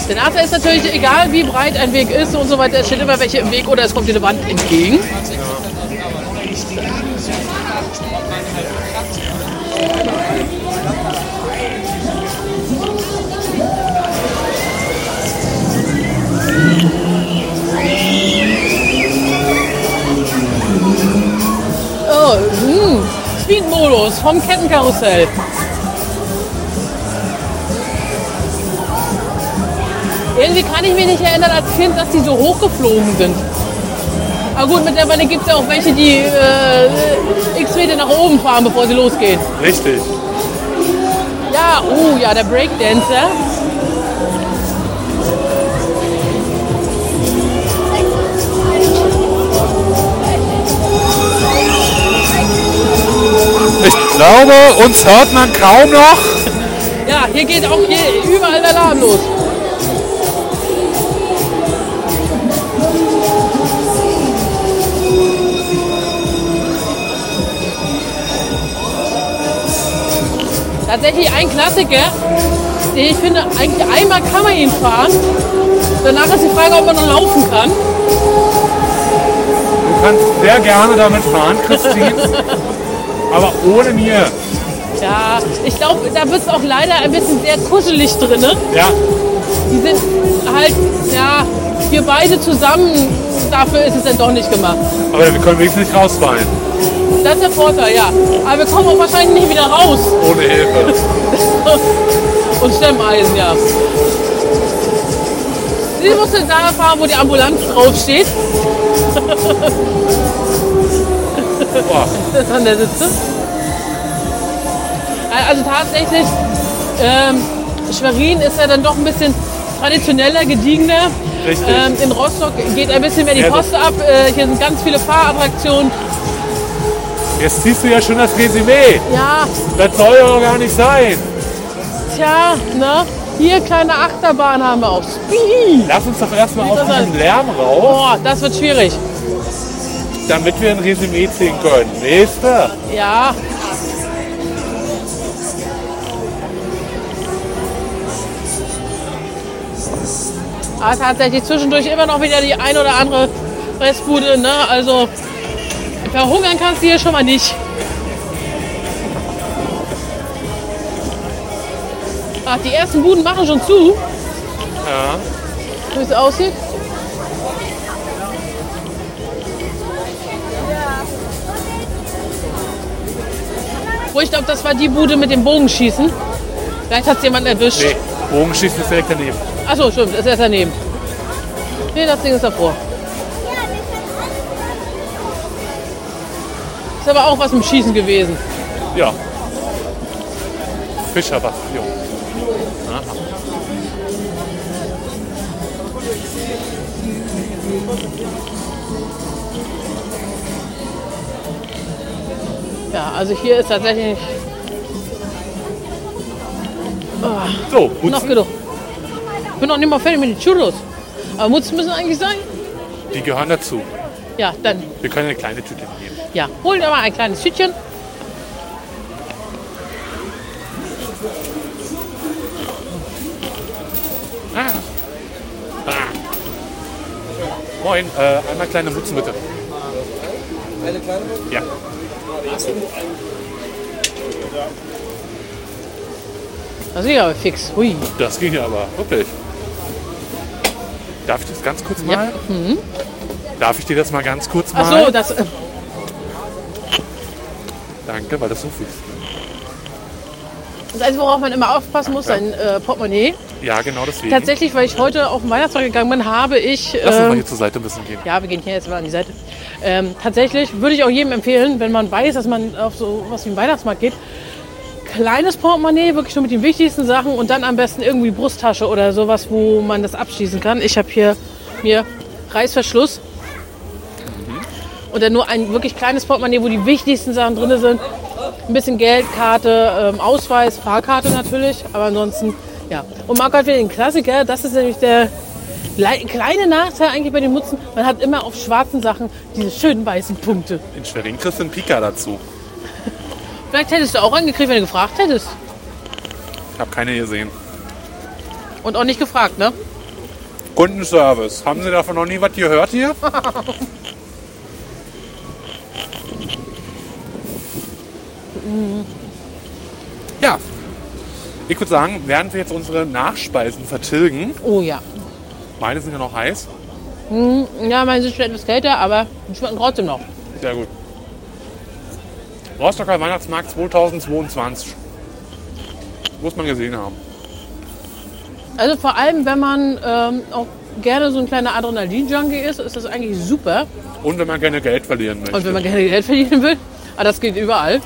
Speaker 2: Der Nachteil ist natürlich, egal wie breit ein Weg ist und so weiter, es steht immer welche im Weg oder es kommt dir eine Wand entgegen. Oh, hm. Speed-Modus vom Kettenkarussell. Irgendwie kann ich mich nicht erinnern als Kind, dass die so hochgeflogen sind. Aber gut, mittlerweile gibt es ja auch welche, die äh, x Meter nach oben fahren, bevor sie losgehen.
Speaker 1: Richtig.
Speaker 2: Ja, oh ja, der Breakdancer.
Speaker 1: Ich glaube, uns hört man kaum noch.
Speaker 2: Ja, hier geht auch hier, überall der Alarm los. Tatsächlich ein Klassiker, den ich finde, eigentlich einmal kann man ihn fahren. Danach ist die Frage, ob man noch laufen kann.
Speaker 1: Du kannst sehr gerne damit fahren, Christine. aber ohne mir.
Speaker 2: Ja, ich glaube, da bist du auch leider ein bisschen sehr kuschelig drin.
Speaker 1: Ja.
Speaker 2: Die sind halt, ja, wir beide zusammen, dafür ist es dann doch nicht gemacht.
Speaker 1: Aber wir können wenigstens nicht rausfallen.
Speaker 2: Das ist der Vorteil, ja. Aber wir kommen auch wahrscheinlich nicht wieder raus.
Speaker 1: Ohne Hilfe.
Speaker 2: Und Stemmeisen, ja. Sie musste da fahren, wo die Ambulanz draufsteht.
Speaker 1: Boah.
Speaker 2: Das an der Sitze. Also tatsächlich, ähm, Schwerin ist ja dann doch ein bisschen traditioneller, gediegener.
Speaker 1: Richtig.
Speaker 2: Ähm, in Rostock geht ein bisschen mehr die
Speaker 1: Ja, das-
Speaker 2: Post ab. Äh, hier sind ganz viele Fahrattraktionen.
Speaker 1: Jetzt ziehst du ja schon das Resümee.
Speaker 2: Ja,
Speaker 1: Das soll ja doch gar nicht sein.
Speaker 2: tja, ne? Hier kleine Achterbahn haben wir auch.
Speaker 1: Lass uns doch erstmal aus
Speaker 2: Sieht das
Speaker 1: diesem
Speaker 2: aus?
Speaker 1: Lärm raus,
Speaker 2: Boah, das wird schwierig.
Speaker 1: damit wir ein Resümee ziehen können. Nächste.
Speaker 2: Ja. Aber ah, tatsächlich zwischendurch immer noch wieder die ein oder andere Restbude, ne? Also verhungern kannst du hier schon mal nicht. Ach, Ah, die ersten Buden machen schon zu,
Speaker 1: Ja.
Speaker 2: wie es aussieht. Wo ich glaube, das war die Bude mit dem Bogenschießen. Vielleicht hat es jemand erwischt.
Speaker 1: Nee, Bogenschießen ist direkt daneben.
Speaker 2: Achso, stimmt, ist erst daneben. Nee, das Ding ist davor. Ist aber auch was mit dem Schießen gewesen.
Speaker 1: Ja. Fischerbastion. Aha.
Speaker 2: Ja, also hier ist tatsächlich. Ah,
Speaker 1: So, Mutzen?
Speaker 2: noch genug. Ich bin noch nicht mal fertig mit den Churros. Aber Mutzen müssen eigentlich sein.
Speaker 1: Die gehören dazu.
Speaker 2: Ja, dann.
Speaker 1: Wir können eine kleine Tüte nehmen.
Speaker 2: Ja, hol dir mal ein kleines Tütchen.
Speaker 1: Ah. Ah. Moin, äh, einmal kleine Mutzen bitte.
Speaker 5: Eine kleine?
Speaker 1: Ja.
Speaker 2: Das ging aber fix. Hui.
Speaker 1: Das ging ja aber, wirklich. Darf ich das ganz kurz mal?
Speaker 2: Mhm.
Speaker 1: Darf ich dir das mal ganz kurz mal?
Speaker 2: Ach so, das. Äh,
Speaker 1: Danke, weil das so viel ist.
Speaker 2: Das Einzige, worauf man immer aufpassen muss, sein äh, Portemonnaie.
Speaker 1: Ja, genau deswegen.
Speaker 2: Tatsächlich, weil ich heute auf den Weihnachtsmarkt gegangen bin, habe ich.
Speaker 1: Lass uns mal
Speaker 2: ähm,
Speaker 1: hier zur Seite ein bisschen gehen.
Speaker 2: ja, wir gehen hier jetzt mal an die Seite. Ähm, tatsächlich würde ich auch jedem empfehlen, wenn man weiß, dass man auf so was wie einen Weihnachtsmarkt geht, kleines Portemonnaie, wirklich nur mit den wichtigsten Sachen und dann am besten irgendwie Brusttasche oder sowas, wo man das abschließen kann. Ich habe hier mir Reißverschluss und dann nur ein wirklich kleines Portemonnaie, wo die wichtigsten Sachen drin sind. Ein bisschen Geld, Karte, ähm, Ausweis, Fahrkarte natürlich, aber ansonsten, ja. Und Marco hat wieder den Klassiker, das ist nämlich der le- kleine Nachteil eigentlich bei den Mutzen, man hat immer auf schwarzen Sachen diese schönen weißen Punkte.
Speaker 1: In Schwerin kriegst du einen Pika dazu.
Speaker 2: Vielleicht hättest du auch angekriegt, wenn du gefragt hättest.
Speaker 1: Ich habe keine gesehen.
Speaker 2: Und auch nicht gefragt, ne?
Speaker 1: Kundenservice. Haben Sie davon noch nie was gehört hier? Ja. Ich würde sagen, während wir jetzt unsere Nachspeisen vertilgen,
Speaker 2: oh ja.
Speaker 1: meine sind ja noch heiß.
Speaker 2: Hm, ja, meine sind schon etwas kälter, aber die schmecken trotzdem noch.
Speaker 1: Sehr gut. Rostocker Weihnachtsmarkt 2022. Muss man gesehen haben.
Speaker 2: Also vor allem, wenn man ähm, auch gerne so ein kleiner Adrenalin-Junkie ist, ist das eigentlich super.
Speaker 1: Und wenn man gerne Geld verlieren möchte.
Speaker 2: Und wenn man gerne Geld verdienen will, ah, das geht überall.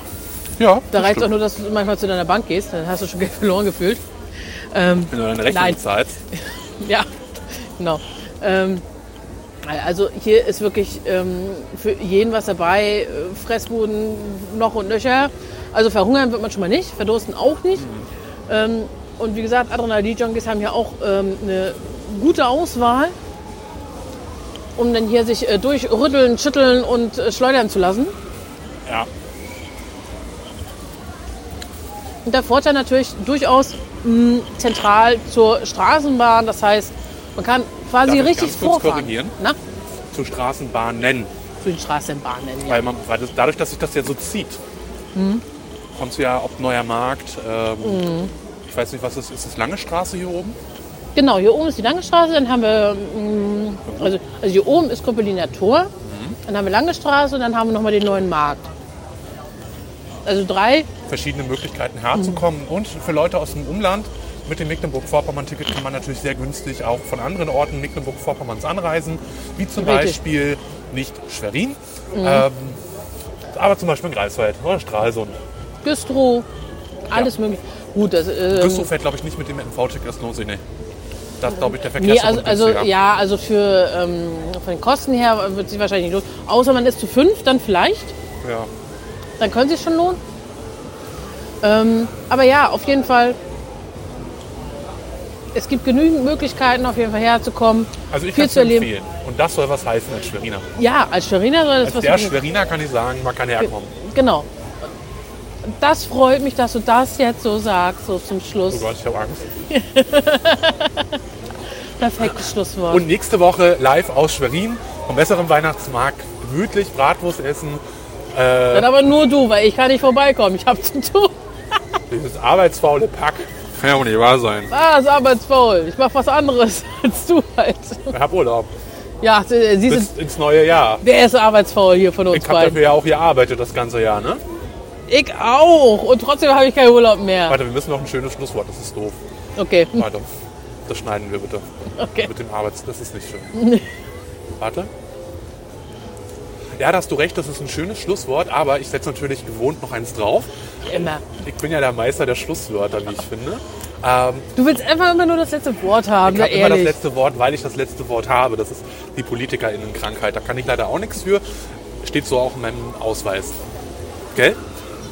Speaker 1: Ja.
Speaker 2: Da reicht es auch
Speaker 1: stimmt.
Speaker 2: nur, dass du manchmal zu deiner Bank gehst, dann hast du schon Geld verloren gefühlt. Ähm,
Speaker 1: Wenn du deine Rechnung
Speaker 2: nein.
Speaker 1: bezahlst.
Speaker 2: ja, genau. Ähm, also hier ist wirklich ähm, für jeden was dabei. Äh, Fressbuden noch und nöcher. Also verhungern wird man schon mal nicht, verdursten auch nicht. Ähm, und wie gesagt, Adrenalin-Junkies haben hier auch ähm, eine gute Auswahl, um dann hier sich äh, durchrütteln, schütteln und äh, schleudern zu lassen.
Speaker 1: Ja.
Speaker 2: Und der Vorteil natürlich durchaus mh, zentral zur Straßenbahn. Das heißt, man kann quasi
Speaker 1: Darf ich
Speaker 2: richtig
Speaker 1: ganz kurz
Speaker 2: vorfahren. ne,
Speaker 1: korrigieren?
Speaker 2: Na,
Speaker 1: Zur Straßenbahn nennen.
Speaker 2: zu den Straßenbahnen. Ja.
Speaker 1: Weil, man, weil das, dadurch, dass sich das ja so zieht,
Speaker 2: Mhm.
Speaker 1: kommst du ja ob neuer Markt. Ähm,
Speaker 2: Mhm.
Speaker 1: Ich weiß nicht, was ist. Ist das lange Straße hier oben?
Speaker 2: Genau, hier oben ist die Lange Straße, dann haben wir,
Speaker 1: Mhm.
Speaker 2: mh, also, also hier oben ist Koppeliner Tor, dann haben wir Lange Straße und dann haben wir nochmal den neuen Markt. Also drei,
Speaker 1: Verschiedene Möglichkeiten herzukommen. Und für Leute aus dem Umland mit dem Mecklenburg-Vorpommern-Ticket kann man natürlich sehr günstig auch von anderen Orten Mecklenburg-Vorpommerns anreisen. Wie zum
Speaker 2: Richtig.
Speaker 1: Beispiel nicht Schwerin,
Speaker 2: Mhm.
Speaker 1: ähm, aber zum Beispiel Greifswald oder Stralsund.
Speaker 2: Ähm. Güstrow, alles möglich. Gut, das, ähm,
Speaker 1: Güstrow fährt, glaube ich, nicht mit dem MV-Ticket, das lohnt sich nicht. Das glaube ich, der Verkehr
Speaker 2: Nee, also, also ja, also für ähm, von den Kosten her wird sich wahrscheinlich nicht lohnen. Außer man ist zu fünf, dann vielleicht.
Speaker 1: ja.
Speaker 2: Dann können sie schon lohnen. Ähm, aber ja, auf jeden Fall. Es gibt genügend Möglichkeiten, auf jeden Fall herzukommen.
Speaker 1: Also ich kann
Speaker 2: viel
Speaker 1: es
Speaker 2: zu erleben.
Speaker 1: empfehlen. Und das soll was heißen als Schweriner.
Speaker 2: Ja, als Schweriner soll das
Speaker 1: Als
Speaker 2: was
Speaker 1: der
Speaker 2: sein.
Speaker 1: Schweriner kann ich sagen, man kann herkommen.
Speaker 2: Genau. Das freut mich, dass du das jetzt so sagst, so zum Schluss.
Speaker 1: Oh Gott, ich habe Angst.
Speaker 2: Perfektes Schlusswort.
Speaker 1: Und nächste Woche live aus Schwerin vom besseren Weihnachtsmarkt. Gemütlich Bratwurst essen. Äh,
Speaker 2: Dann aber nur du, weil ich kann nicht vorbeikommen. Ich habe zu tun.
Speaker 1: dieses arbeitsfaule Pack. Kann ja wohl nicht wahr sein.
Speaker 2: Ah, ist arbeitsfaul. Ich mache was anderes als du halt.
Speaker 1: Ich habe Urlaub.
Speaker 2: Ja, sie sie sind,
Speaker 1: Bis ins neue Jahr.
Speaker 2: der ist arbeitsfaul hier von uns
Speaker 1: Ich habe
Speaker 2: beiden.
Speaker 1: dafür ja auch gearbeitet das ganze Jahr, ne?
Speaker 2: Ich auch. Und trotzdem habe ich keinen Urlaub mehr.
Speaker 1: Warte, wir müssen noch ein schönes Schlusswort, das ist doof.
Speaker 2: Okay.
Speaker 1: Warte, das schneiden wir bitte.
Speaker 2: Okay.
Speaker 1: Mit dem Arbeits... Das ist nicht schön. Warte. Ja, da hast du recht, das ist ein schönes Schlusswort, aber ich setze natürlich gewohnt noch eins drauf.
Speaker 2: Immer.
Speaker 1: Ich bin ja der Meister der Schlusswörter, wie ich finde. Ähm,
Speaker 2: Du willst einfach immer nur das letzte Wort haben,
Speaker 1: ich
Speaker 2: na
Speaker 1: habe immer das
Speaker 2: ehrlich.
Speaker 1: letzte Wort, weil ich das letzte Wort habe. Das ist die PolitikerInnenkrankheit. Da kann ich leider auch nichts für. Steht so auch in meinem Ausweis. Gell?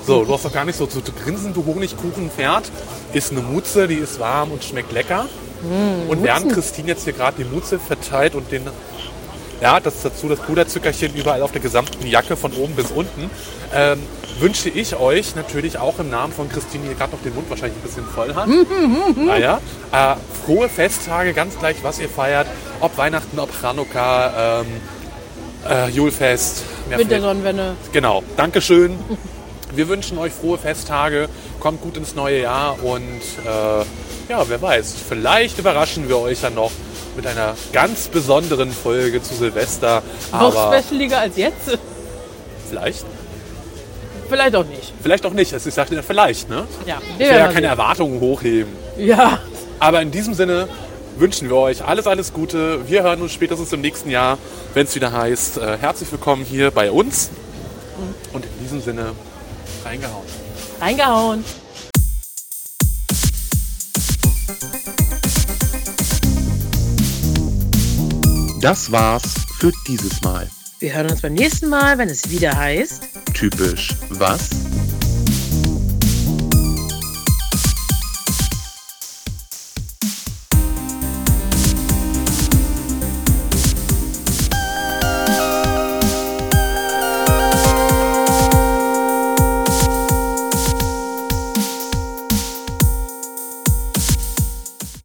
Speaker 1: So, du hast doch gar nicht so zu zu grinsen, du Honigkuchenpferd. Ist eine Mutze, die ist warm und schmeckt lecker.
Speaker 2: Mm,
Speaker 1: und während
Speaker 2: Mutzen.
Speaker 1: Christine jetzt hier gerade die Mutze verteilt und den. Ja, das dazu das Puderzuckerchen überall auf der gesamten Jacke von oben bis unten. Ähm, wünsche ich euch natürlich auch im Namen von Christine, die hier gerade noch den Mund wahrscheinlich ein bisschen voll hat. naja, äh, frohe Festtage, ganz gleich, was ihr feiert. Ob Weihnachten, ob Chanukka, ähm, äh, Julfest. mehr fällt-
Speaker 2: Wintersonnenwende.
Speaker 1: Genau, Dankeschön. Wir wünschen euch frohe Festtage, kommt gut ins neue Jahr und äh, ja, wer weiß, vielleicht überraschen wir euch dann noch mit einer ganz besonderen Folge zu Silvester.
Speaker 2: Noch
Speaker 1: Aber
Speaker 2: specialiger als jetzt?
Speaker 1: vielleicht,
Speaker 2: Vielleicht auch nicht.
Speaker 1: vielleicht auch nicht. Also Ich sagte ja vielleicht, ne?
Speaker 2: Ja,
Speaker 1: Ich
Speaker 2: wir
Speaker 1: will ja
Speaker 2: werden
Speaker 1: keine
Speaker 2: mal
Speaker 1: Erwartungen hochheben.
Speaker 2: sehen. Ja,
Speaker 1: Aber in diesem Sinne wünschen wir euch alles, alles Gute. Wir hören uns spätestens im nächsten Jahr, wenn es wieder heißt. Äh, herzlich willkommen hier bei uns. Und in diesem Sinne reingehauen.
Speaker 2: reingehauen.
Speaker 3: Das war's für dieses Mal.
Speaker 9: Wir hören uns beim nächsten Mal, wenn es wieder heißt.
Speaker 3: Typisch was?